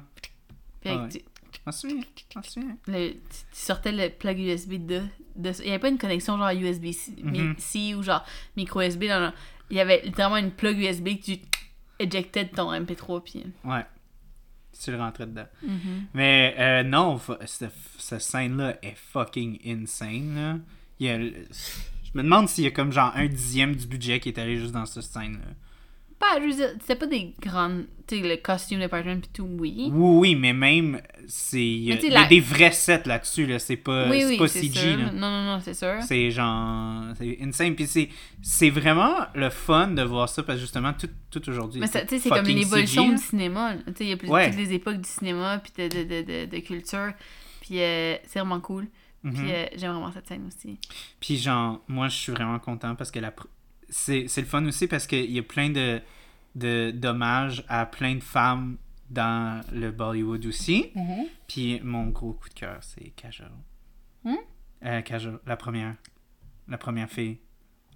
Speaker 2: Puis avec
Speaker 1: Ouais.
Speaker 2: du-
Speaker 1: Je m'en souviens. Je m'en souviens.
Speaker 2: le- tu, tu sortais le plug USB de, de ça. Il n'y avait pas une connexion genre USB-C
Speaker 1: Mhm.
Speaker 2: mi- ou genre micro USB. Non, non. Il y avait littéralement une plug USB que tu éjectais de ton MP3. Puis...
Speaker 1: Ouais. Si tu le rentrais dedans. Mais euh, non, fa- cette, cette scène-là est fucking insane. là. Il y a le- Je me demande s'il y a comme genre un dixième du budget qui est allé juste dans cette scène-là.
Speaker 2: Pas, je veux dire, c'était pas des grandes. Tu sais, le costume department, puis tout, oui.
Speaker 1: Oui, oui, mais même, c'est... Il y a,
Speaker 2: Mais tu sais,
Speaker 1: il y a
Speaker 2: la-
Speaker 1: des vrais sets là-dessus, là. C'est pas,
Speaker 2: oui,
Speaker 1: c'est
Speaker 2: oui,
Speaker 1: pas
Speaker 2: c'est
Speaker 1: CG,
Speaker 2: sûr.
Speaker 1: là.
Speaker 2: Non, non, non, c'est sûr.
Speaker 1: C'est genre. C'est insane. Puis c'est, c'est vraiment le fun de voir ça parce que justement, tout, tout aujourd'hui.
Speaker 2: Mais ça, tu sais, c'est
Speaker 1: fucking
Speaker 2: comme une évolution
Speaker 1: CG,
Speaker 2: du cinéma. là. Tu sais, il y a plus,
Speaker 1: Ouais.
Speaker 2: toutes les époques du cinéma, puis de, de, de, de, de culture. Puis euh, c'est vraiment cool.
Speaker 1: là. Mhm.
Speaker 2: Puis euh, j'aime vraiment cette scène aussi.
Speaker 1: Puis genre, moi, je suis vraiment content parce que la. pr- C'est, c'est le fun aussi parce qu'il y a plein de, de dommages à plein de femmes dans le Bollywood aussi.
Speaker 2: Mhm.
Speaker 1: Puis mon gros coup de cœur, c'est Kajol.
Speaker 2: Hmm?
Speaker 1: Euh, Kajol, la première. La première fille.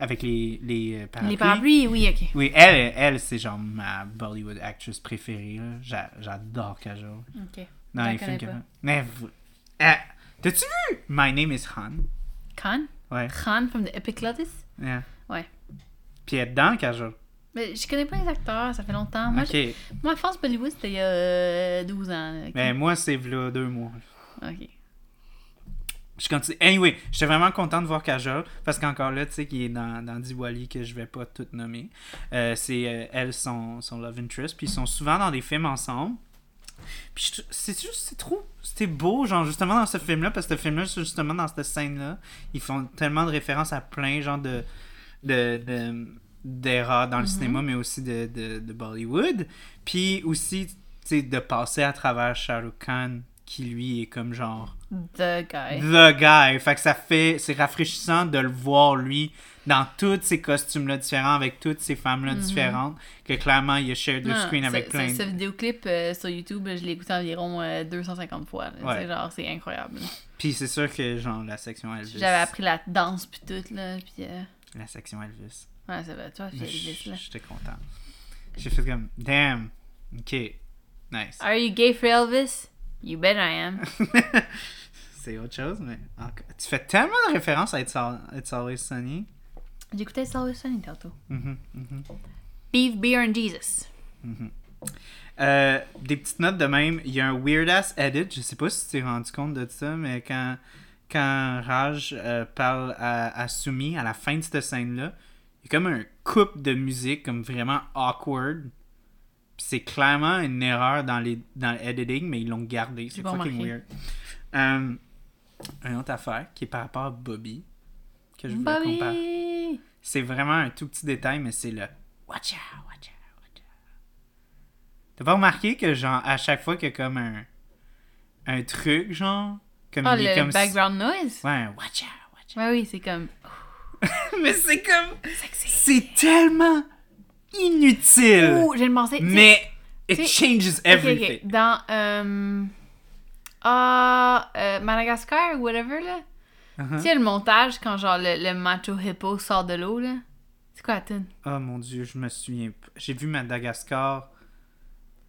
Speaker 1: Avec les, les euh, parapluies.
Speaker 2: Les parapluies, oui, ok.
Speaker 1: Oui, elle, elle c'est genre ma Bollywood actrice préférée. là. J'a- J'adore Kajol. Dans
Speaker 2: Ok. Je la
Speaker 1: les films
Speaker 2: connais
Speaker 1: qu'elle fait. Mais. vous- Ah, T'as-tu vu My Name is Han?
Speaker 2: Khan?
Speaker 1: Ouais.
Speaker 2: Khan, from the Epic Lotus?
Speaker 1: Yeah.
Speaker 2: Ouais.
Speaker 1: Puis elle est dedans, Kajol.
Speaker 2: Mais je connais pas les acteurs, ça fait longtemps. Ah, Moi,
Speaker 1: ok.
Speaker 2: je- moi France Bollywood, c'était il y a euh, 12 ans. là. Ok.
Speaker 1: Mais Ben, moi, c'est v'là deux mois.
Speaker 2: Ok.
Speaker 1: Je continue. Anyway, j'étais vraiment content de voir Kajol parce qu'encore là, tu sais, qu'il est dans, dans Diwali que je vais pas tout nommer. Euh, c'est euh, elle, son, son love interest. Puis ils sont souvent dans des films ensemble. Puis je tr- c'est juste, c'est trop. C'était beau, genre, justement, dans ce film-là, parce que ce film-là, justement, dans cette scène-là, ils font tellement de références à plein, genre, de. de, de- d'erreurs dans le cinéma, mais aussi de, de, de Bollywood. Puis aussi, tu sais, de passer à travers Shah Rukh Khan, qui lui est comme genre.
Speaker 2: The guy.
Speaker 1: The guy. Fait que ça fait. C'est rafraîchissant de le voir, lui, dans tous ces costumes-là différents, avec toutes ces femmes-là différentes, que clairement, il a share the
Speaker 2: Mm-hmm. Non,
Speaker 1: screen
Speaker 2: ce-
Speaker 1: avec
Speaker 2: ce-
Speaker 1: plein
Speaker 2: Ce
Speaker 1: de.
Speaker 2: vidéoclip euh, sur YouTube, je l'ai écouté environ euh, 250 fois. là.
Speaker 1: Ouais.
Speaker 2: C'est genre, c'est incroyable.
Speaker 1: Puis c'est sûr que, genre, la section Elvis.
Speaker 2: J'avais appris la danse puis tout, là, puis... euh,
Speaker 1: La section Elvis.
Speaker 2: Ouais, ça va, toi, puis Ah, Elvis,
Speaker 1: J-
Speaker 2: là.
Speaker 1: J'étais content. J'ai fait comme, damn, ok, nice.
Speaker 2: Are you gay for Elvis? You bet I am.
Speaker 1: c'est autre chose, mais encore- tu fais tellement de références à It's, Al- It's Always Sunny.
Speaker 2: J'écoutais ça aussi tantôt.
Speaker 1: Mhm, mhm,
Speaker 2: Beef, beer and Jesus.
Speaker 1: mhm. Euh, des petites notes de même. Il y a un weird ass edit. Je sais pas si tu t'es rendu compte de ça, mais quand, quand Raj euh, parle à, à Sumi à la fin de cette scène-là, il y a comme un couple de musique comme vraiment awkward. Puis c'est clairement une erreur dans les dans le editing, mais ils l'ont gardé. C'est
Speaker 2: pas
Speaker 1: fucking
Speaker 2: remarqué.
Speaker 1: weird. Euh, une autre affaire qui est par rapport à Bobby que je
Speaker 2: Bah
Speaker 1: voulais qu'on parle.
Speaker 2: Bobby!
Speaker 1: C'est vraiment un tout petit détail, mais c'est le Watch out, watch out, watch out. T'as pas remarqué que, genre, à chaque fois qu'il y a comme un, un truc, genre, comme
Speaker 2: Oh,
Speaker 1: il est
Speaker 2: le
Speaker 1: comme.
Speaker 2: background noise?
Speaker 1: Ouais, un watch out, watch
Speaker 2: Ouais, oui, c'est comme...
Speaker 1: out. mais c'est comme.
Speaker 2: Oh,
Speaker 1: C'est tellement inutile.
Speaker 2: Ouh, j'ai pensé... tu sais-
Speaker 1: Euh, mais it
Speaker 2: tu sais-
Speaker 1: changes
Speaker 2: Ok, ok.
Speaker 1: everything.
Speaker 2: Dans... euh, Ah... euh, Madagascar ou whatever, là.
Speaker 1: Uh-huh.
Speaker 2: Tu sais, le montage, quand genre le, le macho hippo sort de l'eau, là. C'est quoi la tune?
Speaker 1: Oh mon dieu, je me souviens. p- J'ai vu Madagascar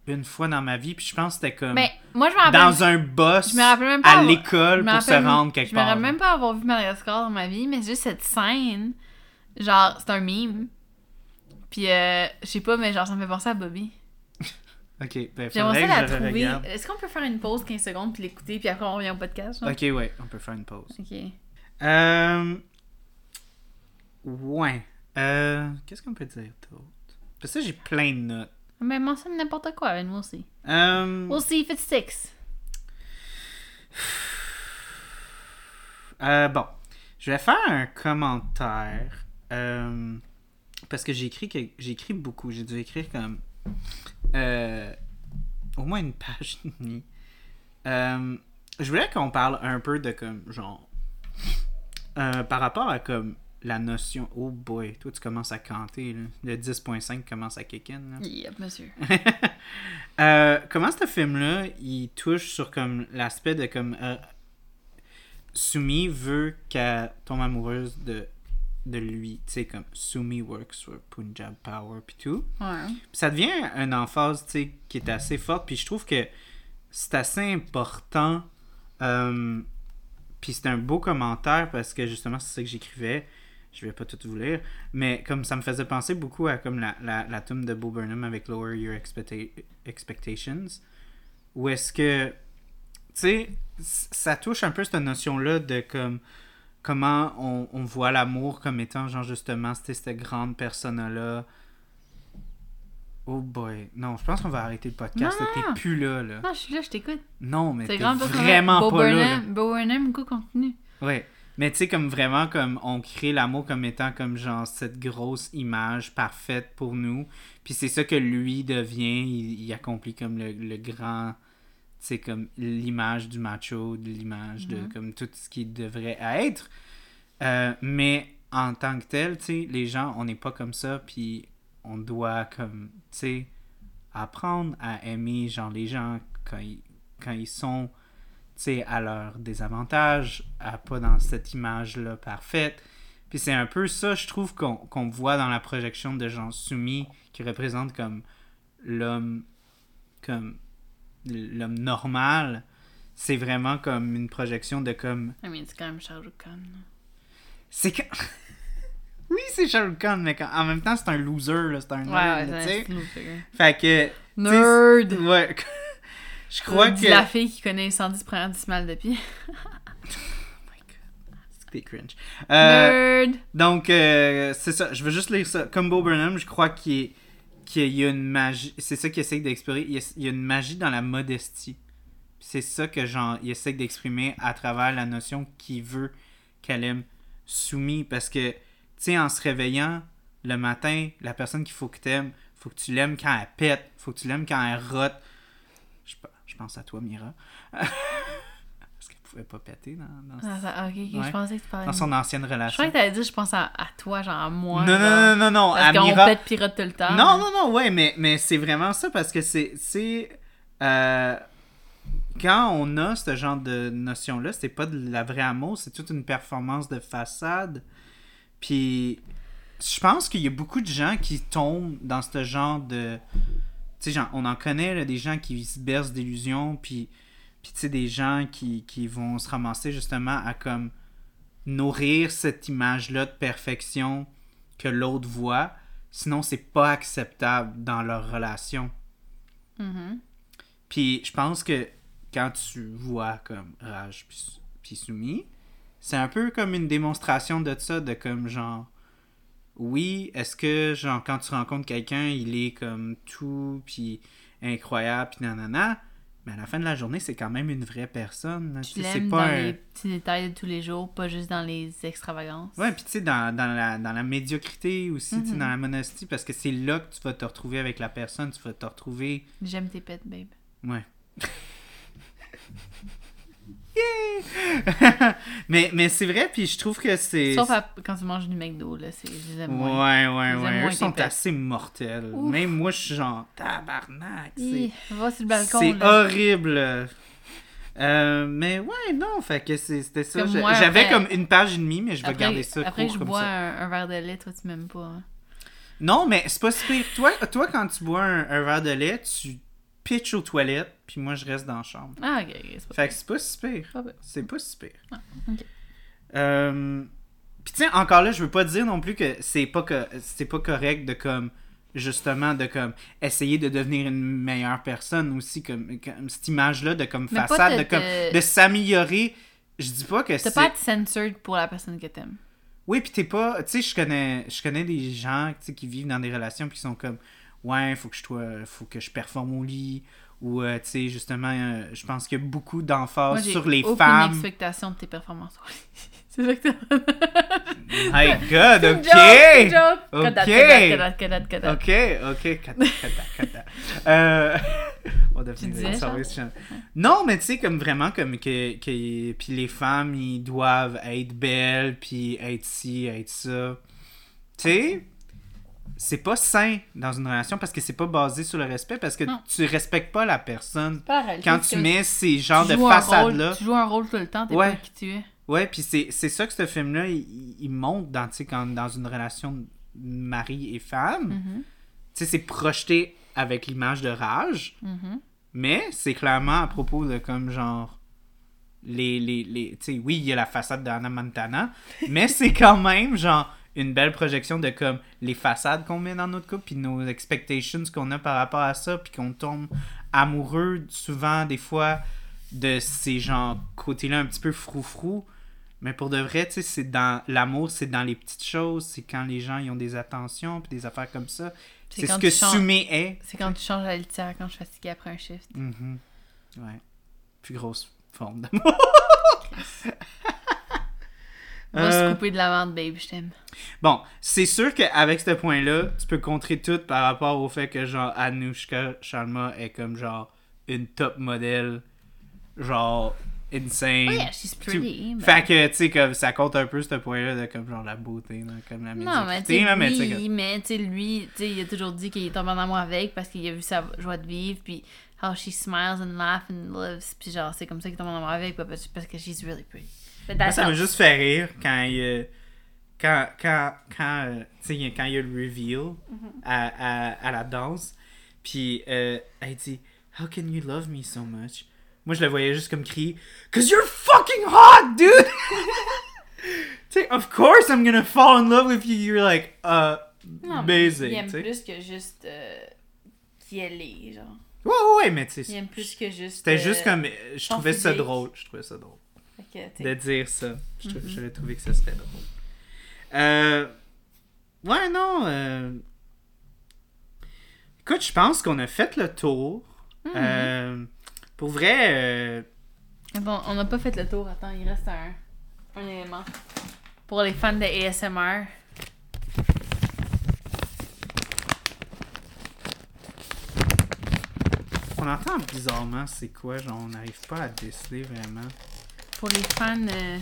Speaker 1: une fois dans ma vie, puis je pense que c'était comme.
Speaker 2: Mais Ben, moi, je m'en rappelle...
Speaker 1: dans un boss
Speaker 2: je me rappelle même pas
Speaker 1: à
Speaker 2: avoir-
Speaker 1: l'école
Speaker 2: Je me
Speaker 1: pour se
Speaker 2: rappelle-
Speaker 1: rendre quelque
Speaker 2: je
Speaker 1: part.
Speaker 2: me rappelle même pas avoir vu Madagascar dans ma vie, mais c'est juste cette scène, genre, c'est un meme. Puis, euh, je sais pas, mais genre, ça me fait penser à Bobby.
Speaker 1: Ok, ben, faudrait
Speaker 2: J'aimerais ça
Speaker 1: que
Speaker 2: la
Speaker 1: je
Speaker 2: trouver.
Speaker 1: regarde.
Speaker 2: Est-ce qu'on peut faire une pause 15 secondes puis l'écouter, puis après on revient au podcast, genre?
Speaker 1: Ok, ouais, on peut faire une pause.
Speaker 2: Ok.
Speaker 1: Euh... Ouais. Euh... Qu'est-ce qu'on peut dire d'autre? Parce que ça, j'ai plein de notes.
Speaker 2: Mais mentionne n'importe quoi avec nous aussi.
Speaker 1: Euh...
Speaker 2: We'll see if it sticks.
Speaker 1: euh, bon, je vais faire un commentaire. euh, Parce que j'écris que... j'écris beaucoup. J'ai dû écrire comme... euh, Au moins une page et demie. Euh, Je voulais qu'on parle un peu de comme, genre... Euh, par rapport à comme la notion... Oh boy, toi tu commences à canter. là. Le 10.5 commence à kick in. là.
Speaker 2: Yep, monsieur.
Speaker 1: Euh, comment ce film-là, il touche sur comme l'aspect de comme euh, Sumi veut qu'elle tombe amoureuse de, de lui, tu sais comme Sumi works for Punjab Power puis tout.
Speaker 2: Ouais.
Speaker 1: Puis ça devient une emphase, tu sais, qui est assez forte. Puis je trouve que c'est assez important. euh, puis c'est un beau commentaire parce que justement, c'est ça que j'écrivais. Je vais pas tout vous lire. Mais comme ça me faisait penser beaucoup à comme la, la, la tombe de Bo Burnham avec Lower Your Expecta- Expectations. Où est-ce que. Tu sais, c- ça touche un peu cette notion-là de comme. Comment on, on voit l'amour comme étant, genre, justement, c'était cette grande personne-là. Oh boy. Non, je pense qu'on va arrêter le podcast.
Speaker 2: Non,
Speaker 1: là.
Speaker 2: non.
Speaker 1: T'es plus là, là.
Speaker 2: Non, Ah, je suis là, je t'écoute.
Speaker 1: Non, mais
Speaker 2: C'est
Speaker 1: t'es
Speaker 2: grand
Speaker 1: vraiment
Speaker 2: Bo
Speaker 1: pas là. là.
Speaker 2: Burnham, Bo Burnham, go, continue.
Speaker 1: Ouais. Mais tu sais, comme vraiment, comme on crée l'amour comme étant comme genre cette grosse image parfaite pour nous. Puis c'est ça que lui devient. Il, il accomplit comme le, le grand. Tu sais, comme l'image du macho, de l'image de comme tout ce qu'il devrait être. Euh, mais en tant que tel, tu sais, les gens, on n'est pas comme ça. Puis on doit comme. Tu sais, apprendre à aimer genre les gens quand ils, quand ils sont tu sais, à leur désavantage, à pas dans cette image-là parfaite. Puis c'est un peu ça, je trouve, qu'on qu'on voit dans la projection de Jean Soumis, qui représente comme l'homme comme l'homme normal. C'est vraiment comme une projection de comme...
Speaker 2: I mean, c'est quand même Charles Khan.
Speaker 1: C'est que... oui, c'est Charles Khan, mais quand- en même temps, c'est un loser, là, c'est un
Speaker 2: Ouais,
Speaker 1: nerd,
Speaker 2: ouais,
Speaker 1: tu sais.
Speaker 2: c'est un loser.
Speaker 1: Fait que... tu sais,
Speaker 2: Nerd!
Speaker 1: Ouais. je crois
Speaker 2: Dit
Speaker 1: que...
Speaker 2: la fille qui connaît 110 premières décimales de pied.
Speaker 1: T'es cringe. Euh,
Speaker 2: Nerd!
Speaker 1: Donc, euh, c'est ça. Je veux juste lire ça. Comme Bo Burnham, je crois qu'il est- qu'il y a une magie. C'est ça qu'il essaie d'explorer. Il y a- il y a une magie dans la modestie. Puis C'est ça que genre, il essaie d'exprimer à travers la notion qu'il veut qu'elle aime soumis. Parce que, tu sais, en se réveillant le matin, la personne qu'il faut que tu aimes, faut que tu l'aimes quand elle pète, faut que tu l'aimes quand elle rote. Je, pe- je pense à toi, Mira. Parce que pouvait pas péter dans, dans,
Speaker 2: Ah, ça- ok, ok,
Speaker 1: Ouais.
Speaker 2: je pensais que tu parlais.
Speaker 1: dans
Speaker 2: de-
Speaker 1: son ancienne
Speaker 2: Je croyais
Speaker 1: relation.
Speaker 2: que t'allais dire, je pense à, à toi, genre à moi.
Speaker 1: Non, non, non,
Speaker 2: genre,
Speaker 1: non, non,
Speaker 2: Parce
Speaker 1: à
Speaker 2: qu'on
Speaker 1: Mira-
Speaker 2: pète pirate tout le temps.
Speaker 1: Non, non, non, ouais, mais, mais c'est vraiment ça parce que c'est. c'est, euh, quand on a ce genre de notion-là, c'est pas de la vraie amour, c'est toute une performance de façade. Puis je pense qu'il y a beaucoup de gens qui tombent dans ce genre de. Tu sais, genre, on en connaît, là, des gens qui se bercent d'illusions, puis, puis tu sais, des gens qui, qui vont se ramasser justement à comme nourrir cette image-là de perfection que l'autre voit, sinon c'est pas acceptable dans leur relation.
Speaker 2: Mhm.
Speaker 1: Puis je pense que quand tu vois comme Rage puis Sou- puis Soumis, c'est un peu comme une démonstration de ça, de comme genre, oui, est-ce que genre quand tu rencontres quelqu'un, il est comme tout, puis incroyable, puis nanana, mais à la fin de la journée, c'est quand même une vraie personne. là.
Speaker 2: Tu
Speaker 1: sais, c'est
Speaker 2: l'aimes dans
Speaker 1: pas un-
Speaker 2: les petits détails de tous les jours, pas juste dans les extravagances.
Speaker 1: Ouais, puis tu sais, dans, dans, la, dans la médiocrité aussi, tu sais, dans la monostie, parce que c'est là que tu vas te retrouver avec la personne, tu vas te retrouver
Speaker 2: J'aime tes pets, babe.
Speaker 1: Ouais. mais mais c'est vrai, puis je trouve que c'est.
Speaker 2: Sauf à- quand tu manges du McDo, là, c'est je les aime moins.
Speaker 1: Ouais, ouais,
Speaker 2: Ils aiment
Speaker 1: ouais.
Speaker 2: moins
Speaker 1: Eux
Speaker 2: tes
Speaker 1: sont
Speaker 2: pets.
Speaker 1: assez mortels.
Speaker 2: Ouf.
Speaker 1: Même moi, je suis genre tabarnak.
Speaker 2: Hi,
Speaker 1: C'est
Speaker 2: Va sur le
Speaker 1: c'est
Speaker 2: balcon, là.
Speaker 1: horrible. Euh, mais ouais, non, fait que c'est- c'était ça.
Speaker 2: Comme
Speaker 1: Je-
Speaker 2: moi,
Speaker 1: J'avais
Speaker 2: après-
Speaker 1: comme une page et demie, mais je vais
Speaker 2: après,
Speaker 1: garder ça
Speaker 2: après
Speaker 1: court
Speaker 2: je
Speaker 1: comme
Speaker 2: bois
Speaker 1: ça.
Speaker 2: un, un verre de lait, toi, tu m'aimes pas. hein.
Speaker 1: Non, mais c'est pas si pire. Toi, toi, quand tu bois un, un verre de lait, tu pitches aux toilettes, puis moi, je reste dans la chambre.
Speaker 2: Ah, ok, ok, c'est pas...
Speaker 1: Fait que c'est pas si pire.
Speaker 2: pas pire.
Speaker 1: C'est pas si pire.
Speaker 2: Ah, ok.
Speaker 1: Euh, Puis tiens, encore là, je veux pas dire non plus que c'est pas que c'est pas correct de comme justement de comme essayer de devenir une meilleure personne aussi comme, comme cette image là de comme
Speaker 2: Mais pas
Speaker 1: façade
Speaker 2: de-
Speaker 1: de comme
Speaker 2: de-
Speaker 1: de s'améliorer. Je dis pas que
Speaker 2: T'as
Speaker 1: c'est
Speaker 2: pas à être censored pour la personne que t'aimes.
Speaker 1: oui, puis t'es pas. Tu sais, je connais, je connais des gens tu sais, qui vivent dans des relations puis qui sont comme Ouais, faut que je, sois- faut que je performe au lit. Ou, euh, tu sais, justement, euh, je pense qu'il y a beaucoup
Speaker 2: Moi,
Speaker 1: d'emphase
Speaker 2: j'ai
Speaker 1: sur les
Speaker 2: aucune
Speaker 1: femmes.
Speaker 2: expectation de tes performances. c'est ça que t'as.
Speaker 1: My God,
Speaker 2: Une joke,
Speaker 1: Ah, ok!
Speaker 2: une joke.
Speaker 1: Ok.
Speaker 2: Kodak, Kodak, Kodak, Kodak, Kodak.
Speaker 1: Ok, ok, kata, kata, kata. Euh, on
Speaker 2: Tu
Speaker 1: devient
Speaker 2: disais,
Speaker 1: des
Speaker 2: Charles?
Speaker 1: services chaînes. Non, mais tu sais, comme vraiment, comme que, que puis les femmes, ils doivent être belles, puis être ci, être ça. Tu sais, c'est pas sain dans une relation parce que c'est pas basé sur le respect, parce que
Speaker 2: Non.
Speaker 1: tu respectes pas la personne
Speaker 2: Pas la réalité,
Speaker 1: quand
Speaker 2: parce
Speaker 1: tu
Speaker 2: que
Speaker 1: mets ces genres
Speaker 2: tu
Speaker 1: de
Speaker 2: joues un rôle-
Speaker 1: façades-là.
Speaker 2: Tu joues un rôle tout le temps, t'es
Speaker 1: Ouais.
Speaker 2: pas qui tu es.
Speaker 1: Ouais, puis c'est c'est ça que ce film-là, il- il, il montre dans, tu sais, quand- dans une relation de mari et femme.
Speaker 2: Mhm.
Speaker 1: Tu sais, c'est projeté avec l'image de rage,
Speaker 2: Mhm.
Speaker 1: mais c'est clairement à propos de comme genre. Les, les, les, tu sais, oui, il y a la façade d'Anna Montana, mais c'est quand même genre une belle projection de comme les façades qu'on met dans notre couple, puis nos expectations qu'on a par rapport à ça, puis qu'on tombe amoureux souvent des fois de ces genre côtés-là un petit peu froufrou. Mais pour de vrai, tu sais, c'est dans l'amour, c'est dans les petites choses, c'est quand les gens ils ont des attentions, puis des affaires comme ça.
Speaker 2: C'est
Speaker 1: C'est
Speaker 2: quand
Speaker 1: ce que
Speaker 2: tu chantes.
Speaker 1: Sumé est.
Speaker 2: C'est quand tu changes la litière quand je suis fatiguée après un shift.
Speaker 1: Mhm. Ouais. Plus grosse forme d'amour.
Speaker 2: On va
Speaker 1: Euh,
Speaker 2: se couper de la menthe, babe, je t'aime.
Speaker 1: Bon, c'est sûr qu'avec ce point-là, tu peux contrer tout par rapport au fait que, genre, Anushka Sharma est comme, genre, une top modèle, genre, insane.
Speaker 2: Oh yeah, she's pretty.
Speaker 1: Tu-
Speaker 2: but-
Speaker 1: Fait que, tu sais, comme, ça compte un peu ce point-là de, comme, genre, la beauté, là, comme la
Speaker 2: Non, mais tu
Speaker 1: médiocrité, là, mais tu sais,
Speaker 2: sais, lui, mais tu sais, lui, tu sais, il a toujours dit qu'il est tombé en amour avec parce qu'il a vu sa joie de vivre, puis how she smiles and laughs and lives, puis genre, c'est comme ça qu'il est tombé en amour avec, pas parce parce que she's really pretty. But
Speaker 1: Moi,
Speaker 2: that
Speaker 1: ça m'a
Speaker 2: helps.
Speaker 1: juste fait rire quand il. euh, Quand, quand, quand, euh, tu sais, quand il y a le reveal
Speaker 2: Mhm.
Speaker 1: à, à, à la danse, puis euh, elle dit How can you love me so much? Moi, je le voyais juste comme crier Cause you're fucking hot, dude! tu sais, of course I'm gonna fall in love with you. You're like, uh,
Speaker 2: Non, mais
Speaker 1: baiser.
Speaker 2: Il aime
Speaker 1: tu sais.
Speaker 2: plus que juste euh, qui elle est, genre.
Speaker 1: Ouais, ouais, ouais, mais tu
Speaker 2: Il
Speaker 1: sais,
Speaker 2: aime plus que juste.
Speaker 1: c'était
Speaker 2: euh,
Speaker 1: juste comme. euh, Je
Speaker 2: son
Speaker 1: trouvais ça
Speaker 2: physique.
Speaker 1: drôle. Je trouvais ça drôle.
Speaker 2: fait que, tu
Speaker 1: de
Speaker 2: sais.
Speaker 1: dire ça. Je trou- J'avais trouvé que ça serait drôle. Euh, ouais, non. euh, Écoute, je pense qu'on a fait le tour. Euh, pour vrai, euh,
Speaker 2: Bon, on n'a pas fait le tour. Attends, il reste un, un élément. Pour les fans de ASMR.
Speaker 1: on entend bizarrement c'est quoi. Genre, on n'arrive pas à déceler vraiment.
Speaker 2: pour les fans euh,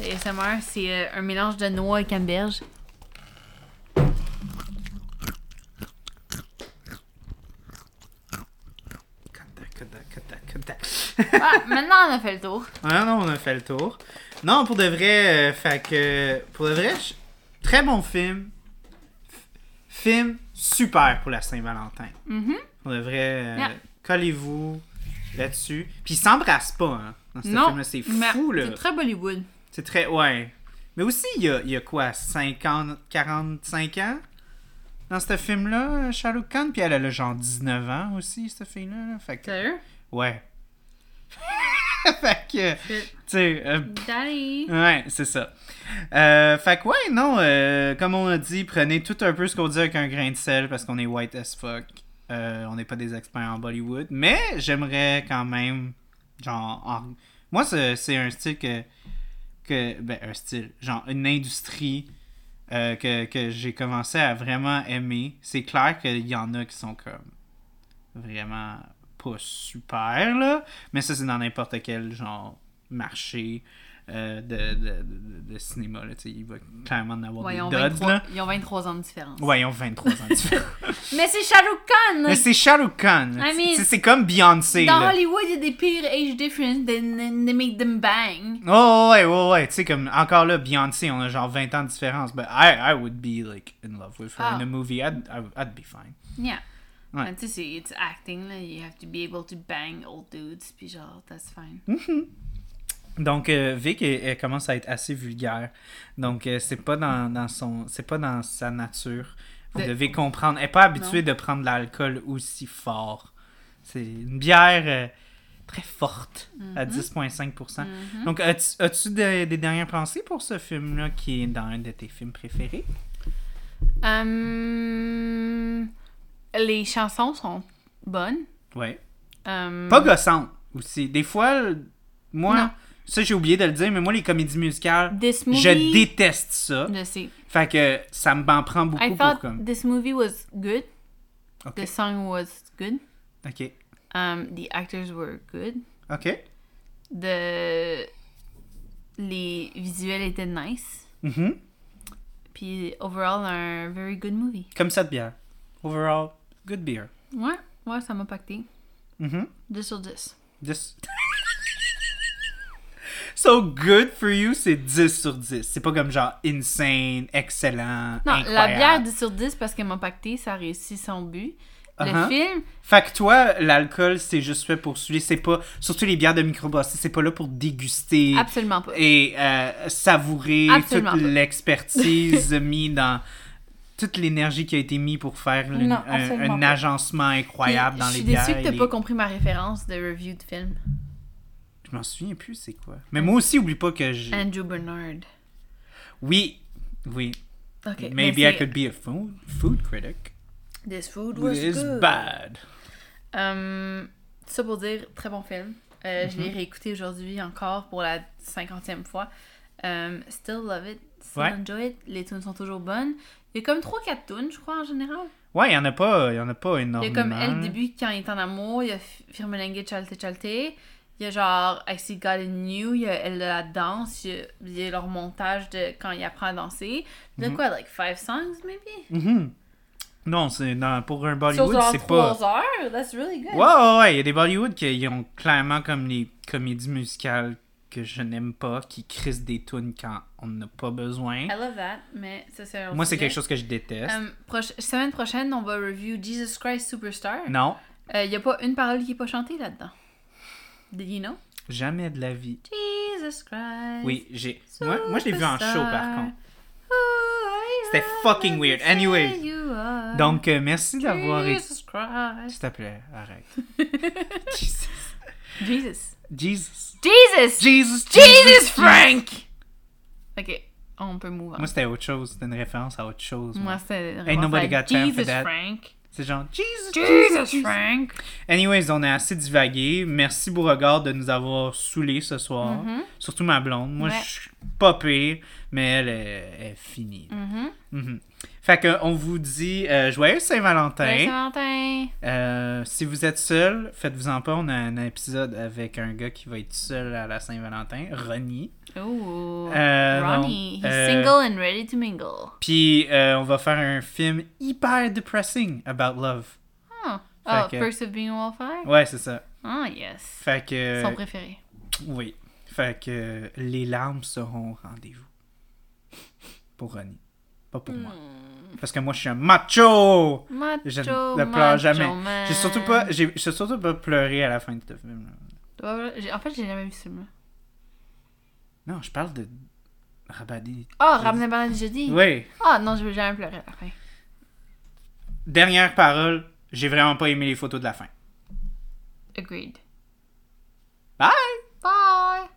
Speaker 2: de ASMR, c'est euh, un mélange de noix et canneberge.
Speaker 1: Kodak, Kodak, Kodak, Kodak.
Speaker 2: Ah, maintenant on a fait le tour.
Speaker 1: Ah non, on a fait le tour. Non, pour de vrai, euh, fait que, pour de vrai, je- très bon film. F- Film super pour la Saint-Valentin.
Speaker 2: Mhm.
Speaker 1: Pour de vrai, euh,
Speaker 2: Yeah.
Speaker 1: collez-vous là-dessus. Puis ils s'embrassent pas, hein, dans ce
Speaker 2: Non,
Speaker 1: film-là. C'est
Speaker 2: mais
Speaker 1: fou, là.
Speaker 2: C'est très Bollywood.
Speaker 1: C'est très, ouais. Mais aussi, il y a, il y a quoi, 50, 45 ans dans ce film-là, euh, Shah Rukh Khan? Puis elle a le genre 19 ans aussi, cette fille-là. là. Fait que,
Speaker 2: Sérieux?
Speaker 1: ouais. fait que, tu sais, euh,
Speaker 2: Daddy!
Speaker 1: Ouais, c'est ça. Euh, fait que ouais, non, euh, comme on a dit, prenez tout un peu ce qu'on dit avec un grain de sel parce qu'on est white as fuck. Euh, on n'est pas des experts en Bollywood. Mais j'aimerais quand même, genre, en- moi, c'est c'est un style que, que, ben, un style, genre, une industrie euh, que, que j'ai commencé à vraiment aimer. C'est clair qu'il y en a qui sont comme vraiment pas super, là. Mais ça, c'est dans n'importe quel, genre, marché euh, de, de, de, de cinéma, là. Tu sais, il va clairement en avoir
Speaker 2: Ouais, ils, ont
Speaker 1: des dots,
Speaker 2: 23,
Speaker 1: là.
Speaker 2: ils ont 23 ans de différence.
Speaker 1: Ouais, ils ont 23 ans de différence.
Speaker 2: Mais c'est Shah Rukh Khan!
Speaker 1: Mais c'est Shah Rukh Khan. là.
Speaker 2: I mean,
Speaker 1: Tu sais, c'est comme Beyoncé,
Speaker 2: Dans
Speaker 1: là.
Speaker 2: Hollywood, il y a des pires age difference than than they make them bang.
Speaker 1: Oh, ouais, ouais, ouais. Tu sais, comme encore là, Beyoncé, on a genre 20 ans de différence. But I, I would be, like, in love with her
Speaker 2: Ah.
Speaker 1: in a movie. I'd, I'd, I'd be fine.
Speaker 2: Yeah.
Speaker 1: Ouais.
Speaker 2: Mais Tu sais, c'est it's acting, là. You have to be able to bang old dudes, puis genre, that's fine.
Speaker 1: Hmm. Donc, euh, Vic, elle, elle commence à être assez vulgaire. Donc, euh, c'est pas dans, dans son, c'est pas dans sa nature. Vous
Speaker 2: De-
Speaker 1: devez comprendre. Elle n'est pas habituée de prendre de l'alcool aussi fort. C'est une bière euh, très forte
Speaker 2: Mm-hmm.
Speaker 1: à 10,5%. Donc, as-tu, as-tu des- des dernières pensées pour ce film-là qui est dans un de tes films préférés?
Speaker 2: Hum, les chansons sont bonnes.
Speaker 1: Ouais.
Speaker 2: Hum,
Speaker 1: Pas gossante aussi. Des fois, le- moi,
Speaker 2: Non.
Speaker 1: ça j'ai oublié de le dire, mais moi, les comédies musicales,
Speaker 2: This movie,
Speaker 1: je déteste ça.
Speaker 2: Je sais.
Speaker 1: Fait que ça m'en prend beaucoup
Speaker 2: I
Speaker 1: pour
Speaker 2: thought
Speaker 1: comme.
Speaker 2: this movie was good.
Speaker 1: Ok.
Speaker 2: The song was good.
Speaker 1: Ok.
Speaker 2: Um, the actors were good.
Speaker 1: OK.
Speaker 2: The... Les visuels étaient nice.
Speaker 1: Mhm.
Speaker 2: Puis, overall, un very good movie.
Speaker 1: Comme ça de bière. Overall, good beer.
Speaker 2: Ouais, ouais, ça m'a pacté.
Speaker 1: Mhm.
Speaker 2: 10 sur 10.
Speaker 1: This- so good for you, c'est 10 sur 10. C'est pas comme genre insane, excellent,
Speaker 2: Non, la
Speaker 1: incroyable.
Speaker 2: bière 10 sur 10 parce qu'elle m'a pacté, ça a réussi son but. Le
Speaker 1: Uh-huh.
Speaker 2: film,
Speaker 1: Fait que toi, l'alcool, c'est juste fait pour saouler. C'est pas... Surtout les bières de microbrasserie, c'est pas là pour déguster
Speaker 2: absolument pas.
Speaker 1: et euh, savourer
Speaker 2: Absolument
Speaker 1: toute
Speaker 2: pas.
Speaker 1: l'expertise mise dans... Toute l'énergie qui a été mise pour faire une-
Speaker 2: Non,
Speaker 1: un,
Speaker 2: absolument
Speaker 1: un
Speaker 2: pas.
Speaker 1: agencement incroyable dans
Speaker 2: Je
Speaker 1: les
Speaker 2: suis
Speaker 1: bières.
Speaker 2: déçue que
Speaker 1: et
Speaker 2: t'aies
Speaker 1: les-
Speaker 2: pas compris ma référence de review de film.
Speaker 1: Je m'en souviens plus, c'est quoi. Mais moi aussi, oublie pas que j'ai.
Speaker 2: Andrew Bernard.
Speaker 1: Oui, oui.
Speaker 2: Ok.
Speaker 1: Maybe
Speaker 2: mais
Speaker 1: I
Speaker 2: c'est-
Speaker 1: could be a food, food critic.
Speaker 2: This food was
Speaker 1: It's
Speaker 2: good.
Speaker 1: bad.
Speaker 2: Hum, ça pour dire, très bon film. Euh, Je l'ai
Speaker 1: Mhm.
Speaker 2: réécouté aujourd'hui encore pour la cinquantième fois. Hum, still love it. Still
Speaker 1: Ouais.
Speaker 2: enjoy it. Les tunes sont toujours bonnes. Il y a comme 3-4 tunes, je crois, en général.
Speaker 1: Ouais, il y en a pas, il y en a pas
Speaker 2: Il y a
Speaker 1: énormément.
Speaker 2: comme elle, début, quand il est en amour, il y a Firmelengue Chalte Chalte. Il y a genre I See God in You, il y a elle de la danse, il y a, il y a leur montage de quand il apprend à danser. Il y a quoi, like five songs maybe?
Speaker 1: Mhm. Non, c'est dans- pour un
Speaker 2: Sur
Speaker 1: Bollywood,
Speaker 2: genre
Speaker 1: c'est pas.
Speaker 2: 3 heures, that's really good.
Speaker 1: Ouais, ouais, ouais, il y a des Bollywood qui ont clairement comme les comédies musicales que je n'aime pas, qui crissent des tunes quand on n'a pas besoin.
Speaker 2: I love that, mais ça Ah, c'est un autre
Speaker 1: Moi, c'est
Speaker 2: sujet.
Speaker 1: quelque chose que je déteste.
Speaker 2: Euh, proche- semaine prochaine, on va review Jesus Christ Superstar. Euh,
Speaker 1: Non,
Speaker 2: Il n'y a pas une parole qui est pas chantée là-dedans. Did you know?
Speaker 1: jamais de la vie.
Speaker 2: Jesus Christ.
Speaker 1: Oui, j'ai. Moi, moi, je l'ai vu en show par
Speaker 2: Superstar.
Speaker 1: contre.
Speaker 2: Who I
Speaker 1: C'était
Speaker 2: am
Speaker 1: fucking
Speaker 2: and
Speaker 1: weird.
Speaker 2: say
Speaker 1: Anyway.
Speaker 2: you are.
Speaker 1: Donc, euh, merci d'avoir été.
Speaker 2: Jesus Christ.
Speaker 1: S'il te plaît, arrête. Jesus.
Speaker 2: Jesus.
Speaker 1: Jesus.
Speaker 2: Jesus.
Speaker 1: Jesus.
Speaker 2: Jesus Frank. Ok, on peut move on.
Speaker 1: Moi, c'était autre chose. C'était une référence à autre chose. moi.
Speaker 2: Moi, c'est
Speaker 1: Ain't nobody got time for
Speaker 2: Jesus
Speaker 1: that.
Speaker 2: Frank.
Speaker 1: C'est genre Jesus.
Speaker 2: Jesus Frank.
Speaker 1: Anyways, on a assez divagué. Merci, Beauregard, de nous avoir saoulés ce soir. Surtout ma blonde. Moi,
Speaker 2: Mhm. Ouais.
Speaker 1: je suis pas pire, mais elle est, est finie.
Speaker 2: Mhm.
Speaker 1: Mhm. Fait qu'on vous dit euh, joyeux Saint-Valentin.
Speaker 2: Saint-Valentin!
Speaker 1: Euh, si vous êtes seul, faites-vous-en pas. On a un épisode avec un gars qui va être seul à la Saint-Valentin, Ronnie.
Speaker 2: Oh!
Speaker 1: Euh,
Speaker 2: Ronnie,
Speaker 1: non,
Speaker 2: he's
Speaker 1: euh,
Speaker 2: single and ready to mingle.
Speaker 1: Puis euh, on va faire un film hyper depressing about love.
Speaker 2: Oh, oh
Speaker 1: que-
Speaker 2: Perks of Being a Wallflower?
Speaker 1: Ouais, c'est ça.
Speaker 2: Oh, yes.
Speaker 1: Fait que.
Speaker 2: Son préféré.
Speaker 1: Oui. Fait que euh, les larmes seront au rendez-vous. Pour Ronnie. Pas pour moi. Parce que moi, je suis un macho!
Speaker 2: Hmm. Macho,
Speaker 1: Je ne
Speaker 2: macho
Speaker 1: pleure jamais.
Speaker 2: man.
Speaker 1: J'ai surtout pas, j'ai, j'ai surtout pas pleuré à la fin de ce film.
Speaker 2: Ouais, j'ai- En fait, j'ai jamais vu ce film.
Speaker 1: Non, je parle de Rabadi.
Speaker 2: Oh, Ramenez Banane du jeudi.
Speaker 1: Oui.
Speaker 2: Ah non, je veux jamais pleurer à la fin.
Speaker 1: Dernière parole, j'ai vraiment pas aimé les photos de la fin.
Speaker 2: Agreed.
Speaker 1: Bye!
Speaker 2: Bye!